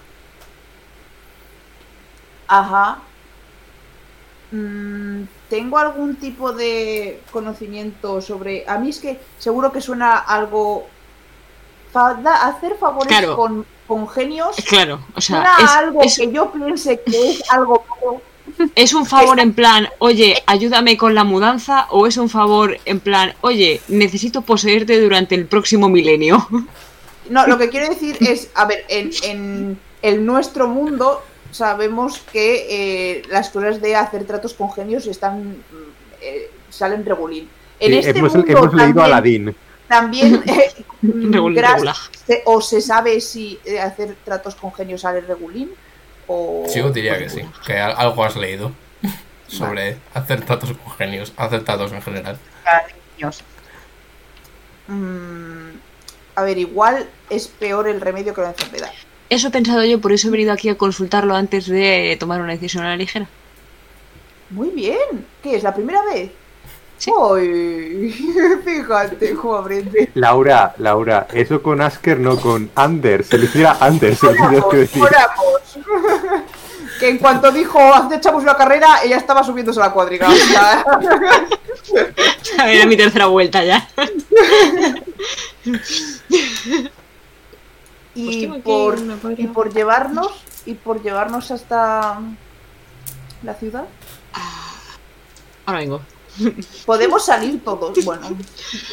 Ajá. Mm, ¿Tengo algún tipo de conocimiento sobre.? A mí es que seguro que suena algo. Fada- Hacer favores
Claro.
con, con genios.
Claro, o sea,
suena
es,
a algo
es-
que yo piense que es algo malo.
es un favor en plan, oye, ayúdame con la mudanza, o es un favor en plan, oye, necesito poseerte durante el próximo milenio. [LAUGHS]
No, lo que quiero decir es, a ver, en, en el nuestro mundo sabemos que eh, las cosas de hacer tratos con genios están mm, eh, salen regulín. En
Sí,
este
hemos,
mundo
hemos leído a
también-
Aladín.
También eh,
[LAUGHS]
mm,
Regulín,
Gras
regular.
se- o se sabe si eh, hacer tratos con genios sale regulín o
Yo diría que sí, que al- algo has leído sobre hacer tratos con genios, hacer tratos en general.
Niños.
Mm, a ver, igual es peor el remedio que la enfermedad.
Eso he pensado yo, por eso he venido aquí a consultarlo antes de tomar una decisión a la ligera. [LAUGHS]
Muy bien. ¿Qué es la primera vez?
Sí.
Ay, [LAUGHS] fíjate cómo aprende.
Laura, Laura, eso con Asker, no con Anders. Se lo hiciera Anders, se lo tendrías que decir.
Oramos. [LAUGHS] Que en cuanto dijo, "Haz- echamos una carrera, ella estaba subiéndose a la cuadriga. O sea,
[LAUGHS] Era mi tercera vuelta ya. Pues
y, por, y por llevarnos, y por llevarnos hasta la ciudad.
Ahora vengo.
Podemos salir todos. Bueno,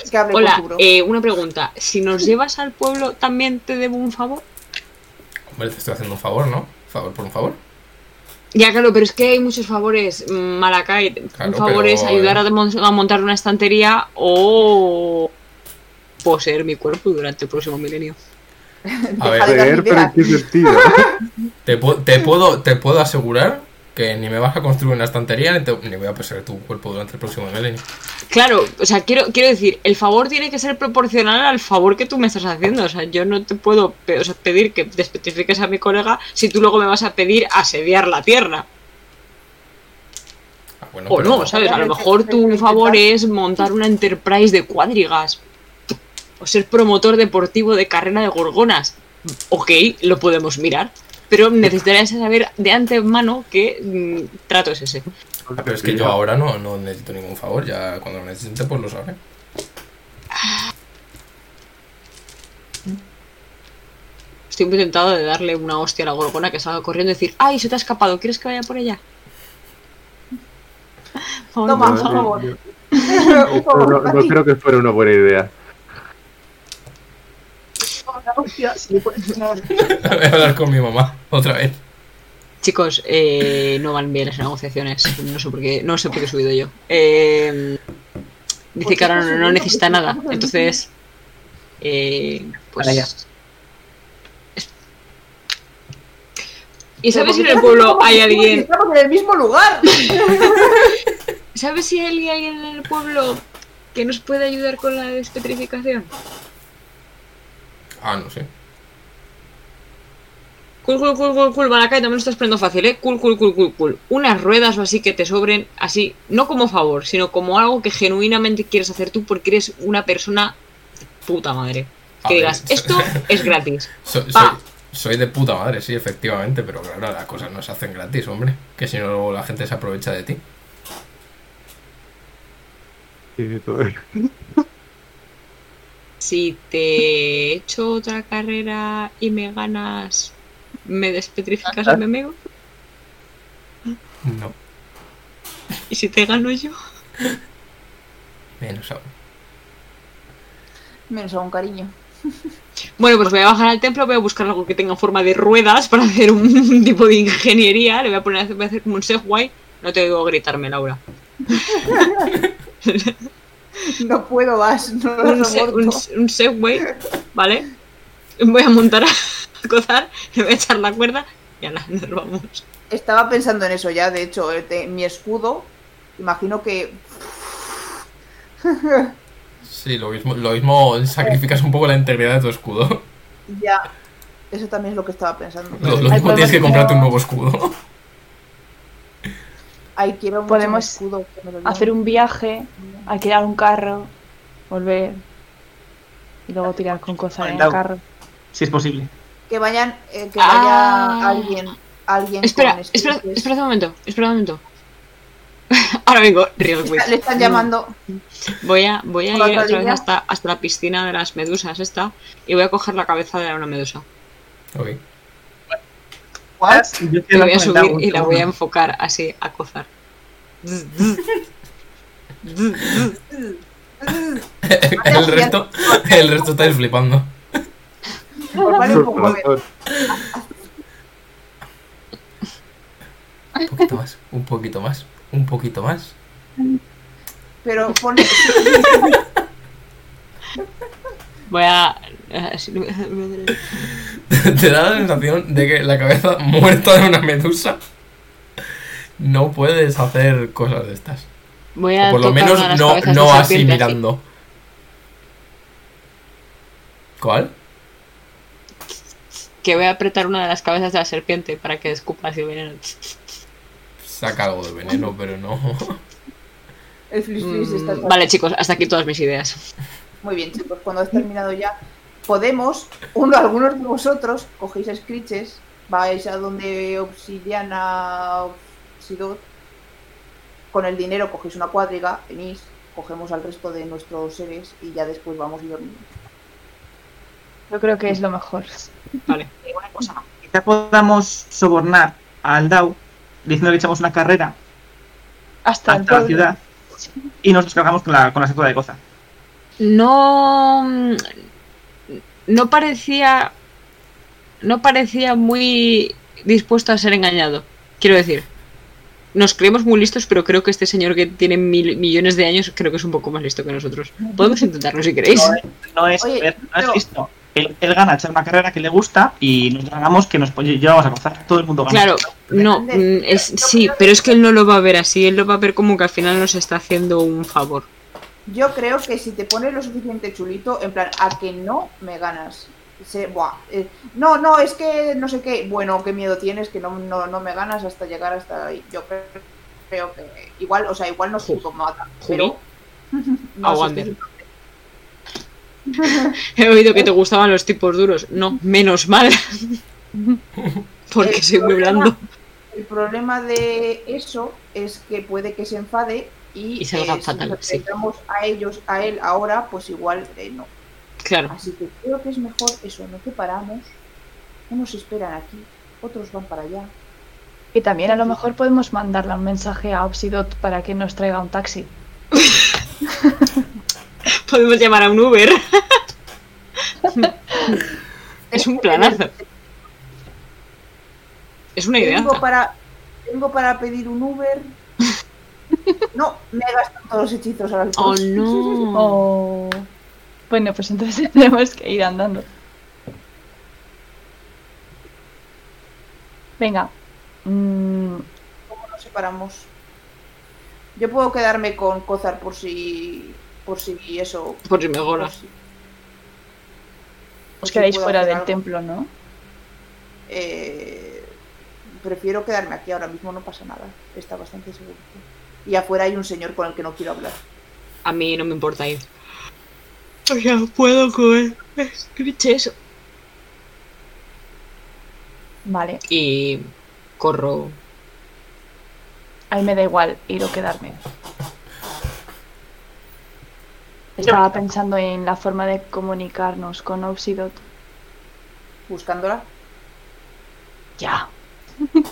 es que abre
Hola,
futuro.
eh, una pregunta. Si nos llevas al pueblo, ¿también te debo un favor?
Hombre, te estoy haciendo un favor, ¿no? Favor por un favor.
Ya, claro, pero es que hay muchos favores, mm, Malakai.
Claro,
un favor
pero, eh.
es ayudar a, demon- a montar una estantería o poseer mi cuerpo durante el próximo milenio.
A
Deja de
Joder,
ver,
dar
pero
ideas.
¿en qué sentido?
[LAUGHS]
te, pu- te puedo, te puedo asegurar que ni me vas a construir una estantería ni, te- ni voy a poseer tu cuerpo durante el próximo milenio.
Claro, o sea, quiero, quiero decir, el favor tiene que ser proporcional al favor que tú me estás haciendo. O sea, yo no te puedo pe- o sea, pedir que despetrifiques a mi colega si tú luego me vas a pedir asediar la tierra.
Ah, bueno,
O
pero-
Oh, no, ¿sabes? A lo mejor tu favor es montar una enterprise de cuadrigas. O ser promotor deportivo de carrera de gorgonas. Ok, lo podemos mirar. Pero necesitarías saber de antemano qué mm, trato es ese.
Ah, Pero es que yo ahora no, no necesito ningún favor, ya cuando lo necesite pues lo sabré. [LAUGHS]
Estoy muy tentado de darle una hostia a la gorgona que salga corriendo y decir, ¡ay, se te ha escapado! ¿Quieres que vaya por ella? Por
Toma,
favor.
[LAUGHS] por favor.
eh,
No, no- no creo que fuera una buena idea.
Hostia, sí, pues, no,
Voy a hablar con mi mamá otra vez.
Chicos, eh, no van bien las negociaciones. No sé por qué, no sé por qué he subido yo. Eh, dice que ahora no, no necesita nada. Entonces, eh, pues.
Para allá.
¿Y sabes si en el
Porque
pueblo
estamos
hay
en el mismo-
alguien?
Estamos en el mismo lugar.
¿Sabes si hay alguien en el pueblo que nos puede ayudar con la despetrificación?
Ah, no sé.
Cool, cool, cool, cool, cool, Barakai, también lo estás poniendo fácil, ¿eh? Cool, cool, cool, cool, cool. Unas ruedas o así que te sobren, así, no como favor, sino como algo que genuinamente quieres hacer tú porque eres una persona puta madre.
A
Que
ver,
digas, esto es gratis.
So- soy,
Pa.
soy de puta madre, sí, efectivamente, pero claro, las cosas no se hacen gratis, hombre. Que si no, luego la gente se aprovecha de ti.
Tiene todo el-
Si te echo otra carrera y me ganas, ¿me despetrificas a mi amigo?
No,
¿Y si te gano yo?
menos aún.
Menos aún, cariño.
Bueno, pues voy a bajar al templo, voy a buscar algo que tenga forma de ruedas para hacer un [LAUGHS] tipo de ingeniería. Le voy a poner, voy a hacer como un segway. No te digo gritarme, Laura.
No puedo más, no lo
Un, se- un,
soporto.
se- un segway, ¿vale? Voy a montar a cozar, le voy a echar la cuerda y ala, nos vamos.
Estaba pensando en eso ya, de hecho, eh, te- mi escudo, imagino que
Sí, lo mismo, lo mismo sacrificas un poco la integridad de tu escudo.
ya... Eso también es lo que estaba pensando.
Lo, lo
Ay,
mismo
podemos
tienes que comprarte un
hacer-
nuevo escudo. [LAUGHS]
Ay, quiero mucho
Podemos
mi escudo. que me lo
Hacer un viaje, alquilar un carro, volver y luego tirar con cosas en el
Cuarenta.
carro.
Si es posible.
Que vayan, eh, que vaya
Ah.
alguien, alguien
Espera,
con
espera,
skills.
espera un momento, espera un momento. [LAUGHS] Ahora vengo, real quick.
Está- Le están llamando.
Mm, Voy a, voy a
Hola,
ir otra vez
Carolina.
hasta, hasta la piscina de las medusas esta y voy a coger la cabeza de una medusa.
Ok.
¿What?
Yo
Y
te lo
la voy
he
a
comentado,
subir y
un
la voy a
segundo.
enfocar así, a cozar.
El resto, el resto estáis flipando.
Pues vale un poco de-
Un poquito más, un poquito más, un poquito más. [LAUGHS]
Pero pone. [LAUGHS]
Voy a. eh, así-
Te da la sensación de que la cabeza [LAUGHS] muerta de una medusa no puedes hacer cosas de estas.
Voy a
O por lo
tocar
menos
una de las
no,
cabezas
no
de
así
serpiente,
mirando. ¿Cuál?
Que voy a apretar una de las cabezas de la serpiente para que escupa así veneno.
Saca algo de veneno, pero
[LAUGHS]
no.
El flis flis está.
Mm, Vale, chicos, hasta aquí todas mis ideas.
Muy bien, chicos, cuando has terminado ya, podemos, uno, algunos de vosotros, cogéis screeches, vais a donde obsidiana, obsidot, con el dinero cogéis una cuadriga, venís, cogemos al resto de nuestros seres y ya después vamos y dormimos.
Yo creo que es lo mejor.
Vale.
Quizá podamos sobornar al DAO diciendo que echamos una carrera
Hasta, el
hasta la
pueblo.
ciudad y nos cargamos con la, con la estatua de Goza.
No. mm, No parecía. No parecía muy dispuesto a ser engañado. Quiero decir. Nos creemos muy listos, pero creo que este señor que tiene mil, millones de años creo que es un poco más listo que nosotros. Podemos intentarlo si queréis.
No es, no es,
Oye,
a ver, no es
pero-
listo. Él, él gana echar una carrera que le gusta y nos cargamos que nos pon- llevamos a gozar. Todo el mundo gana.
Claro, no,
Ander,
mm, es,
yo
sí,
creo
pero es que él no lo va a ver así, él lo va a ver como que al final nos está haciendo un favor.
Yo creo que si te pones lo suficiente chulito, en plan, a que no me ganas. Se, buah, eh, no, no, es que no sé qué. Bueno, qué miedo tienes que no, no, no me ganas hasta llegar hasta ahí. Yo creo, creo que igual, o sea, igual no
Ju-
mata,
Juli, [LAUGHS]
pero no
a Ah,
sé,
Wander.
estoy-
[LAUGHS] He oído que te gustaban los tipos duros. No, menos [LAUGHS] mal. Porque
El
soy muy
problema-
blando.
El problema de eso es que puede que se enfade y, eh,
Y salga
si
fatal,
nos
sí.
enfrentamos a ellos, a él ahora, pues igual eh, no.
Claro.
Así que creo que es mejor eso, no separamos. Unos esperan aquí, otros van para allá.
Y también a lo mejor podemos mandarle un mensaje a Obsidot para que nos traiga un taxi.
Podemos llamar a un
[LAUGHS]
Uber. es un planazo. Es una idea.
Tengo para, tengo para pedir un Uber.
[LAUGHS]
No, me he gastado todos los hechizos ahora.
Oh
[LAUGHS]
no.
O... Bueno, pues entonces [LAUGHS] tenemos que ir andando. Venga. Mm,
¿Cómo nos separamos? Yo puedo quedarme con Cozar por si. por si eso.
Por si me
por
golas.
si- por
os
si
quedáis
Pues puedo
fuera
hacer
del
algo.
templo, ¿no?
eh, prefiero quedarme aquí ahora mismo, no pasa nada. Está bastante seguro. Y afuera hay un señor con el que no quiero hablar.
A mí no me importa ir. O sea, puedo comer. Escriche eso.
Vale,
Y corro.
a mí me da igual ir o quedarme. Estaba pensando en la forma de comunicarnos con Obsidot.
Buscándola.
Ya. [LAUGHS]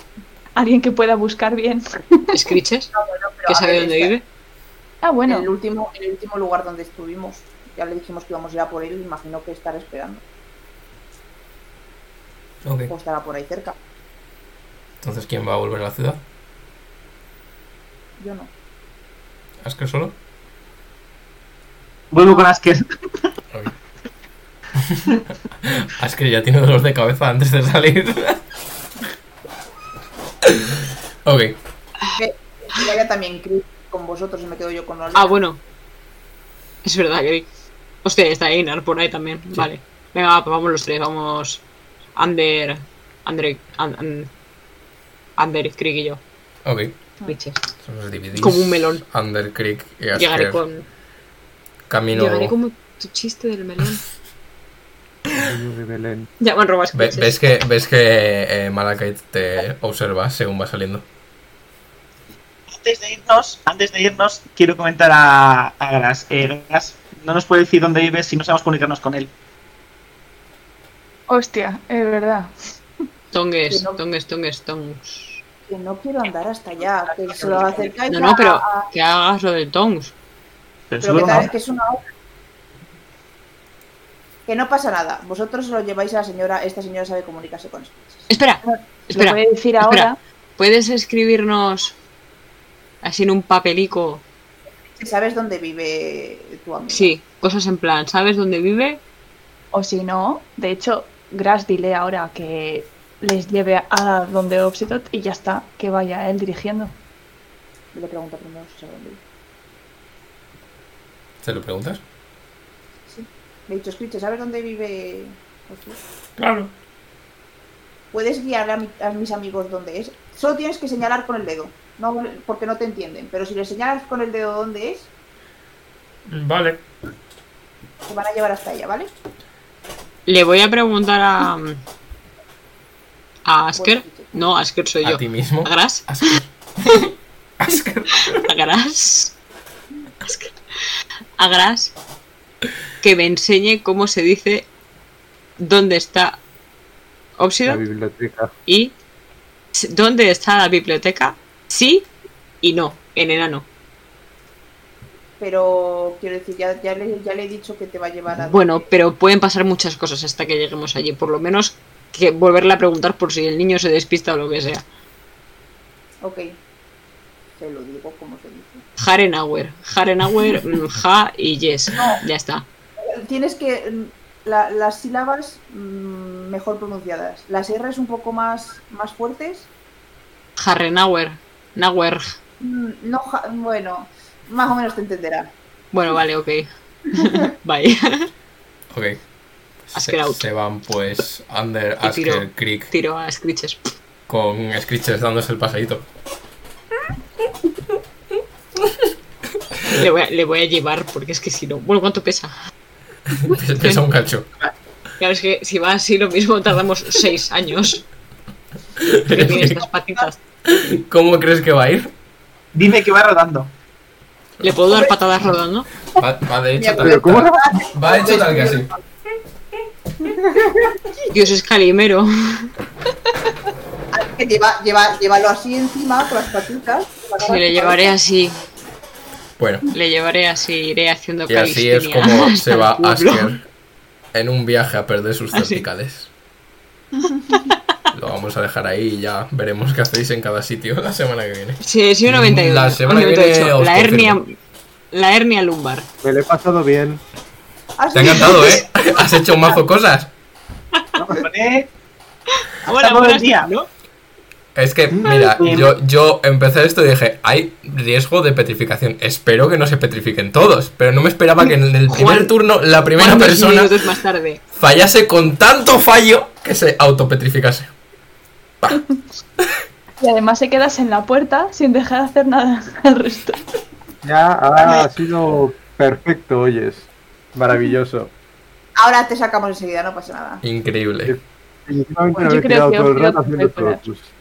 Alguien que pueda buscar
[LAUGHS]
bien.
Escriches,
Pero
que
a
sabe
ver,
dónde
está-
vive.
Ah,
En
bueno.
el, último, en el último lugar donde estuvimos, ya le dijimos que íbamos a ir a por él, imagino que estará esperando. O
Ok.
estará por ahí cerca.
Entonces, ¿quién va a volver a la ciudad?
Yo no.
¿Asker solo?
Vuelvo con Asker.
Asker ya tiene dolor de cabeza antes de salir. [LAUGHS] ok.
Y ella también Chris con vosotros y me quedo yo con los
Ah, bueno. Es verdad, que Hostia, está Einar por ahí también. Vale. Venga, va, pues vamos los tres, vamos. Ander. Ander. An- an- Ander, Krieg y yo.
Ok.
Biches.
Entonces os dividís.
Como un melón.
Under Creek y Asker.
Llegaré con.
Camino.
Llegaré como tu chiste del melón.
Niño de Belén.
Ya me han robado
Ve-
escriches.
ves que, ves que eh, Malakai te observa según va saliendo.
Antes de irnos, antes de irnos, quiero comentar a, a Gras. Eh, Gras no nos puede decir dónde vive si no sabemos comunicarnos con él.
Hostia, es verdad.
Tongues,
que no-
tongues, tongues, tongs.
que no quiero andar hasta allá, que se lo acercáis
No,
a-
no, pero
a-
que hagas lo del tongs.
pero que,
Pero seguro
tal-
no.
que es una hora. Que no pasa nada, vosotros se lo lleváis a la señora, esta señora sabe comunicarse con nosotros.
Espera,
Lo
espera.
puede decir ahora.
¿Puedes escribirnos así en un papelico?
¿Sabes dónde vive tu amigo?
Sí, cosas en plan, ¿sabes dónde vive?
O si no, de hecho, Gras dile ahora que les lleve a donde Obsidot y ya está, que vaya él dirigiendo.
Le pregunto primero si sabe dónde vive.
¿Se lo preguntas?
Le he dicho, escuche, ¿sabes dónde vive? Jesús?
Claro.
Puedes guiar a, mi- a mis amigos dónde es. Solo tienes que señalar con el dedo, no porque no te entienden. Pero si le señalas con el dedo dónde es,
Vale.
te van a llevar hasta ella, ¿vale?
Le voy a preguntar a. a Asker.
Bueno,
No, Asker soy
A
yo.
ti mismo.
¿A Gras?
Asker. Asker.
¿A Gras? Asker. A Gras. Que me enseñe cómo se dice dónde está
La
Obsidian
biblioteca.
y s- dónde está la biblioteca. Sí y no, en enano.
Pero quiero decir, ya, ya, le, ya le he dicho que te va a llevar a.
Bueno, pero pueden pasar muchas cosas hasta que lleguemos allí. Por lo menos que volverle a preguntar por si el niño se despista o lo que sea.
Ok. Se lo digo como se dice.
Harenauer. Harenauer, mm, ja y yes. Ya está.
Tienes que. mm, la- las sílabas mm, mejor pronunciadas. Las R's un poco más, más fuertes.
Harenauer. Nauer.
Mm, No, ja- bueno, más o menos te entenderá.
Bueno, vale, ok. [LAUGHS] Bye. [LAUGHS]
Ok.
Asker
Se,
out.
se van pues Under
Y tiro.
Asker Creek
Tiro a Screeches.
con Screeches dándose
[LAUGHS]
el paseíto. [LAUGHS]
Le voy, a, le voy a llevar porque es que si no. Bueno, ¿cuánto pesa?
Pesa un cacho.
Claro, es que si va así lo mismo tardamos seis años.
[LAUGHS]
Porque tiene estas patitas.
¿Cómo crees que va a ir?
Dime que va
[LAUGHS]
rodando.
¿Le puedo dar patadas rodando?
Va, va de hecho
Pero
tal,
¿cómo
tal- va de hecho tal
[LAUGHS]
que así.
Dios es calimero.
[LAUGHS] Que lleva, lleva, llévalo así encima con las patitas.
Sí, le llevaré así.
Bueno,
Le llevaré así, iré haciendo
y así es
calistenia
como
hasta
se
el [LAUGHS]
va
pueblo.
Asker en un viaje a perder sus
Así.
cervicales. Lo vamos a dejar ahí y ya veremos qué hacéis en cada sitio la semana que viene.
Sí, sí, un 91.
La semana que
Un 98.
viene os
La hernia,
confirmo.
la hernia lumbar.
Me lo he pasado bien.
Así-
Te ha encantado, ¿eh? [LAUGHS] Has hecho un mazo cosas.
Vale.
Ahora,
luego,
buenas-
tía.
¿no?
Es que, mira,
sí.
yo, yo empecé esto y dije, hay riesgo de petrificación. Espero que no se petrifiquen todos, pero no me esperaba que en el primer
Juan-
turno la primera
¿Cuántos
persona
minutos más tarde.
fallase con tanto fallo que se autopetrificase.
Y además se quedas en la puerta sin dejar de hacer nada [LAUGHS] al resto.
Ya ha sido perfecto, oyes. Maravilloso.
Ahora te sacamos enseguida, no pasa nada.
Increíble.
Definitivamente
Yo
no
creo
he tirado
que
todo el
Ophira
rato haciendo
puede
trocus.